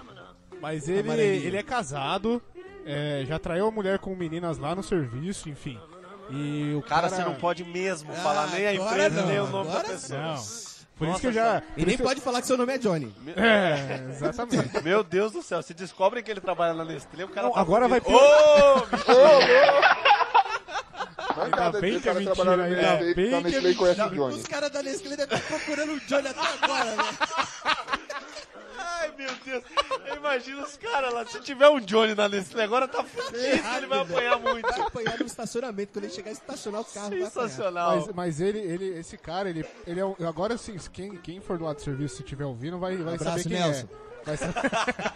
B: Mas ele,
C: tá Amarelinho.
B: ele é casado, é, já traiu a mulher com meninas lá no serviço, enfim. E o cara.
F: Cara, você não pode mesmo falar nem a
C: agora
F: empresa,
C: não,
F: nem o nome da
C: agora
F: pessoa.
B: Não. Por isso que eu já.
C: E nem pode falar que seu nome é Johnny.
B: É, exatamente.
F: Meu Deus do céu, se descobrem que ele trabalha na Nestlé, o cara
B: Não,
F: tá
B: agora vai
F: fudido.
B: ter-
F: Ô,
D: Não é
B: Ainda
D: nada
B: bem
D: de o
B: que é
D: cara
B: mentira,
D: trabalhar na
B: ainda
D: Nestlé,
B: bem
D: na
B: que é
D: Nestlé e conhece o
C: Os
D: Johnny.
C: caras da Nestlé estão procurando o Johnny até agora, né?
F: Ai, meu Deus. Eu imagino os caras lá. Se tiver um Johnny na Nestlé agora, tá fudido. Ele vai apanhar muito.
C: Vai apanhar no estacionamento. Quando ele chegar a estacionar o carro, vai apanhar.
F: Sensacional.
B: Mas, mas ele, ele, esse cara, ele, ele é um, agora sim, quem, quem for do lado do serviço se tiver ouvindo vai, vai
C: Abraço,
B: saber quem
C: Nelson.
B: é. Vai saber,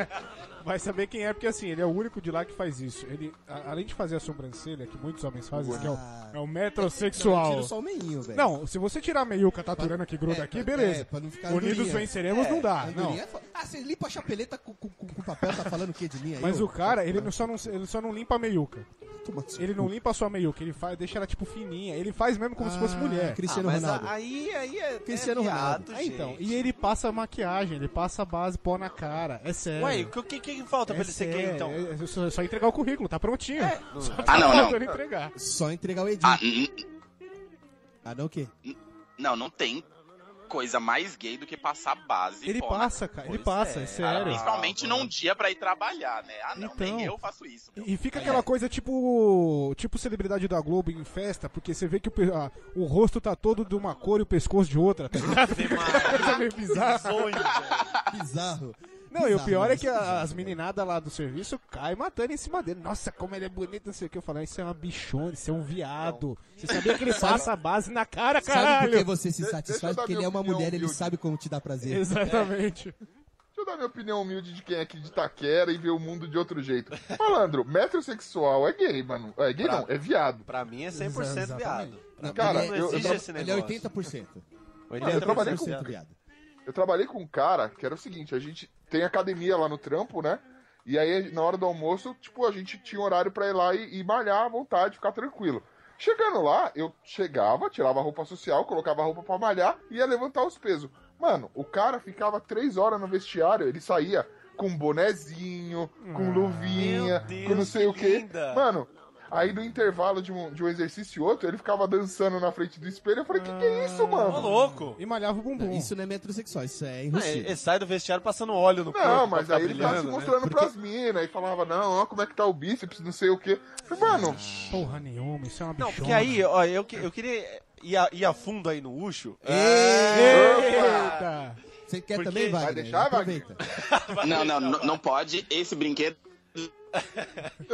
B: vai saber quem é, porque assim, ele é o único de lá que faz isso. Ele, a- além de fazer a sobrancelha, que muitos homens fazem, que é o, é o
C: Então,
B: metrosexual.
C: Tira só o meinho, velho.
B: Não, se você tirar a meiuca taturana que gruda
C: É,
B: aqui,
C: pra-
B: beleza.
C: é, pra não ficar
B: Unidos
C: andorinha.
B: venceremos, não dá.
C: Andorinha
B: Não.
C: é fo- Ah, você limpa a chapeleta com, com, com- com papel, tá falando o que de mim aí?
B: Mas
C: ô?
B: o cara, ele não- só não, ele só não limpa a meiuca.
C: Toma seu
B: Ele não
C: cu.
B: limpa só a meiuca, ele faz, deixa ela tipo fininha. Ele faz mesmo como se fosse
C: Ah,
B: mulher.
C: Cristiano
F: Ah, mas
C: Ronaldo.
F: a- aí, aí é,
C: Cristiano
F: é
C: Ronaldo.
F: viado,
B: Ah, então,
F: gente.
B: e ele passa maquiagem, ele passa base, pó na cara. É sério.
F: Ué, o que, que, que falta pra ele ser gay, então?
B: É, é só, só entregar o currículo, tá prontinho. Só tá
E: Ah, não, não.
B: faltando entregar.
C: Só entregar o Edinho.
E: Ah,
C: Ah,
E: n- n-
C: não o quê?
E: não, não tem coisa mais gay do que passar base.
B: Ele
E: pô, na-
B: passa, cara, ele passa, né? é,
E: Cara,
B: sério.
E: principalmente num dia pra ir trabalhar, né? Ah, não,
B: Então.
E: nem eu faço isso. meu.
B: E e fica aquela coisa tipo tipo celebridade da Globo em festa, porque você vê que o, pe- ah, o rosto tá todo de uma cor e o pescoço de outra, tá ligado? Coisa meio bizarra.
F: Sonho, velho.
C: Bizarro.
B: Não, e o
C: Bizarro,
B: pior é
C: mas
B: que a-
C: bizarro,
B: as
C: velho.
B: meninadas lá do serviço caem matando em cima dele. Nossa, como ele é bonito, não sei o que. Eu falo, isso é uma bichona, isso é um viado. Você sabia que ele passa a base na cara,
C: Sabe por que
B: caralho?
C: você se
D: Deixa- deixa
C: satisfaz?
D: eu dar
C: Porque ele é
D: minha
C: uma
D: opinião,
C: mulher, ele
D: humilde.
C: sabe como te dar prazer.
B: Exatamente.
D: Deixa eu dar minha opinião humilde de quem é aqui de Itaquera e vê o mundo de outro jeito. Malandro, metrosexual é gay, mano. É gay não, é viado.
F: Pra mim é 100% viado.
C: Não,
D: Cara,
C: ele é,
D: eu-
C: ele,
D: eu tra-
C: é,
F: existe esse
C: ele é Ah,
F: negócio. é
C: 80%.
D: eu
C: é
D: trabalhei com-
C: 80% viado.
D: Eu trabalhei com um cara que era o seguinte, a gente tem academia lá no trampo, né? E aí, na hora do almoço, tipo, a gente tinha horário pra ir lá e, e malhar à vontade, ficar tranquilo. Chegando lá, eu chegava, tirava a roupa social, colocava a roupa pra malhar e ia levantar os pesos. Mano, o cara ficava três horas no vestiário, ele saía com um bonezinho, com luvinha,
F: Hum. Meu Deus,
D: com não sei o
F: que
D: quê.
F: linda.
D: Mano, aí no intervalo de um, de um exercício e outro, ele ficava dançando na frente do espelho. Eu falei, que que é isso,
F: Ô,
D: mano?
F: louco.
B: E malhava o bumbum.
C: Isso não é metrosexual, isso é
F: Ah, ele,
C: enrustido.
F: ele sai do vestiário passando óleo no corpo.
D: Não,
F: pra
D: mas
F: ficar
D: aí ele tava se
F: brilhando, né?
D: mostrando pras minas e falava, não, ó, como é que tá o bíceps, não sei o quê. Falei, Mano,
B: Porra nenhuma, isso é uma bichona.
F: Não, porque aí, ó, eu, que- eu queria ir a, ir a fundo aí no Ucho.
D: "Ah,
B: Eita!
C: Você quer
F: Porque-
C: também, Wagner?
D: Vai deixar, Wagner?
C: Aproveita.
E: Não, não, não, não pode. Esse brinquedo.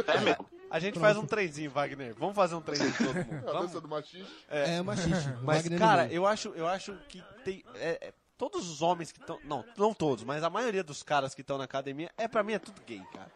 E: É meu.
F: A gente faz um trenzinho, Wagner. Vamos fazer um trenzinho todo mundo.
D: a
F: Vamos.
D: dança do machiste.
C: É, machiste.
F: Mas,
C: Wagner não
F: cara,
C: é.
F: eu acho, eu acho que tem. é, é, todos os homens que estão. Não, não todos, mas a maioria dos caras que estão na academia, é pra mim é tudo gay, cara.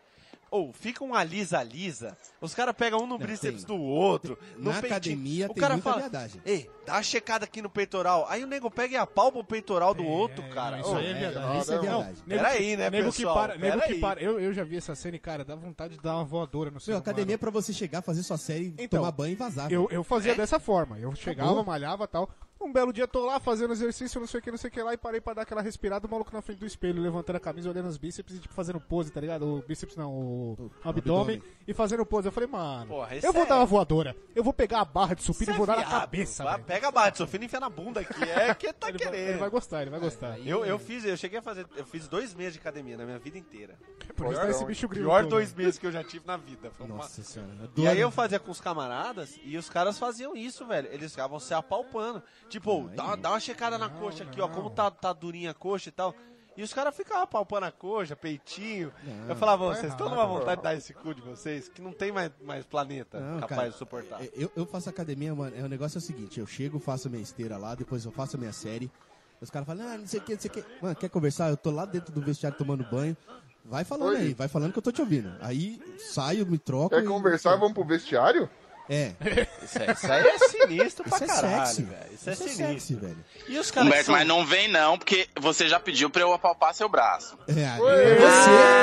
F: Ou fica um alisa-alisa, os caras pegam um no bíceps
C: tem.
F: do outro. No
C: Na
F: peitinho.
C: academia
F: o
C: tem
F: cara
C: muita
F: fala,
C: viadagem.
F: Ei, dá uma checada aqui no peitoral. Aí o nego pega e apalpa o peitoral do outro, cara.
B: Isso
F: Ô,
B: aí é verdade.
D: não,
B: Isso é
D: não.
B: verdade.
F: Pera aí, né,
B: nego
F: pessoal?
B: Que para, nego
F: Pera
B: que
F: aí.
B: para. Eu, eu já vi essa cena e, cara, dá vontade de dar uma voadora no seu
C: Meu, academia é pra você chegar, fazer sua série,
B: Então,
C: tomar banho e vazar.
B: Eu,
C: velho.
B: eu
F: É?
B: fazia dessa forma.
F: Tá
B: Eu chegava,
C: bom.
B: malhava tal. Um belo dia tô lá fazendo exercício, não sei o que, não sei o que lá, e parei pra dar aquela respirada, o maluco na frente do espelho, levantando a camisa, olhando os bíceps e tipo fazendo pose, tá ligado? O bíceps não, o, abdômen,
C: abdômen.
B: e fazendo pose. Eu falei, mano,
F: Porra, esse
B: eu vou
F: é-
B: dar uma voadora, eu vou pegar a barra de supino
F: Você
B: e vou
F: é
B: dar na
F: viado.
B: cabeça.
F: Vai,
B: velho.
F: Pega a barra de sofina e enfia na bunda aqui. É que tá
B: ele, vai,
F: querendo.
B: ele vai gostar, ele vai
F: É,
B: gostar.
F: Eu, eu fiz, eu cheguei a fazer, eu fiz dois meses de academia na minha vida inteira.
B: Por isso tá esse bicho grilo.
F: Pior
B: todo.
F: dois meses que eu já tive na vida. Foi uma-
C: Nossa senhora.
F: E
C: adoro.
F: aí eu fazia com os camaradas e os caras faziam isso, velho. Eles ficavam se apalpando. Tipo, ô, dá, uma- dá uma checada na coxa aqui, ó. Como tá, tá durinha a coxa e tal. E os caras ficavam apalpando a coxa, peitinho. eu falava, vocês estão numa vontade de dar esse cu de vocês que não tem mais, mais planeta
C: Não,
F: capaz
C: cara,
F: de suportar.
C: É, Eu, eu faço academia, mano. É, o negócio é o seguinte: eu chego, faço minha esteira lá, depois eu faço a minha série. Os caras falam, ah, não sei o que, não sei o que. Mano, quer conversar? Eu tô lá dentro do vestiário tomando banho. Vai falando
D: Oi.
C: aí, vai falando que eu tô te ouvindo. Aí saio, me troco.
D: Quer
C: e-
D: conversar? Vamos pro vestiário?
C: É.
F: Isso, é- isso aí é sinistro pra
C: Isso é
F: caralho,
C: sexy.
F: velho. Isso
C: Isso
F: é
C: é
F: sinistro.
C: sexy, velho.
F: E os caras
E: Humberto,
F: são...
E: mas não vem não, porque você já pediu pra eu apalpar seu braço.
C: É, é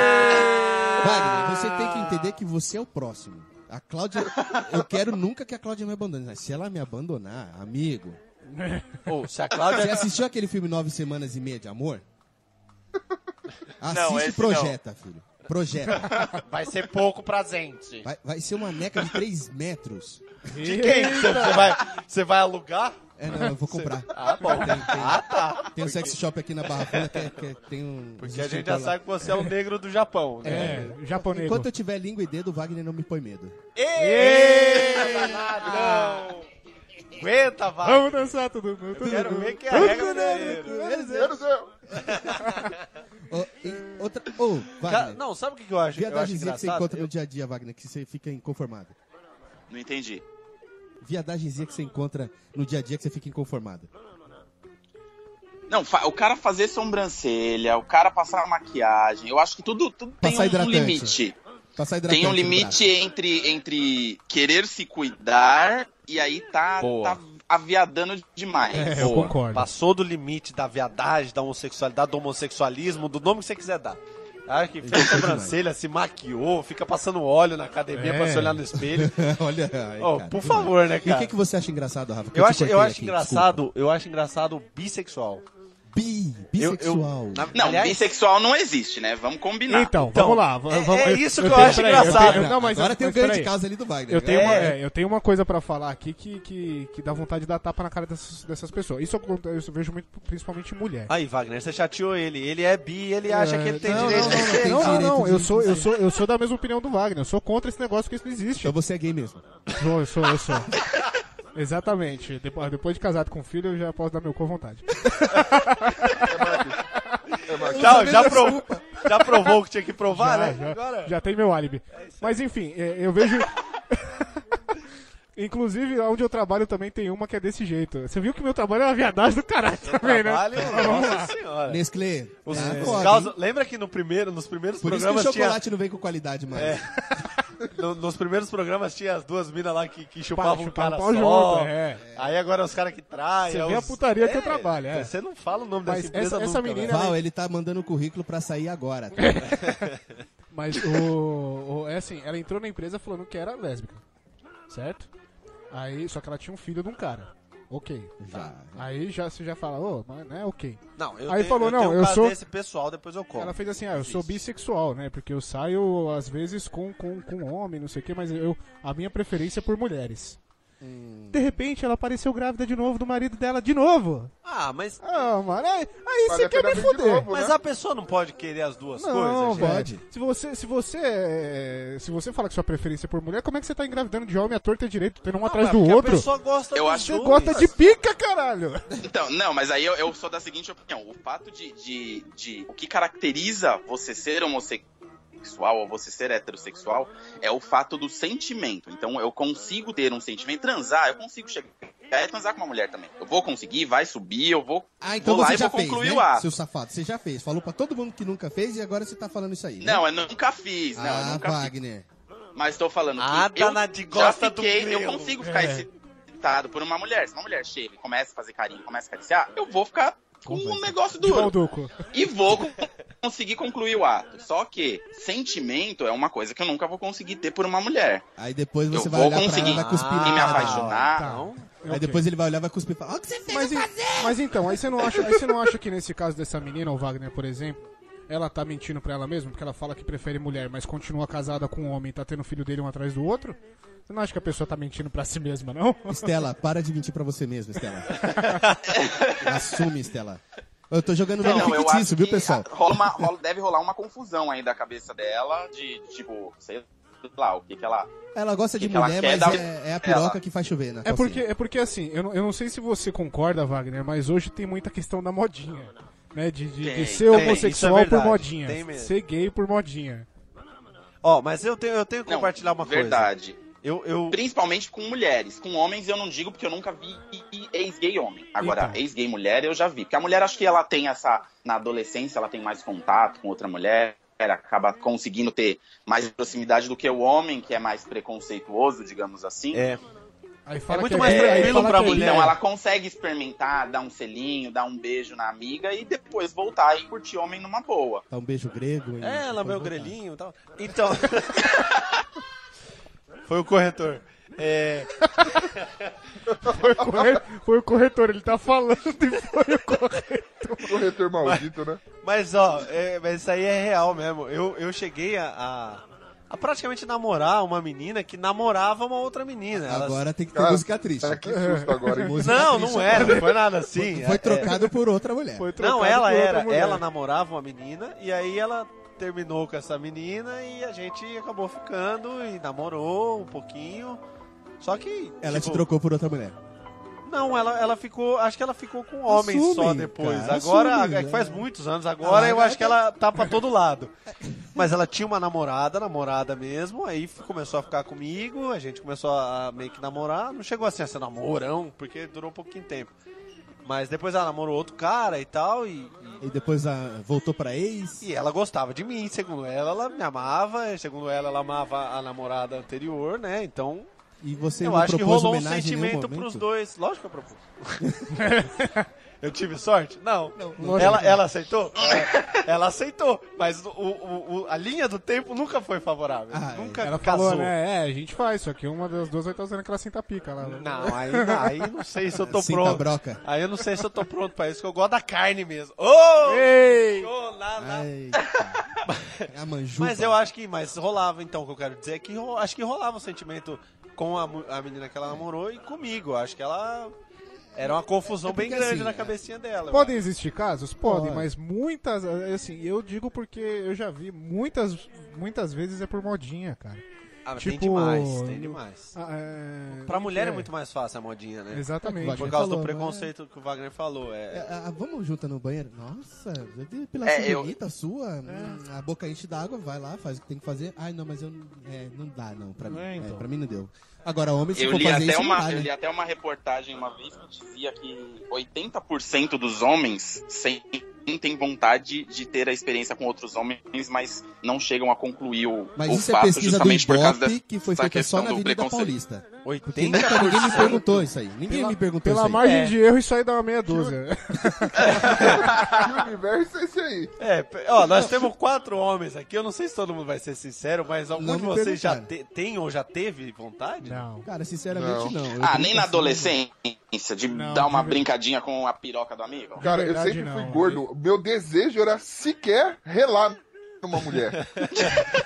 C: você. Wagner, você tem que
F: Ah!
C: entender que você é o próximo. A Cláudia. Eu quero nunca que a Cláudia me abandone. mas Se ela me abandonar, amigo.
F: assim, Ô, se a
C: Você
F: Cláudia...
C: assistiu aquele filme Nove Semanas e Meia de Amor?
E: Não,
C: Assiste e
E: esse
C: projeta, filho. Projeta.
F: Vai ser pouco presente.
C: Vai, vai ser uma neca de 3 metros.
F: De quem? Você você vai, você vai alugar?
C: É, não, eu vou comprar.
F: Ah, bom. Ah, tá.
C: Tem um sex shop aqui na Barra Funda que, é- que é- tem um.
F: Porque a gente já sabe que você é o negro do Japão, né?
B: É, japonês.
C: Enquanto eu tiver língua e dedo, o Wagner não me põe medo.
F: Não! Aguenta, vai!
B: Vamos dançar tudo.
F: Quero ver que é a regra brasileira.
D: Meu Deus.
C: Ô, e outra. Ô,
F: Ca-
C: Wagner.
F: Não, sabe o que que eu acho, eu acho
C: Viadagemzinha que você
F: engraçado?
C: encontra
F: Eu-
C: no dia a dia, Wagner, que você fica inconformado.
E: Não entendi.
C: Viadagemzinha que você encontra no dia a dia que você fica inconformado.
E: Não, fa- o cara fazer sobrancelha, o cara passar maquiagem, eu acho que tudo, tudo tem
C: Passar
E: um- um,
C: hidratante.
E: limite.
C: Passar hidratante
E: Tem um
C: no
E: limite entre, entre querer se cuidar e aí tá,
F: Boa.
E: tá aviadando demais.
B: É, eu
F: Boa.
B: concordo.
F: Passou do limite da viadagem, da homossexualidade, do homossexualismo, do nome que você quiser dar. Ah, que fez sobrancelha, se maquiou, fica passando óleo na academia
B: É.
F: pra se olhar no espelho.
C: braço. Olha aí,
F: Ô,
C: É. cara.
F: por favor, né,
C: E o
F: cara?
C: que, que você acha engraçado, Rafa? Que
F: Eu
C: te
F: acho,
C: cortei
F: eu acho
C: aqui,
F: engraçado, eu acho engraçado o bissexual.
C: desculpa. Bi,
F: Eu- eu-
C: bissexual.
F: na-
E: Não,
F: aliás,
E: bissexual não existe, né? Vamos combinar.
B: Então,
F: Então,
B: vamos lá. va-
F: é-
B: vamos-
F: é isso que eu
B: tenho-
F: acho
B: peraí, tenho-
F: engraçado.
B: não, mas-
C: Agora tem o
B: mas
C: ganho de
B: peraí.
C: causa ali do Wagner.
B: Eu tenho, uma,
F: É.
B: é, eu tenho uma coisa pra falar aqui que, que, que dá vontade de dar tapa na cara dessas, dessas pessoas. Isso eu, conto- eu vejo muito, principalmente mulher.
F: Aí, Wagner, você chateou ele. Ele é bi, ele acha que ele tem
B: não,
F: direito
B: não,
F: de
B: não,
F: ser.
C: tem
B: não, não,
C: direito
B: não,
C: de
B: eu sou, eu
C: dizer.
B: sou, eu sou da mesma opinião do Wagner. Eu sou contra esse negócio que isso não existe.
C: Então você é gay mesmo.
B: Sou, eu sou, eu sou. Exatamente. Depois, depois de casado com filho, eu já posso dar meu cu à vontade.
D: "É,
F: Tchau, já, provou, já provou o que tinha que provar,
B: já,
F: né?
B: já,
F: Agora.
B: já tem meu álibi. Mas enfim, é, eu vejo. Inclusive, onde eu trabalho também tem uma que é desse jeito. Você viu que meu trabalho é uma viadagem do caralho também, né?
F: Trabalho, nossa
C: É.
F: senhora.
C: Nestlé.
F: Os,
C: tá
F: os
C: foda,
F: causa-
C: hein?
F: lembra que no primeiro, nos primeiros
C: Por isso que o
F: programas tinha,
C: chocolate não vem com qualidade, mano.
E: É.
F: no- nos primeiros programas tinha as duas minas lá que, que chupavam o
B: chupavam
F: cara
B: pau
F: só.
B: junto, é.
F: Aí agora os caras que traem.
B: Você
F: é
B: vê
F: os-
B: a putaria que eu trabalho, é.
F: Você não fala o nome
B: Mas
F: dessa empresa
B: essa- essa
F: nunca, né?
B: menina-
F: velho.
C: Val, ele tá mandando o currículo pra sair agora. tá?
B: Mas o, o- É assim, ela entrou na empresa falando que era lésbica. Certo? Aí, só que ela tinha um filho de um cara. Ok.
F: Uhum.
C: Já.
B: Aí já, você já fala, ô, mas né, ok.
F: Não, eu
B: Aí
F: tenho,
B: falou,
F: eu
B: não,
F: tenho um
B: eu
F: caso
B: sou-
F: desse pessoal, depois eu conto.
B: Ela fez assim, ah, eu sou
F: Existe.
B: bissexual, né? Porque eu saio às vezes com, com, com homem, não sei o que, mas eu, a minha preferência é por mulheres.
F: Hum.
B: De repente ela apareceu grávida de novo do marido dela de novo.
F: Ah, mas,
B: Ah, mano, aí, aí
D: Vale
B: você
D: a
B: quer
D: pena
B: me
D: vir de
B: fuder.
D: novo,
F: mas
D: né?
F: a pessoa não pode querer as duas
B: Não,
F: coisas, gente.
B: pode. Se você, se você, é, se você fala que sua preferência é por mulher, como é que você tá engravidando de homem à torta e à direito, tendo um atrás
F: mas
B: do
F: é porque
B: outro?
F: A pessoa é gosta
E: Eu
F: dos
E: acho-
B: Você
F: dois.
B: gosta de pica, caralho.
E: Então, não, mas aí eu, eu sou da seguinte opinião. O fato de, de, de- O que caracteriza você ser homossexual ou você ser heterossexual é o fato do sentimento. Então eu consigo ter um sentimento, transar, eu consigo chegar. É transar com uma mulher também. Eu vou conseguir, vai subir, eu vou.
C: Ah, então
E: vou lá
C: você
E: e
C: já
E: vou
C: fez,
E: concluir
C: né?
E: o ato.
C: Seu safado, você já fez. Falou pra todo mundo que nunca fez e agora você tá falando isso aí. né?
E: Não, eu nunca fiz, não, eu
C: Ah,
E: nunca fiz.
C: Wagner.
E: Mas tô falando
F: Ah,
E: que eu
F: dana de
E: já
F: gosta do
E: fiquei, eu
F: meu. É.
E: consigo ficar excitado por uma mulher. Se uma mulher chega e começa a fazer carinho, começa a acariciar, eu vou ficar com um negócio
B: De
E: duro.
B: balduco.
E: e vou con- conseguir concluir o ato. Só que sentimento é uma coisa que eu nunca vou conseguir ter por uma mulher.
C: Aí depois
E: Eu
C: você vai
E: vou
C: olhar pra ela
E: conseguir
C: e vai cuspir Tá.
F: Ah,
C: na
E: e me
C: cara
E: apaixonar.
B: Tá.
F: Não.
B: É,
C: dela. Aí depois ele vai olhar e vai cuspir e falar: Olha o que você fez,
B: Mas, e- mas então, aí você, não acha, aí você não acha que nesse caso dessa menina, o Wagner, por exemplo, ela tá mentindo pra ela mesma, porque ela fala que prefere mulher, mas continua casada com um homem e tá tendo filho dele um atrás do outro? Você não acha que a pessoa tá mentindo pra si mesma, não?
C: Estela, para de mentir pra você mesmo, Estela. Assume, Estela. Eu tô jogando nome
E: eu
C: fictício, viu,
E: que
C: pessoal?
E: a- rola uma- rola- deve rolar uma confusão aí da cabeça dela, de tipo, sei lá, o que que ela...
C: Ela gosta de
E: que Então, ela
C: mulher,
E: quer
C: mas
E: dar- um-
C: é, é a piroca
E: Ela.
C: que faz chover, né?
B: É porque, é porque assim, eu não, eu não sei se você concorda, Wagner, mas hoje tem muita questão da modinha. Né, de, de- de
E: Tem,
B: ser
F: tem,
B: homossexual
F: isso é
B: por
F: verdade,
B: modinha.
F: tem mesmo.
B: Ser gay por modinha.
F: Ó, mas eu tenho, eu tenho que
E: Não,
F: compartilhar uma coisa.
E: verdade.
F: Eu, eu,
E: Principalmente com mulheres. Com homens eu não digo, porque eu nunca vi ex-gay homem. Agora,
B: Então.
E: ex-gay mulher eu já vi. Porque a mulher, acho que ela tem essa. Na adolescência, ela tem mais contato com outra mulher. Acaba conseguindo ter mais proximidade do que o homem, que é mais preconceituoso, digamos assim.
F: É.
B: Aí fala
F: É muito
B: que
F: mais
B: gay, aí
F: tranquilo
B: fala
F: pra
B: que é gay.
F: mulher.
E: Então ela consegue experimentar, dar um selinho, dar um beijo na amiga e depois voltar e curtir homem numa boa.
C: Dá um beijo grego. e-
F: É, lambeu o
C: Pode voltar.
F: grelhinho e tal. Então. Foi o corretor. É,
B: Corre- Foi o corretor, ele tá falando e foi o corretor.
D: Corretor maldito, né?
F: mas, ó, é, mas isso aí é real mesmo. Eu, eu cheguei a, a, a praticamente namorar uma menina que namorava uma outra menina. Elas-
C: Agora tem que ter
D: Cara,
C: música triste.
D: Ah, que susto agora, hein?
C: Música
F: né? Não,
C: triste
F: não era,
C: agora.
F: não foi nada assim.
C: Foi
F: É,
C: trocado por outra mulher.
B: Foi
F: Não,
B: trocado
F: ela
B: por outra
F: era.
B: mulher.
F: Ela namorava uma menina e aí ela terminou com essa menina e a gente acabou ficando e namorou um pouquinho. Só que.
C: Ela
F: tipo,
C: te trocou por outra mulher.
F: Não, ela, ela ficou. Acho que ela ficou com homens só
C: Assume,
F: depois.
C: cara,
F: agora,
C: assume,
F: é que faz
C: é.
F: muitos anos, agora
C: Ah,
F: eu
C: é
F: acho que ela tá pra todo lado. Mas ela tinha uma namorada, namorada mesmo, aí f- começou a ficar comigo, a gente começou a meio que namorar. Não chegou assim a ser namorão, porque durou um pouquinho tempo. Mas depois ela namorou outro cara e tal, e,
C: E depois a- voltou pra ex.
F: e ela gostava de mim, segundo ela, ela me amava, segundo ela, ela amava a namorada anterior, né? Então,
C: E você
F: eu
C: não
F: acho que
C: propôs
F: rolou um
C: homenagem em nenhum
F: sentimento
C: momento?
F: pros dois. Lógico que eu propus. eu tive sorte? Não.
C: não.
F: ela, ela aceitou? Ela, ela aceitou. Mas o, o- o- a linha do tempo nunca foi favorável.
C: Ah,
F: nunca
B: Ela
F: casou.
B: falou, né? É, a gente faz, só que uma das duas vai estar usando aquela cinta pica lá. né?
F: Não, aí, aí não sei se eu tô
C: Sinta
F: pronto.
C: a broca.
F: Aí eu não sei se eu tô pronto pra isso, que eu gosto da carne mesmo. Ô!
B: Ei!
F: Ô, lá, lá.
C: Ai, cara. É a manjuba.
F: né? Mas eu acho que mas rolava, então, o que eu quero dizer é que ro- acho que rolava um sentimento com a, mu- a menina que ela namorou e comigo. Acho que ela. Era uma confusão
C: É porque
F: bem grande
C: assim,
F: na
C: é.
F: cabecinha dela. eu
B: Podem existir casos? Podem,
C: Pode.
B: mas muitas, assim, eu digo porque eu já vi muitas, muitas vezes é por modinha, cara.
F: acho. Ah, mas
B: tipo,
F: tem demais, tem demais.
B: Ah, é...
F: Pra mulher é muito mais fácil a modinha, né?
B: Exatamente.
F: Por
C: Wagner
F: causa do
C: falou,
F: preconceito que o Wagner falou.
C: É,
F: É,
C: ah, vamos junto no banheiro? Nossa, eu dei depilação
E: É, eu-
C: bonita sua. hum, A boca enche d'água, vai lá, faz o que tem que fazer. Ai, não, mas eu não- é, não dá, não, pra mim.
B: É,
C: É,
B: então.
C: pra mim não deu. Agora, homem, se
E: Eu
C: for
E: li,
C: fazer
E: até
C: isso,
E: uma,
C: não dá,
E: eu
C: né?
E: li até uma reportagem uma vez que dizia que 80% dos homens sentem vontade de ter a experiência com outros homens, mas não chegam a concluir o,
C: Mas
E: o
C: isso é
E: fato
C: pesquisa do
E: justamente por causa
C: Ibope,
E: dessa
C: que foi feita
E: dessa
C: só
E: questão
C: na
E: do
C: Avenida
E: preconceito.
C: Paulista. Porque
F: 80
C: nunca ninguém me perguntou isso aí. Ninguém me perguntou
B: Pela
F: é.
C: isso aí.
B: margem de erro, isso aí dá uma meia dúzia.
D: Que universo é esse aí?
F: É, pe- ó, nós temos quatro homens aqui. Eu não sei se todo mundo vai ser sincero, mas algum
C: Não
F: de
C: me
F: vocês já
C: perguntaram.
F: te- tem ou já teve vontade?
B: Não.
C: Cara, sinceramente, não. Eu
E: Ah,
C: tenho
E: nem na
C: assim-
E: adolescência, de
B: Não,
E: dar uma
B: de ver-
E: brincadinha com a piroca do amigo.
D: Cara,
B: verdade,
D: eu sempre fui
B: não.
D: gordo. Meu desejo era sequer relar numa mulher.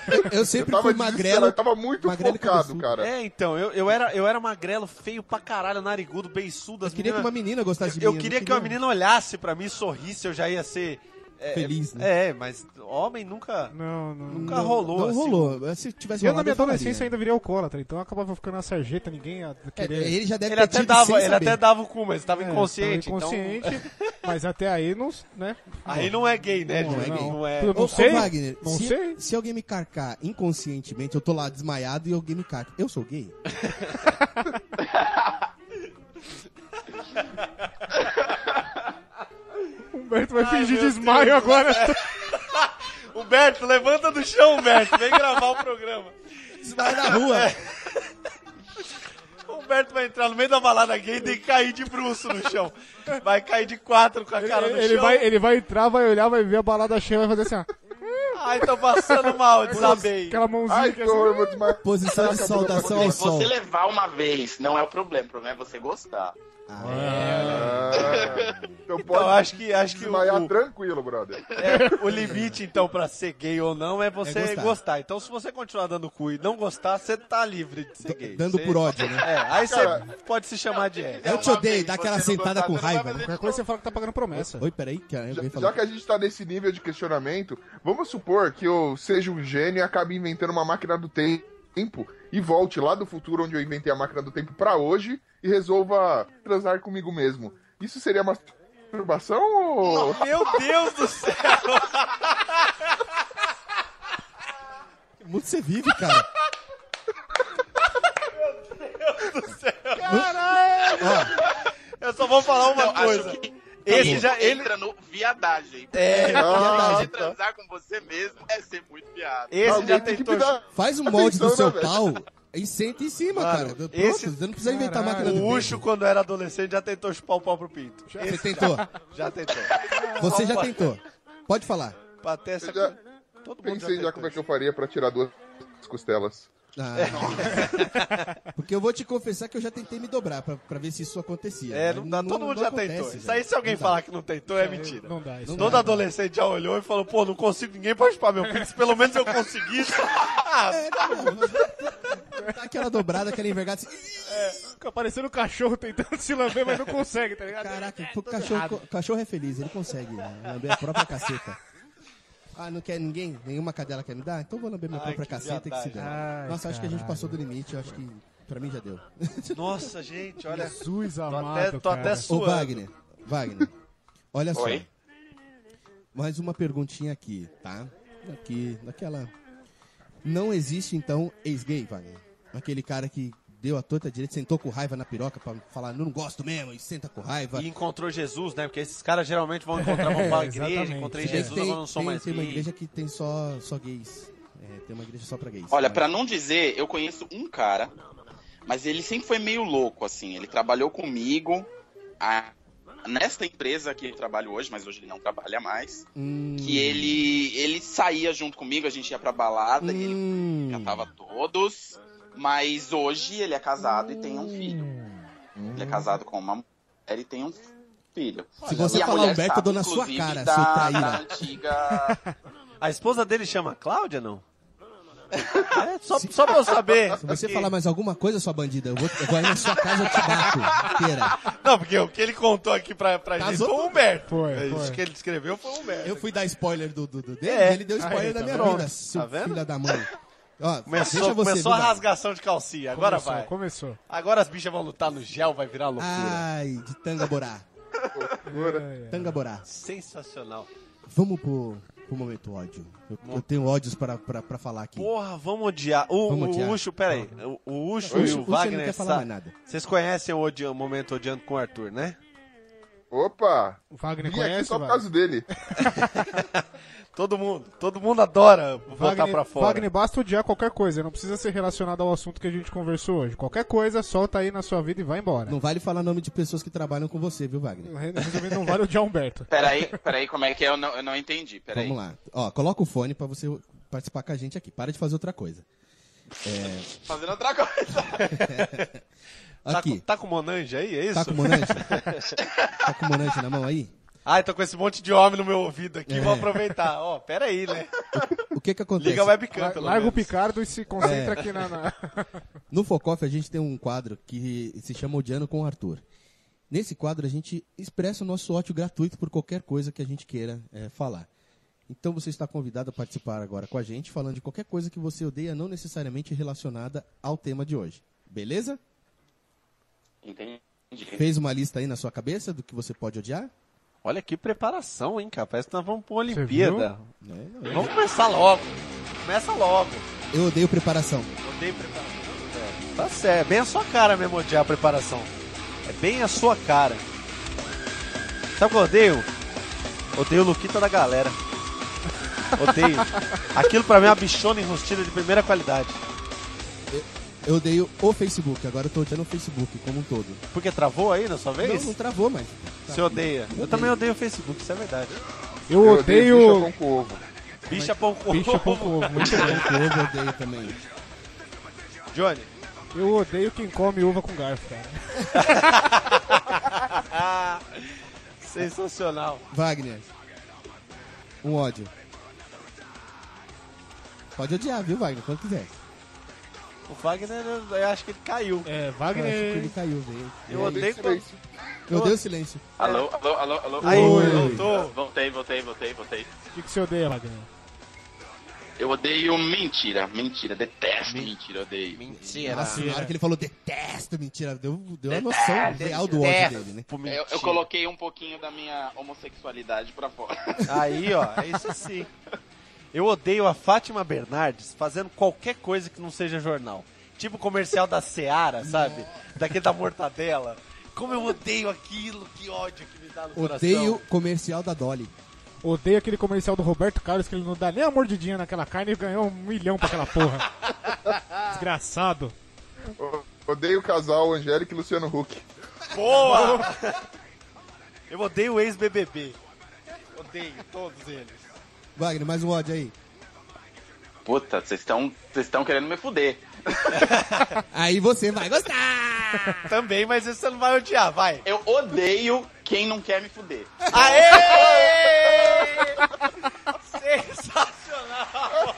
C: Eu
D: Eu
C: sempre
D: tava
C: fui
D: magrelo.
C: magrelo.
D: Eu tava muito
C: magrelo e
D: focado,
C: cabeçudo.
D: cara.
F: É, então, eu, eu, era, eu era magrelo, feio pra caralho, narigudo, beiçudo.
C: Eu
F: as
C: queria que
F: meninas-
C: uma menina gostasse de mim.
F: Eu
C: não
F: queria que uma menina olhasse pra mim, sorrisse, eu já ia ser. é,
C: Feliz, né?
F: É, mas homem nunca.
B: Não, não.
F: Nunca rolou,
C: Não
F: assim.
C: rolou. Se tivesse
B: Eu, na
C: rolado,
B: minha
C: falaria.
B: adolescência, ainda virei alcoólatra, então eu acabava ficando na sarjeta, ninguém ia
C: É,
B: querer. né?
C: ele já deve
F: Ele
C: ter
F: até,
C: tido
F: dava,
C: sem
F: ele
C: saber.
F: até dava o cu, mas tava
B: É,
F: inconsciente.
B: tava
F: Então,
B: inconsciente, mas até aí não, né?
F: aí não é gay, né?
C: Não
F: gente?
C: é gay.
F: Não é.
B: Tudo
C: Ô,
B: Não
C: ô,
B: sei,
C: Wagner,
B: não
C: se,
B: sei.
C: se alguém me carcar inconscientemente, eu tô lá desmaiado e alguém me carca. Eu sou gay?
B: Humberto vai fingir
F: meu
B: desmaio agora.
F: Humberto, levanta do chão, Humberto. Vem gravar o programa.
C: Desmaio na rua.
F: Humberto vai entrar no meio da balada gay e tem que cair de bruxo no chão. Vai cair de quatro com a cara no
B: Ele, ele
F: chão.
B: vai, ele vai entrar, vai olhar, vai ver a balada cheia, vai fazer assim, ó.
F: Ai, tô passando mal, desabei.
B: Aquela mãozinha
D: Ai,
B: que
D: que
B: é
D: horror, eu
B: assim.
D: vou desmaiar.
C: Posição de
D: Caraca,
C: saudação
E: Se
C: ao sol.
E: você né? levar uma vez, não é o problema, o problema é você gostar.
D: Ah, então
F: Então,
D: pode
F: acho que, acho que o,
D: desmaiar
F: o-
D: tranquilo, brother.
F: É, o limite, então, pra ser gay ou não é você
C: É
F: gostar.
C: gostar.
F: Então, se você continuar dando cu e não gostar, você tá livre de ser gay.
C: Dando
F: Você-
C: por ódio, né?
F: É, aí você
D: Cara,
F: pode se chamar de hétero.
C: Eu te odeio, dá aquela sentada com raiva. né?
B: Qualquer coisa você fala que tá pagando promessa.
C: Oi, peraí, que alguém
D: Já,
C: falou.
D: já que a gente tá nesse nível de questionamento, vamos supor que eu seja um gênio e acabe inventando uma máquina do tempo e volte lá do futuro onde eu inventei a máquina do tempo pra hoje e resolva transar comigo mesmo. Isso seria masturbação ou...
F: Meu Deus do céu!
C: Que mundo você vive, cara?
F: do céu! Caralho! Eu só vou falar uma
E: Não, acho
F: coisa.
E: que-
F: Esse já. Ele,
E: Entra no viadagem.
F: é,
E: Porque
F: não,
E: de transar com você mesmo é ser muito viado.
F: esse já
D: Alguém tá tem que
F: tentou.
D: me dar.
C: Faz um molde do
D: Atenção,
C: seu
D: né,
C: pau e senta em cima,
F: Mano,
C: cara. Pronto,
F: esse-
C: você não precisa inventar
B: Caralho.
C: máquina do
F: O
C: tempo.
F: Ucho, quando era adolescente, já tentou chupar o próprio pinto.
C: Você tentou.
F: Já tentou.
C: Você já tentou. Pode falar.
F: Patessa.
D: Eu
F: Todo mundo já
D: Pensei já
F: tentou.
D: como é que eu faria pra tirar duas costelas.
C: Ah, É. porque eu vou te confessar que eu já tentei me dobrar pra, pra ver se isso acontecia.
F: É,
C: Mas
F: não dá, todo mundo
C: não
F: já
C: acontece,
F: tentou. Isso
C: velho.
F: aí, se alguém
C: Não dá.
F: falar que não tentou, é mentira.
B: Não dá, isso
F: Todo
B: não dá.
F: adolescente já olhou e falou, pô, não consigo ninguém participar meu Pix, pelo menos eu consegui. ah,
C: É, não, dá aquela dobrada, aquela envergada. Assim,
B: Fica parecendo um cachorro tentando se lamber, mas não consegue, tá ligado?
F: É,
C: caraca, o cachorro, o cachorro é feliz, ele consegue né, lamber a própria caceta. Ah, não quer ninguém? Nenhuma cadela quer me dar? Então eu vou lamber minha
F: Ai,
C: própria
F: que
C: caceta e que se der.
B: Ai,
C: Nossa, acho que a gente
B: caralho.
C: passou do limite, eu acho que pra mim já deu.
F: nossa, gente, olha.
B: Jesus
F: Tô
B: amado,
F: até, tô
B: cara.
F: até
C: Ô,
F: suando.
C: Wagner, Wagner, olha só.
E: Oi?
C: Mais uma perguntinha aqui, tá? Aqui, daquela. Não existe, então, ex-gay, Wagner? Aquele cara que deu a torta direita, sentou com raiva na piroca pra falar, não gosto mesmo, e senta com raiva.
F: E encontrou Jesus, né? Porque esses caras geralmente vão encontrar, vão pra
B: É,
F: igreja,
B: exatamente.
F: encontrei
C: Se bem que
F: Jesus, agora não sou
C: tem,
F: mais
C: tem uma
F: gay.
C: igreja que tem só, só gays. É, tem uma igreja só pra gays.
E: Olha,
C: Mas-
E: pra não dizer, eu conheço um cara, mas ele sempre foi meio louco, assim. Ele trabalhou comigo a- nesta empresa que eu trabalho hoje, mas hoje ele não trabalha mais.
C: Hum,
E: Que ele, ele saía junto comigo, a gente ia pra balada e ele
C: hum,
E: catava todos. Mas hoje ele é casado e tem um filho.
C: Hum.
E: Ele é casado com uma mulher e tem um filho.
C: Se você
E: e a
C: falar
E: mulher
C: Humberto, eu dou na sua
E: inclusive,
C: cara, tá
E: da,
C: seu traíra.
E: da antiga
F: A esposa dele chama Cláudia, não? É, só, só pra eu saber.
C: Se você falar mais alguma coisa, sua bandida, eu vou, eu vou aí na sua casa eu te bato inteira.
F: Não, porque o que ele contou aqui pra, pra gente
C: Casou
F: foi o Humberto.
B: Foi,
F: É Isso
B: foi.
F: que ele descreveu foi o Humberto.
C: Eu fui dar spoiler do, do, do dele,
F: É.
C: ele deu spoiler
B: Aí,
C: da
B: tá
C: minha
F: vendo?
C: vida, seu
F: Tá vendo?
C: filho da mãe. Ó,
F: Começou,
C: deixa você,
F: começou a
C: viu, Bárbara?
F: rasgação de calcinha, agora
B: começou,
F: vai.
B: Começou.
F: Agora as bichas vão lutar no gel, vai virar loucura.
C: Ai, de tanga borá.
B: É, é.
C: Tanga borá.
F: Sensacional.
C: Vamos pro, pro momento ódio. Eu, eu tenho ódios pra, pra, pra falar aqui.
F: Porra, vamos odiar. O,
C: Vamos
F: o
C: odiar.
F: Ucho, peraí. O, o Ucho
C: O
F: e
C: Ucho-
F: o,
C: o Ucho
F: Wagner.
C: não quer falar
F: sa-
C: mais nada.
F: Vocês conhecem o, odi- o momento odiando com o Arthur, né?
D: Opa!
B: O Wagner
D: Vim aqui
B: conhece,
D: só por
B: Wagner?
D: causa dele.
F: Todo mundo. Todo mundo adora voltar
B: Wagner,
F: pra fora.
B: Wagner, basta odiar qualquer coisa, não precisa ser relacionado ao assunto que a gente conversou hoje. Qualquer coisa, solta aí na sua vida e vai embora.
C: Não vale falar nome de pessoas que trabalham com você, viu, Wagner?
B: Resumindo, não vale odiar Humberto.
E: Peraí, peraí, como é que é? Eu não, eu não entendi. Peraí.
C: Vamos lá. Ó, coloca o fone pra você participar com a gente aqui. Para de fazer outra coisa.
E: Fazendo outra coisa.
F: Tá, com,
C: Aqui.
F: tá com Monange aí, é isso?
C: Tá com o Monange? tá com o Monange na mão aí?
F: Ai, tô com esse monte de homem no meu ouvido aqui,
C: É.
F: vou aproveitar. Ó, peraí, né?
C: O que que acontece?
F: Liga a webcam, pelo
B: Larga o
F: menos.
B: Picardo e se concentra aqui na. na-
C: No Focoff a gente tem um quadro que se chama Odiando com o Arthur. Nesse quadro a gente expressa o nosso ódio gratuito por qualquer coisa que a gente queira eh, falar. Então você está convidado a participar agora com a gente, falando de qualquer coisa que você odeia, não necessariamente relacionada ao tema de hoje. Beleza?
E: Entendi.
C: Fez uma lista aí na sua cabeça do que você pode odiar?
F: Olha que preparação, hein, cara. Parece que nós vamos pra
B: Você
F: Olimpíada.
C: Né?
F: Vamos começar logo. Começa logo.
C: Eu odeio preparação.
F: Odeio preparação. É, tá certo. É bem a sua cara mesmo odiar a preparação. É bem a sua cara. Sabe o que eu odeio? Odeio o Luquita da galera. Odeio. Aquilo pra mim é uma bichona enrustida de primeira qualidade.
C: Eu odeio o Facebook. Agora eu tô odiando o Facebook como um todo.
F: Porque travou aí na sua
C: Não,
F: vez?
C: não tá. travou, mas.
F: Você odeia. Eu também odeio o Facebook, isso é verdade.
B: Eu
D: bicha
B: odeio.
D: pão com ovo.
F: Bicha pão com
B: Bicha pão
F: ovo.
B: com ovo, muito
C: Eu odeio, eu odeio também.
F: Johnny,
B: bom. Eu odeio quem come uva com garfo, cara.
F: sensacional.
C: Wagner. Um ódio. Pode odiar, viu, Wagner? Quando quiser.
F: O Wagner, eu acho que ele caiu.
B: É,
C: Eu acho que ele
B: Wagner.
C: caiu, velho.
D: É,
F: Eu odeio quando...
D: silêncio.
C: Meu Deus, silêncio.
E: Alô, alô, alô, alô.
F: Aí,
C: Oi.
F: voltou.
E: Voltei, voltei, voltei, voltei.
B: O que, que você odeia, Wagner?
E: Eu odeio mentira, mentira, detesto mentira, eu odeio.
J: Mentira.
C: Nossa, na hora que ele falou detesto, mentira, deu, deu uma noção
J: Detesto,
C: real do ódio
J: detesto.
C: dele, né?
F: Pô,
E: Eu,
F: mentira.
E: eu coloquei um pouquinho da minha homossexualidade pra fora.
F: Aí, ó, é isso sim. Eu odeio a Fátima Bernardes fazendo qualquer coisa que não seja jornal. Tipo comercial da Seara, sabe? Daquele da mortadela. Como eu odeio aquilo, que ódio que me dá no
C: Odeio
F: coração.
C: comercial da Dolly.
B: Odeio aquele comercial do Roberto Carlos que ele não dá nem a mordidinha naquela carne e ganhou um milhão pra aquela porra. Desgraçado.
D: Odeio o casal Angélica e Luciano Huck.
F: Boa! eu odeio o ex-BBB. Odeio todos eles.
C: Wagner, mais um ódio aí.
E: Puta, vocês estão vocês estão querendo me fuder.
C: Aí você vai gostar!
F: Também, mas esse você não vai odiar, vai.
E: Eu odeio quem não quer me fuder.
F: Aê! Sensacional!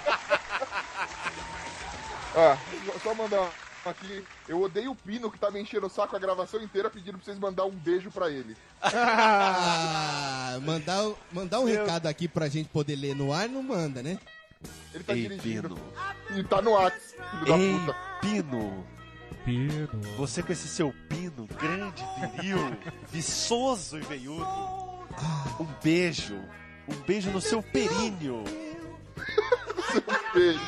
D: Ah, só- só mandar aqui. Eu odeio o Pino que tá me enchendo o saco a gravação inteira pedindo pra vocês mandar um beijo pra ele.
C: Ah, mandar, o- mandar um recado aqui pra gente poder ler no ar, não manda, né?
D: Ele tá
F: Ei,
D: dirigindo.
F: Pino.
D: E tá no ar, filho da
F: Ei,
D: puta.
F: Pino,
B: Pino.
F: você com esse seu pino grande, viril, viçoso e veiudo. Um beijo. Um beijo no seu períneo.
D: Ele.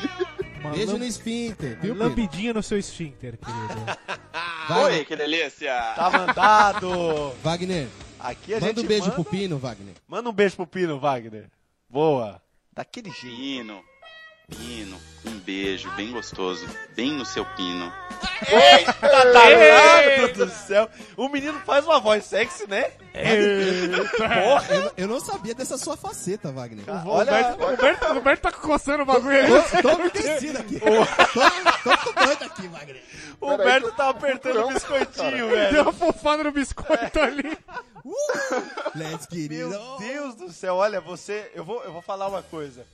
C: Beijo no esfíncter, viu, Pedro?
B: Lambidinha no seu esfíncter, querido.
E: Oi, que delícia.
F: Tá mandado.
C: Wagner,
F: Aqui a
C: manda
F: gente
C: um beijo
F: manda...
C: pro Pino, Wagner.
F: Manda um beijo pro Pino, Wagner. Boa. Daquele jeito.
E: Pino. Pino. Um beijo bem gostoso, bem no seu pino.
F: Tarado Tá do céu. O menino faz uma voz sexy, né? Porra.
C: Eu, eu não sabia dessa sua faceta, Wagner.
F: Olha,
B: O Roberto, o Roberto tá coçando o bagulho aí.
C: Tô, tô enlouquecido aqui. tô, tô, tô doido aqui, Wagner.
F: o Humberto tá apertando o biscoitinho,
B: Deu
F: velho.
B: uma fofada no biscoito ali.
C: Let's get it
F: Meu
C: on.
F: Deus do céu, olha, você. Eu vou, eu vou falar uma coisa.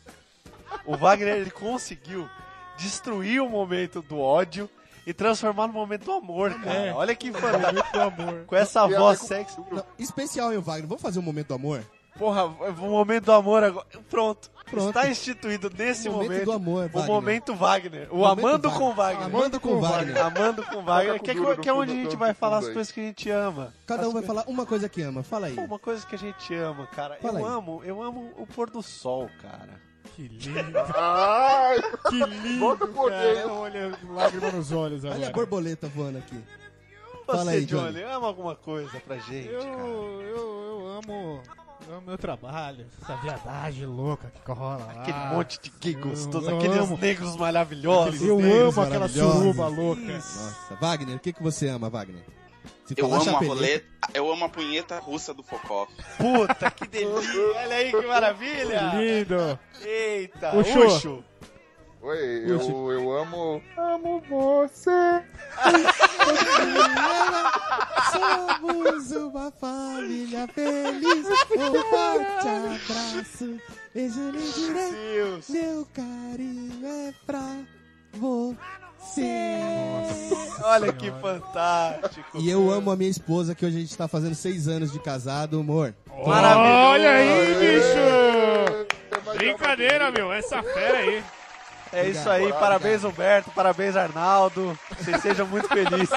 F: O Wagner ele conseguiu destruir o momento do ódio e transformar no momento do amor,
C: É.
F: cara. Olha que fantástico.
B: Muito amor.
F: Com essa
D: E a
F: voz
D: Michael-
F: sexy.
C: Não, especial, hein, Wagner? Vamos fazer um momento do amor?
F: Porra, o momento do amor agora. Pronto.
C: Pronto.
F: Está instituído nesse
C: O
F: momento.
C: momento do amor,
F: O
C: Wagner.
F: momento Wagner. O
C: Momento
F: amando
C: Wagner.
F: com Wagner.
C: Amando com Wagner.
F: Amando com Wagner. Que, é-
D: Duro no
F: que é onde a
D: fundo
F: gente
D: do-
F: vai
D: do
F: falar as
D: fundo aí.
F: coisas que a gente ama.
C: Cada
F: As
C: um vai
F: coi-
C: falar uma coisa que ama. Fala aí.
F: Pô, uma coisa que a gente ama, cara.
C: Fala
F: eu
C: aí.
F: amo, eu amo o pôr do sol, cara.
B: Que lindo,
D: Ai,
B: que lindo,
D: Volta pro
B: cara.
D: odeio.
B: Olha, lágrima nos olhos
C: Olha a
B: agora.
C: borboleta voando aqui.
F: Você,
C: Fala aí,
F: Johnny,
C: Johnny.
F: ama alguma coisa pra gente,
B: Eu,
F: cara.
B: eu, eu amo... eu amo meu trabalho, essa viadagem louca que rola lá.
F: Aquele monte de gay gostoso,
B: eu
F: aqueles
B: amo.
F: negros maravilhosos.
B: Eu
C: negros
B: amo aquela
C: maravilhosos.
B: suruba louca.
C: Nossa, Wagner, o que, que você ama, Wagner? Se
E: Eu
C: falar
E: amo a
C: chapeleta-
E: roleta, eu amo a punheta russa do Focó.
F: Puta, que delícia. Olha aí que maravilha.
B: Que lindo.
F: Eita,
B: Uxu.
F: Uxu.
D: Oi, eu, eu amo. Amo você.
C: Somos uma família feliz. Um forte abraço. Beijo no direito.
F: Deus.
C: Meu carinho é pra você.
F: Olha que fantástico.
C: E eu amo a minha esposa, que hoje a gente tá fazendo seis anos de casado, amor.
F: Maravilhoso.
B: Olha aí, bicho.
D: É, mas
B: Brincadeira, meu, essa fera aí.
F: É isso aí, parabéns Humberto, parabéns Arnaldo. Vocês sejam muito felizes.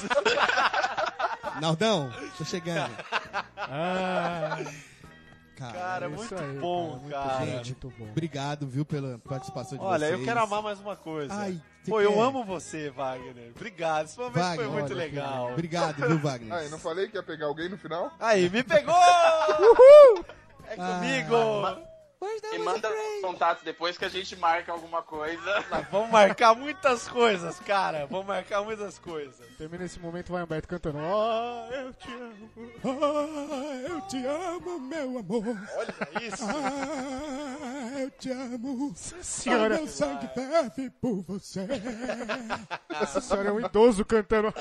C: Naldão, tô chegando.
B: Ah,
C: Cara,
F: Cara,
B: É isso
F: muito
B: aí,
F: bom, cara.
B: cara.
C: gente.
B: Muito bom.
C: obrigado, viu, pela participação de
F: Olha,
C: vocês.
F: eu quero amar mais uma coisa.
C: Ai, você
F: Pô, eu
C: quer?
F: amo você, Wagner. Obrigado, esse momento
C: Wagner,
F: foi muito
C: olha,
F: legal.
C: Obrigado, viu, Wagner?
D: Ah, eu não falei que ia pegar alguém no final?
F: Aí, me pegou! É comigo!
E: E manda contato depois que a gente marca alguma coisa.
F: Vamos marcar muitas coisas, cara. Vamos marcar muitas coisas.
B: Termina esse momento, vai Humberto cantando. Ó, eu te amo.
C: Ah, eu te amo, meu amor.
F: Olha isso.
C: Ah, eu te amo. Ah,
B: Senhora,
C: meu sangue bebe por você.
B: essa senhora é um idoso cantando.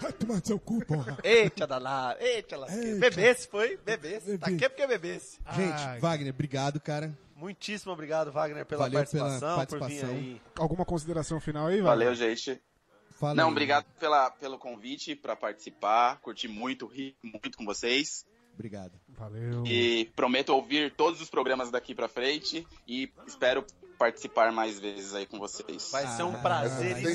C: Vai tomar seu cu, porra.
F: É. Eita, danar. Eita, lasqueira.
C: Eita.
F: Bebesse, foi? Bebesse. Tá
C: Bebi.
F: aqui porque bebesse.
C: Gente,
B: Ai.
C: Wagner, obrigado, cara.
F: Muitíssimo obrigado, Wagner, pela
C: Valeu pela
F: participação, por
C: participação.
F: vir aí.
B: Alguma consideração final aí, vai?
E: Valeu, gente.
C: Fala
E: Não,
C: aí.
E: obrigado pela, pelo convite pra participar. Curti muito, ri muito com vocês.
C: Obrigado.
B: Valeu.
E: E prometo ouvir todos os programas daqui pra frente. E espero participar mais vezes aí com vocês.
F: Vai ser um
C: Ah,
F: prazer
C: vai
D: ser-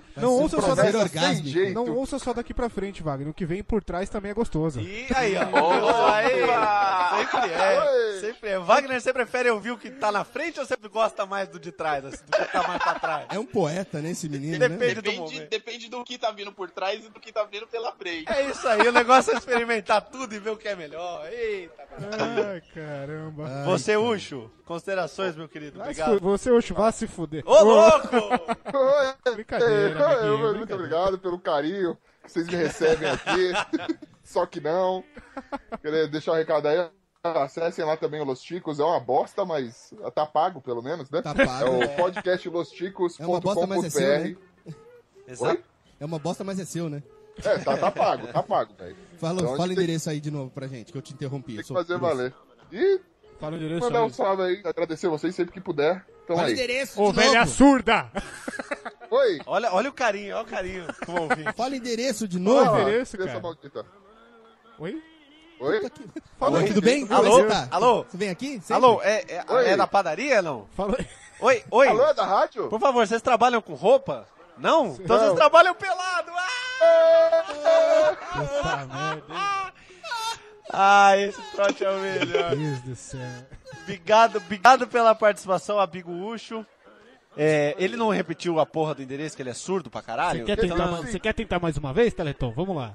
C: Vai
B: Não
C: ser um
B: ouça só
C: prazer
B: dessa-
C: orgásmico.
D: jeito.
B: Não ouça só daqui pra frente, Wagner. O que vem por trás também é gostoso.
F: E aí, ó.
E: Opa!
F: Aí, sempre é.
D: Oi!
F: Sempre é. Wagner, você prefere ouvir o que tá na frente ou você gosta mais do de trás, assim, do que tá mais pra trás?
C: É um poeta, né, esse menino, né?
F: Depende. do
E: Depende,
F: momento.
E: depende do que tá vindo por trás e do que tá vindo pela frente.
F: É isso aí, o negócio é experimentar tudo e ver o que é melhor. Eita, cara.
B: Ai, caramba.
F: Você, Ucho, considerações, meu querido.
B: Vai se
F: Obrigado.
B: fu- Você, Oxo, vá se fuder.
F: Ô, louco!
D: Oi,
B: Brincadeira,
D: Ei,
B: amiguinho,
D: É, muito
B: brincadeira.
D: obrigado pelo carinho que vocês me recebem aqui. Só que não. Queria deixar o recado aí. Acessem lá também o Los Chicos. É uma bosta, mas tá pago, pelo menos, né?
C: Tá pago,
D: É
C: é.
D: o podcastlosticos.com.br.
C: É uma bosta, mas é seu, né?
F: Exato.
C: É uma bosta, mas é seu, né?
D: É, tá, tá pago, tá pago, velho.
C: Fala,
D: Então, a gente
C: fala o
D: tem-
C: endereço aí de novo pra gente, que eu te interrompi.
D: Tem
C: eu
D: que
C: sou
D: fazer
C: grosso.
D: valer. E
B: Fala direito,
D: mandar um
B: Salles.
D: salve aí, agradecer vocês sempre que puder. Então
C: Fala o
D: aí.
C: endereço,
B: Ô,
C: de
B: velha
C: novo.
B: surda!
D: Oi!
F: Olha, olha o carinho, olha o carinho com o ouvinte.
C: Fala o endereço de
B: Fala,
C: novo.
B: endereço,
D: criança
B: cara.
D: maldita.
B: Oi?
D: Oi?
C: Alô, tudo bem?
F: Alô?
C: Como é que você tá?
F: Alô?
C: Você vem aqui? Sempre?
F: Alô, é, é,
D: Oi.
F: é da padaria, não?
B: Fala aí.
F: Oi, oi.
D: Alô, é da rádio?
F: Por favor, vocês trabalham com roupa? Não? Então vocês trabalham pelado. Ah!
B: Puta merda.
F: Ah, esse trote é o melhor.
B: Meu Deus do céu.
F: Obrigado, obrigado pela participação, amigo Ucho. É, ele não repetiu a porra do endereço, que ele é surdo pra
B: Você
F: caralho.
B: quer, tentar, ma- você quer tentar mais uma vez, Teleton? Vamos lá.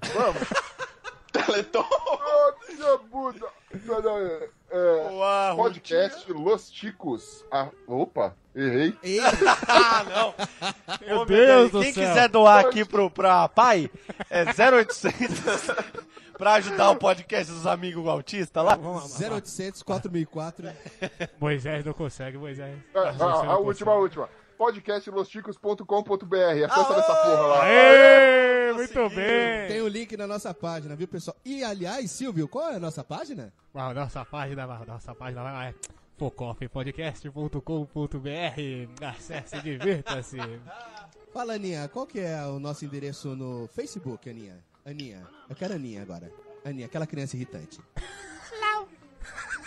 E: Teleton.
D: Ô, minha bunda. Não, não, é, é,
F: Uau,
D: podcast Los Ticos. Ah, opa, errei.
C: Ei,
F: Ah, não.
B: Meu
F: Ô,
B: Deus
F: Deus
B: do
F: Quem
B: céu.
F: quiser doar aqui pro, pra pai, é 0800 pra ajudar o podcast dos amigos autistas lá.
C: 0800 4004.
B: Moisés não consegue, Moisés.
D: Ah,
B: Mas você não
D: ah, a
B: consegue.
D: última, a última. podcastlosticos.com.br. Acessa nessa porra lá.
B: é? Ê, muito bem.
C: Tem o link na nossa página, viu, pessoal? E, aliás, Silvio, qual é a nossa página?
B: Ah, Nossa página, ah, nossa página vai lá. É focoffeepodcast.com.br. Acesse, divirta-se.
C: Fala, Aninha, qual que é o nosso endereço no Facebook, Aninha? Aninha, eu quero a Aninha agora. Aninha, aquela criança irritante.
H: Lau,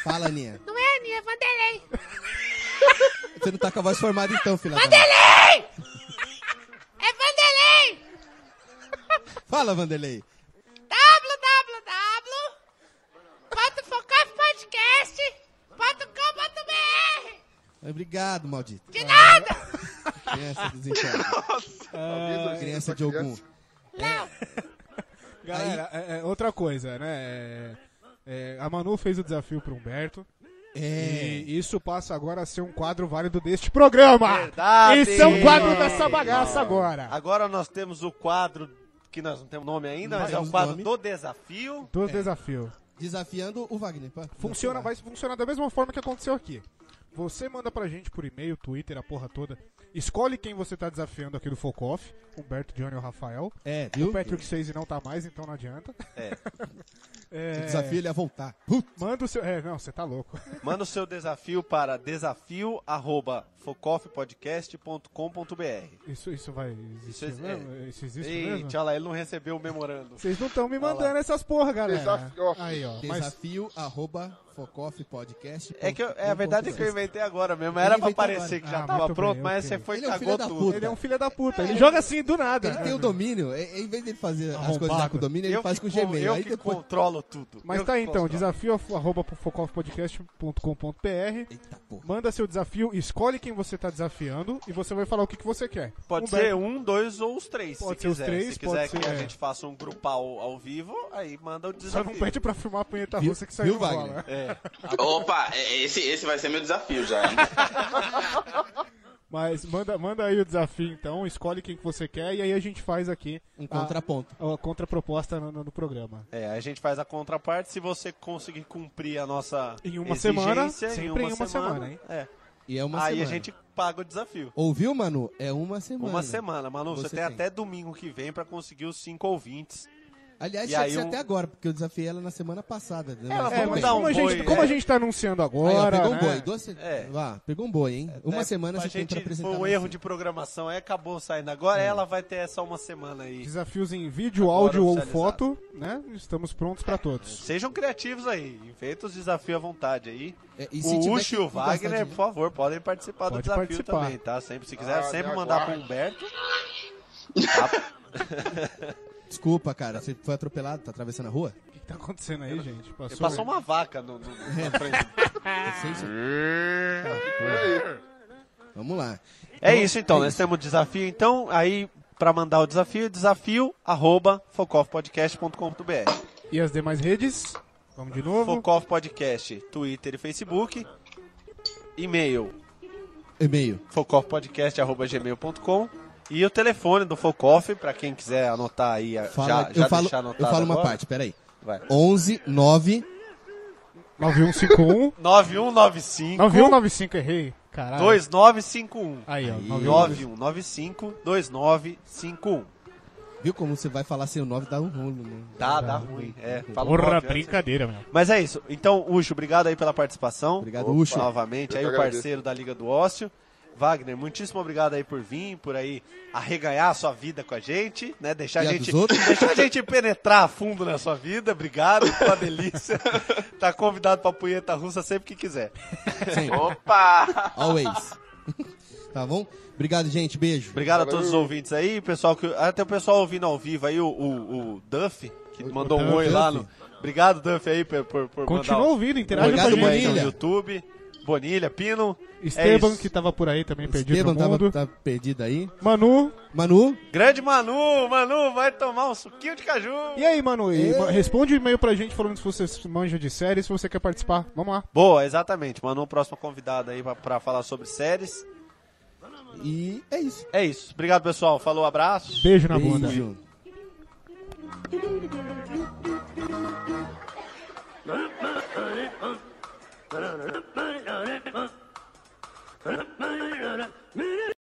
C: Fala, Aninha.
H: não é Aninha, é Vanderlei.
C: Você não tá com a voz formada então, filha da...
H: Vanderlei! É Vanderlei!
C: Fala, Vanderlei.
H: www.focafpodcast.com.br
C: Obrigado, maldito. Ah,
H: De nada!
C: Criança dos infernos. Criança de algum.
B: Galera, é- é outra coisa, né? É, é, a Manu fez o desafio pro Humberto.
C: É.
B: E isso passa agora a ser um quadro válido deste programa.
F: Verdade.
B: Esse é um quadro dessa bagaça agora.
F: Agora nós temos o quadro, que nós não temos nome ainda,
C: Não
F: mas é o
C: temos
F: quadro
C: nome.
F: do desafio.
B: Dos desafios.
C: Desafiando o Wagner. pá.
B: Funciona, vai funcionar da mesma forma que aconteceu aqui. Você manda pra gente por e-mail, Twitter, a porra toda. Escolhe quem você tá desafiando aqui do Focoff, Humberto, Johnny ou Rafael.
C: É, viu?
B: O Patrick 6 não tá mais, então não adianta.
C: O desafio ele é voltar. Puta.
B: Manda o seu. É, não, você tá louco.
F: Manda o seu desafio para desafio@focofpodcast.com.br.
B: Isso, isso vai existir
F: Isso é-
B: mesmo? Isso existe mesmo?
F: Eita, olha lá, ele não recebeu o memorando.
B: Vocês não estão me mandando essas porra, galera.
D: Desafio.
B: Aí, ó. Mas
C: Desafio arroba focoffpodcast.
F: É que eu-
B: um
F: é a verdade é que eu inventei agora mesmo,
C: Ele
F: era pra
C: inventou
F: parecer que
B: agora.
F: já
B: Ah,
F: tava
B: muito
F: pronto,
B: bem,
F: mas
B: ok.
F: você foi
C: Ele é um
F: cagou
C: filho da
F: tudo.
C: puta.
B: ele é um filho da puta. Ele joga assim do nada.
C: Ele tem o domínio, é- em vez dele fazer as
B: Arrombado.
C: coisas lá com o domínio, ele
F: Eu
C: faz com o
F: que con-
C: Gmail.
F: Eu
C: Aí
F: que
C: depois.
F: controlo tudo.
B: Mas
F: Eu um
B: tá
F: que
B: aí, então,
F: controlo.
B: desafio arroba focofpodcast.com.br.
C: Eita porra.
B: Manda seu desafio, escolhe quem você tá desafiando e você vai falar o que, que você quer.
F: Pode
B: Humberto,
F: ser um, dois ou os três.
B: Pode
F: se
B: ser os
F: quiser.
B: três,
F: Se
B: pode
F: quiser que
B: ser,
F: a
B: é.
F: gente faça um grupal ao vivo, aí manda o
B: Só não
F: um desafio.
B: pede pra filmar a punheta
C: Viu-
B: russa que saiu no
C: viu, Wagner?
B: bola.
F: É.
E: Opa, é- esse, esse vai ser meu desafio já. hein?
B: Mas manda, manda aí o desafio então, escolhe quem que você quer e aí a gente faz aqui
C: Um
B: a-
C: contraponto.
B: a, contraproposta no, no- no programa.
F: É, a gente faz a contraparte. Se você conseguir cumprir a nossa
B: Em uma
F: exigência,
B: semana, sempre em uma semana, hein?
F: é.
C: E é uma
F: aí
C: semana.
F: a gente paga o desafio.
C: Ouviu, Manu? É uma semana.
F: Uma semana, Manu, você,
C: Você
F: tem,
C: tem.
F: até domingo que vem pra conseguir os cinco ouvintes.
C: Aliás,
F: E
C: tinha
F: aí
C: que ser
F: um-
C: até agora, porque eu desafiei ela na semana passada. né?
F: Ela
C: Mas
F: É,
C: tudo
F: vamos
C: bem.
F: dar um
B: como a gente,
F: boi,
B: como
F: é.
B: a gente tá anunciando
C: Aí, ó,
B: agora.
C: pegou um
B: né?
C: boi. Duas... se-
F: É.
C: Vá, pegou um boi, hein? Uma
F: É,
C: semana
F: pra
C: você É. tem pra
F: gente,
C: apresentar.
F: Foi um
C: uma
F: erro
C: semana.
F: de programação, aí acabou saindo. Agora ela vai ter só uma semana aí.
B: Desafios em vídeo,
F: Agora
B: áudio ou
F: oficializado.
B: foto, né? Estamos prontos pra todos.
F: Sejam criativos aí, inventam os desafios à vontade aí.
C: É, e se
F: o
C: tiver
F: Ucho e
C: que
F: o
C: gastar
F: Wagner,
C: dinheiro-
F: por favor, podem participar do
B: Pode
F: desafio
B: participar.
F: também, tá? Sempre, se quiser,
D: Ah,
F: sempre
D: me
F: mandar pro
D: aguarde.
F: Humberto.
C: Desculpa, cara, você foi atropelado, tá atravessando a rua?
B: O que, que tá acontecendo aí, gente? Passou,
F: Passou uma vaca no, no, na frente.
C: Vamos lá.
F: É isso então, nós temos o desafio. Então, aí, pra mandar o desafio, desafio arroba focofpodcast.com.br.
B: E as demais redes? Vamos de novo?
F: Focof Podcast, Twitter e Facebook. E-mail,
C: E-mail.
F: focofpodcast.gmail.com. E o telefone do Focoff, pra quem quiser anotar aí,
C: Fala,
F: É, já, já
C: eu, falo,
F: deixar anotado
C: eu falo uma
F: agora.
C: parte, peraí.
F: Vai.
C: 11 9
B: 9151.
F: 9195
B: 9195, errei. Caralho.
F: 2951.
B: Aí, ó. 9195.
F: 9195 2951.
C: Viu como você vai falar sem o 9 dá um rolo, né?
F: Dá, dá ruim. É, fala um
B: Porra,
F: nove antes.
B: brincadeira, meu.
F: Mas é isso. Então, Ucho, obrigado aí pela participação.
C: Obrigado, Ucho.
F: Novamente,
D: Eu
F: aí
D: que
F: o
D: agradeço.
F: parceiro da Liga do Ócio. Wagner, muitíssimo obrigado aí por vir, por aí arreganhar a sua vida com a gente, né? Deixar
C: E
F: a
C: a
F: gente,
C: dos outros.
F: deixar a gente penetrar a fundo na sua vida. Obrigado, foi uma delícia. tá convidado pra punheta russa sempre que quiser.
E: Opa!
C: Always. tá bom? Obrigado, gente. Beijo.
F: Obrigado a todos os ouvintes aí, pessoal que até o pessoal ouvindo ao vivo aí o, o, o Duff que mandou um
B: Duff.
F: oi lá no. Obrigado Duff aí por por, por
B: Continua
F: mandar um-
B: ouvindo, interage com a
F: Obrigado,
C: Obrigado,
B: gente.
F: Bonilha.
C: Bonilha.
F: No YouTube. Bonilha, Pino.
B: Esteban,
F: É isso.
B: que tava por aí também, perdido
C: Esteban
B: no
C: tava,
B: mundo.
C: tá perdido aí.
B: Manu.
C: Manu,
F: Grande Manu, Manu, vai tomar um suquinho de caju.
B: E aí, Manu? E
F: É.
B: ma- responde o e-mail pra gente falando se você manja de série, se você quer participar. Vamos lá.
F: Boa, exatamente. Manu, próximo convidado aí pra, pra falar sobre séries.
C: e é isso.
F: É isso. Obrigado, pessoal. Falou, abraço.
B: Beijo na bunda.
C: Beijo.
K: Thank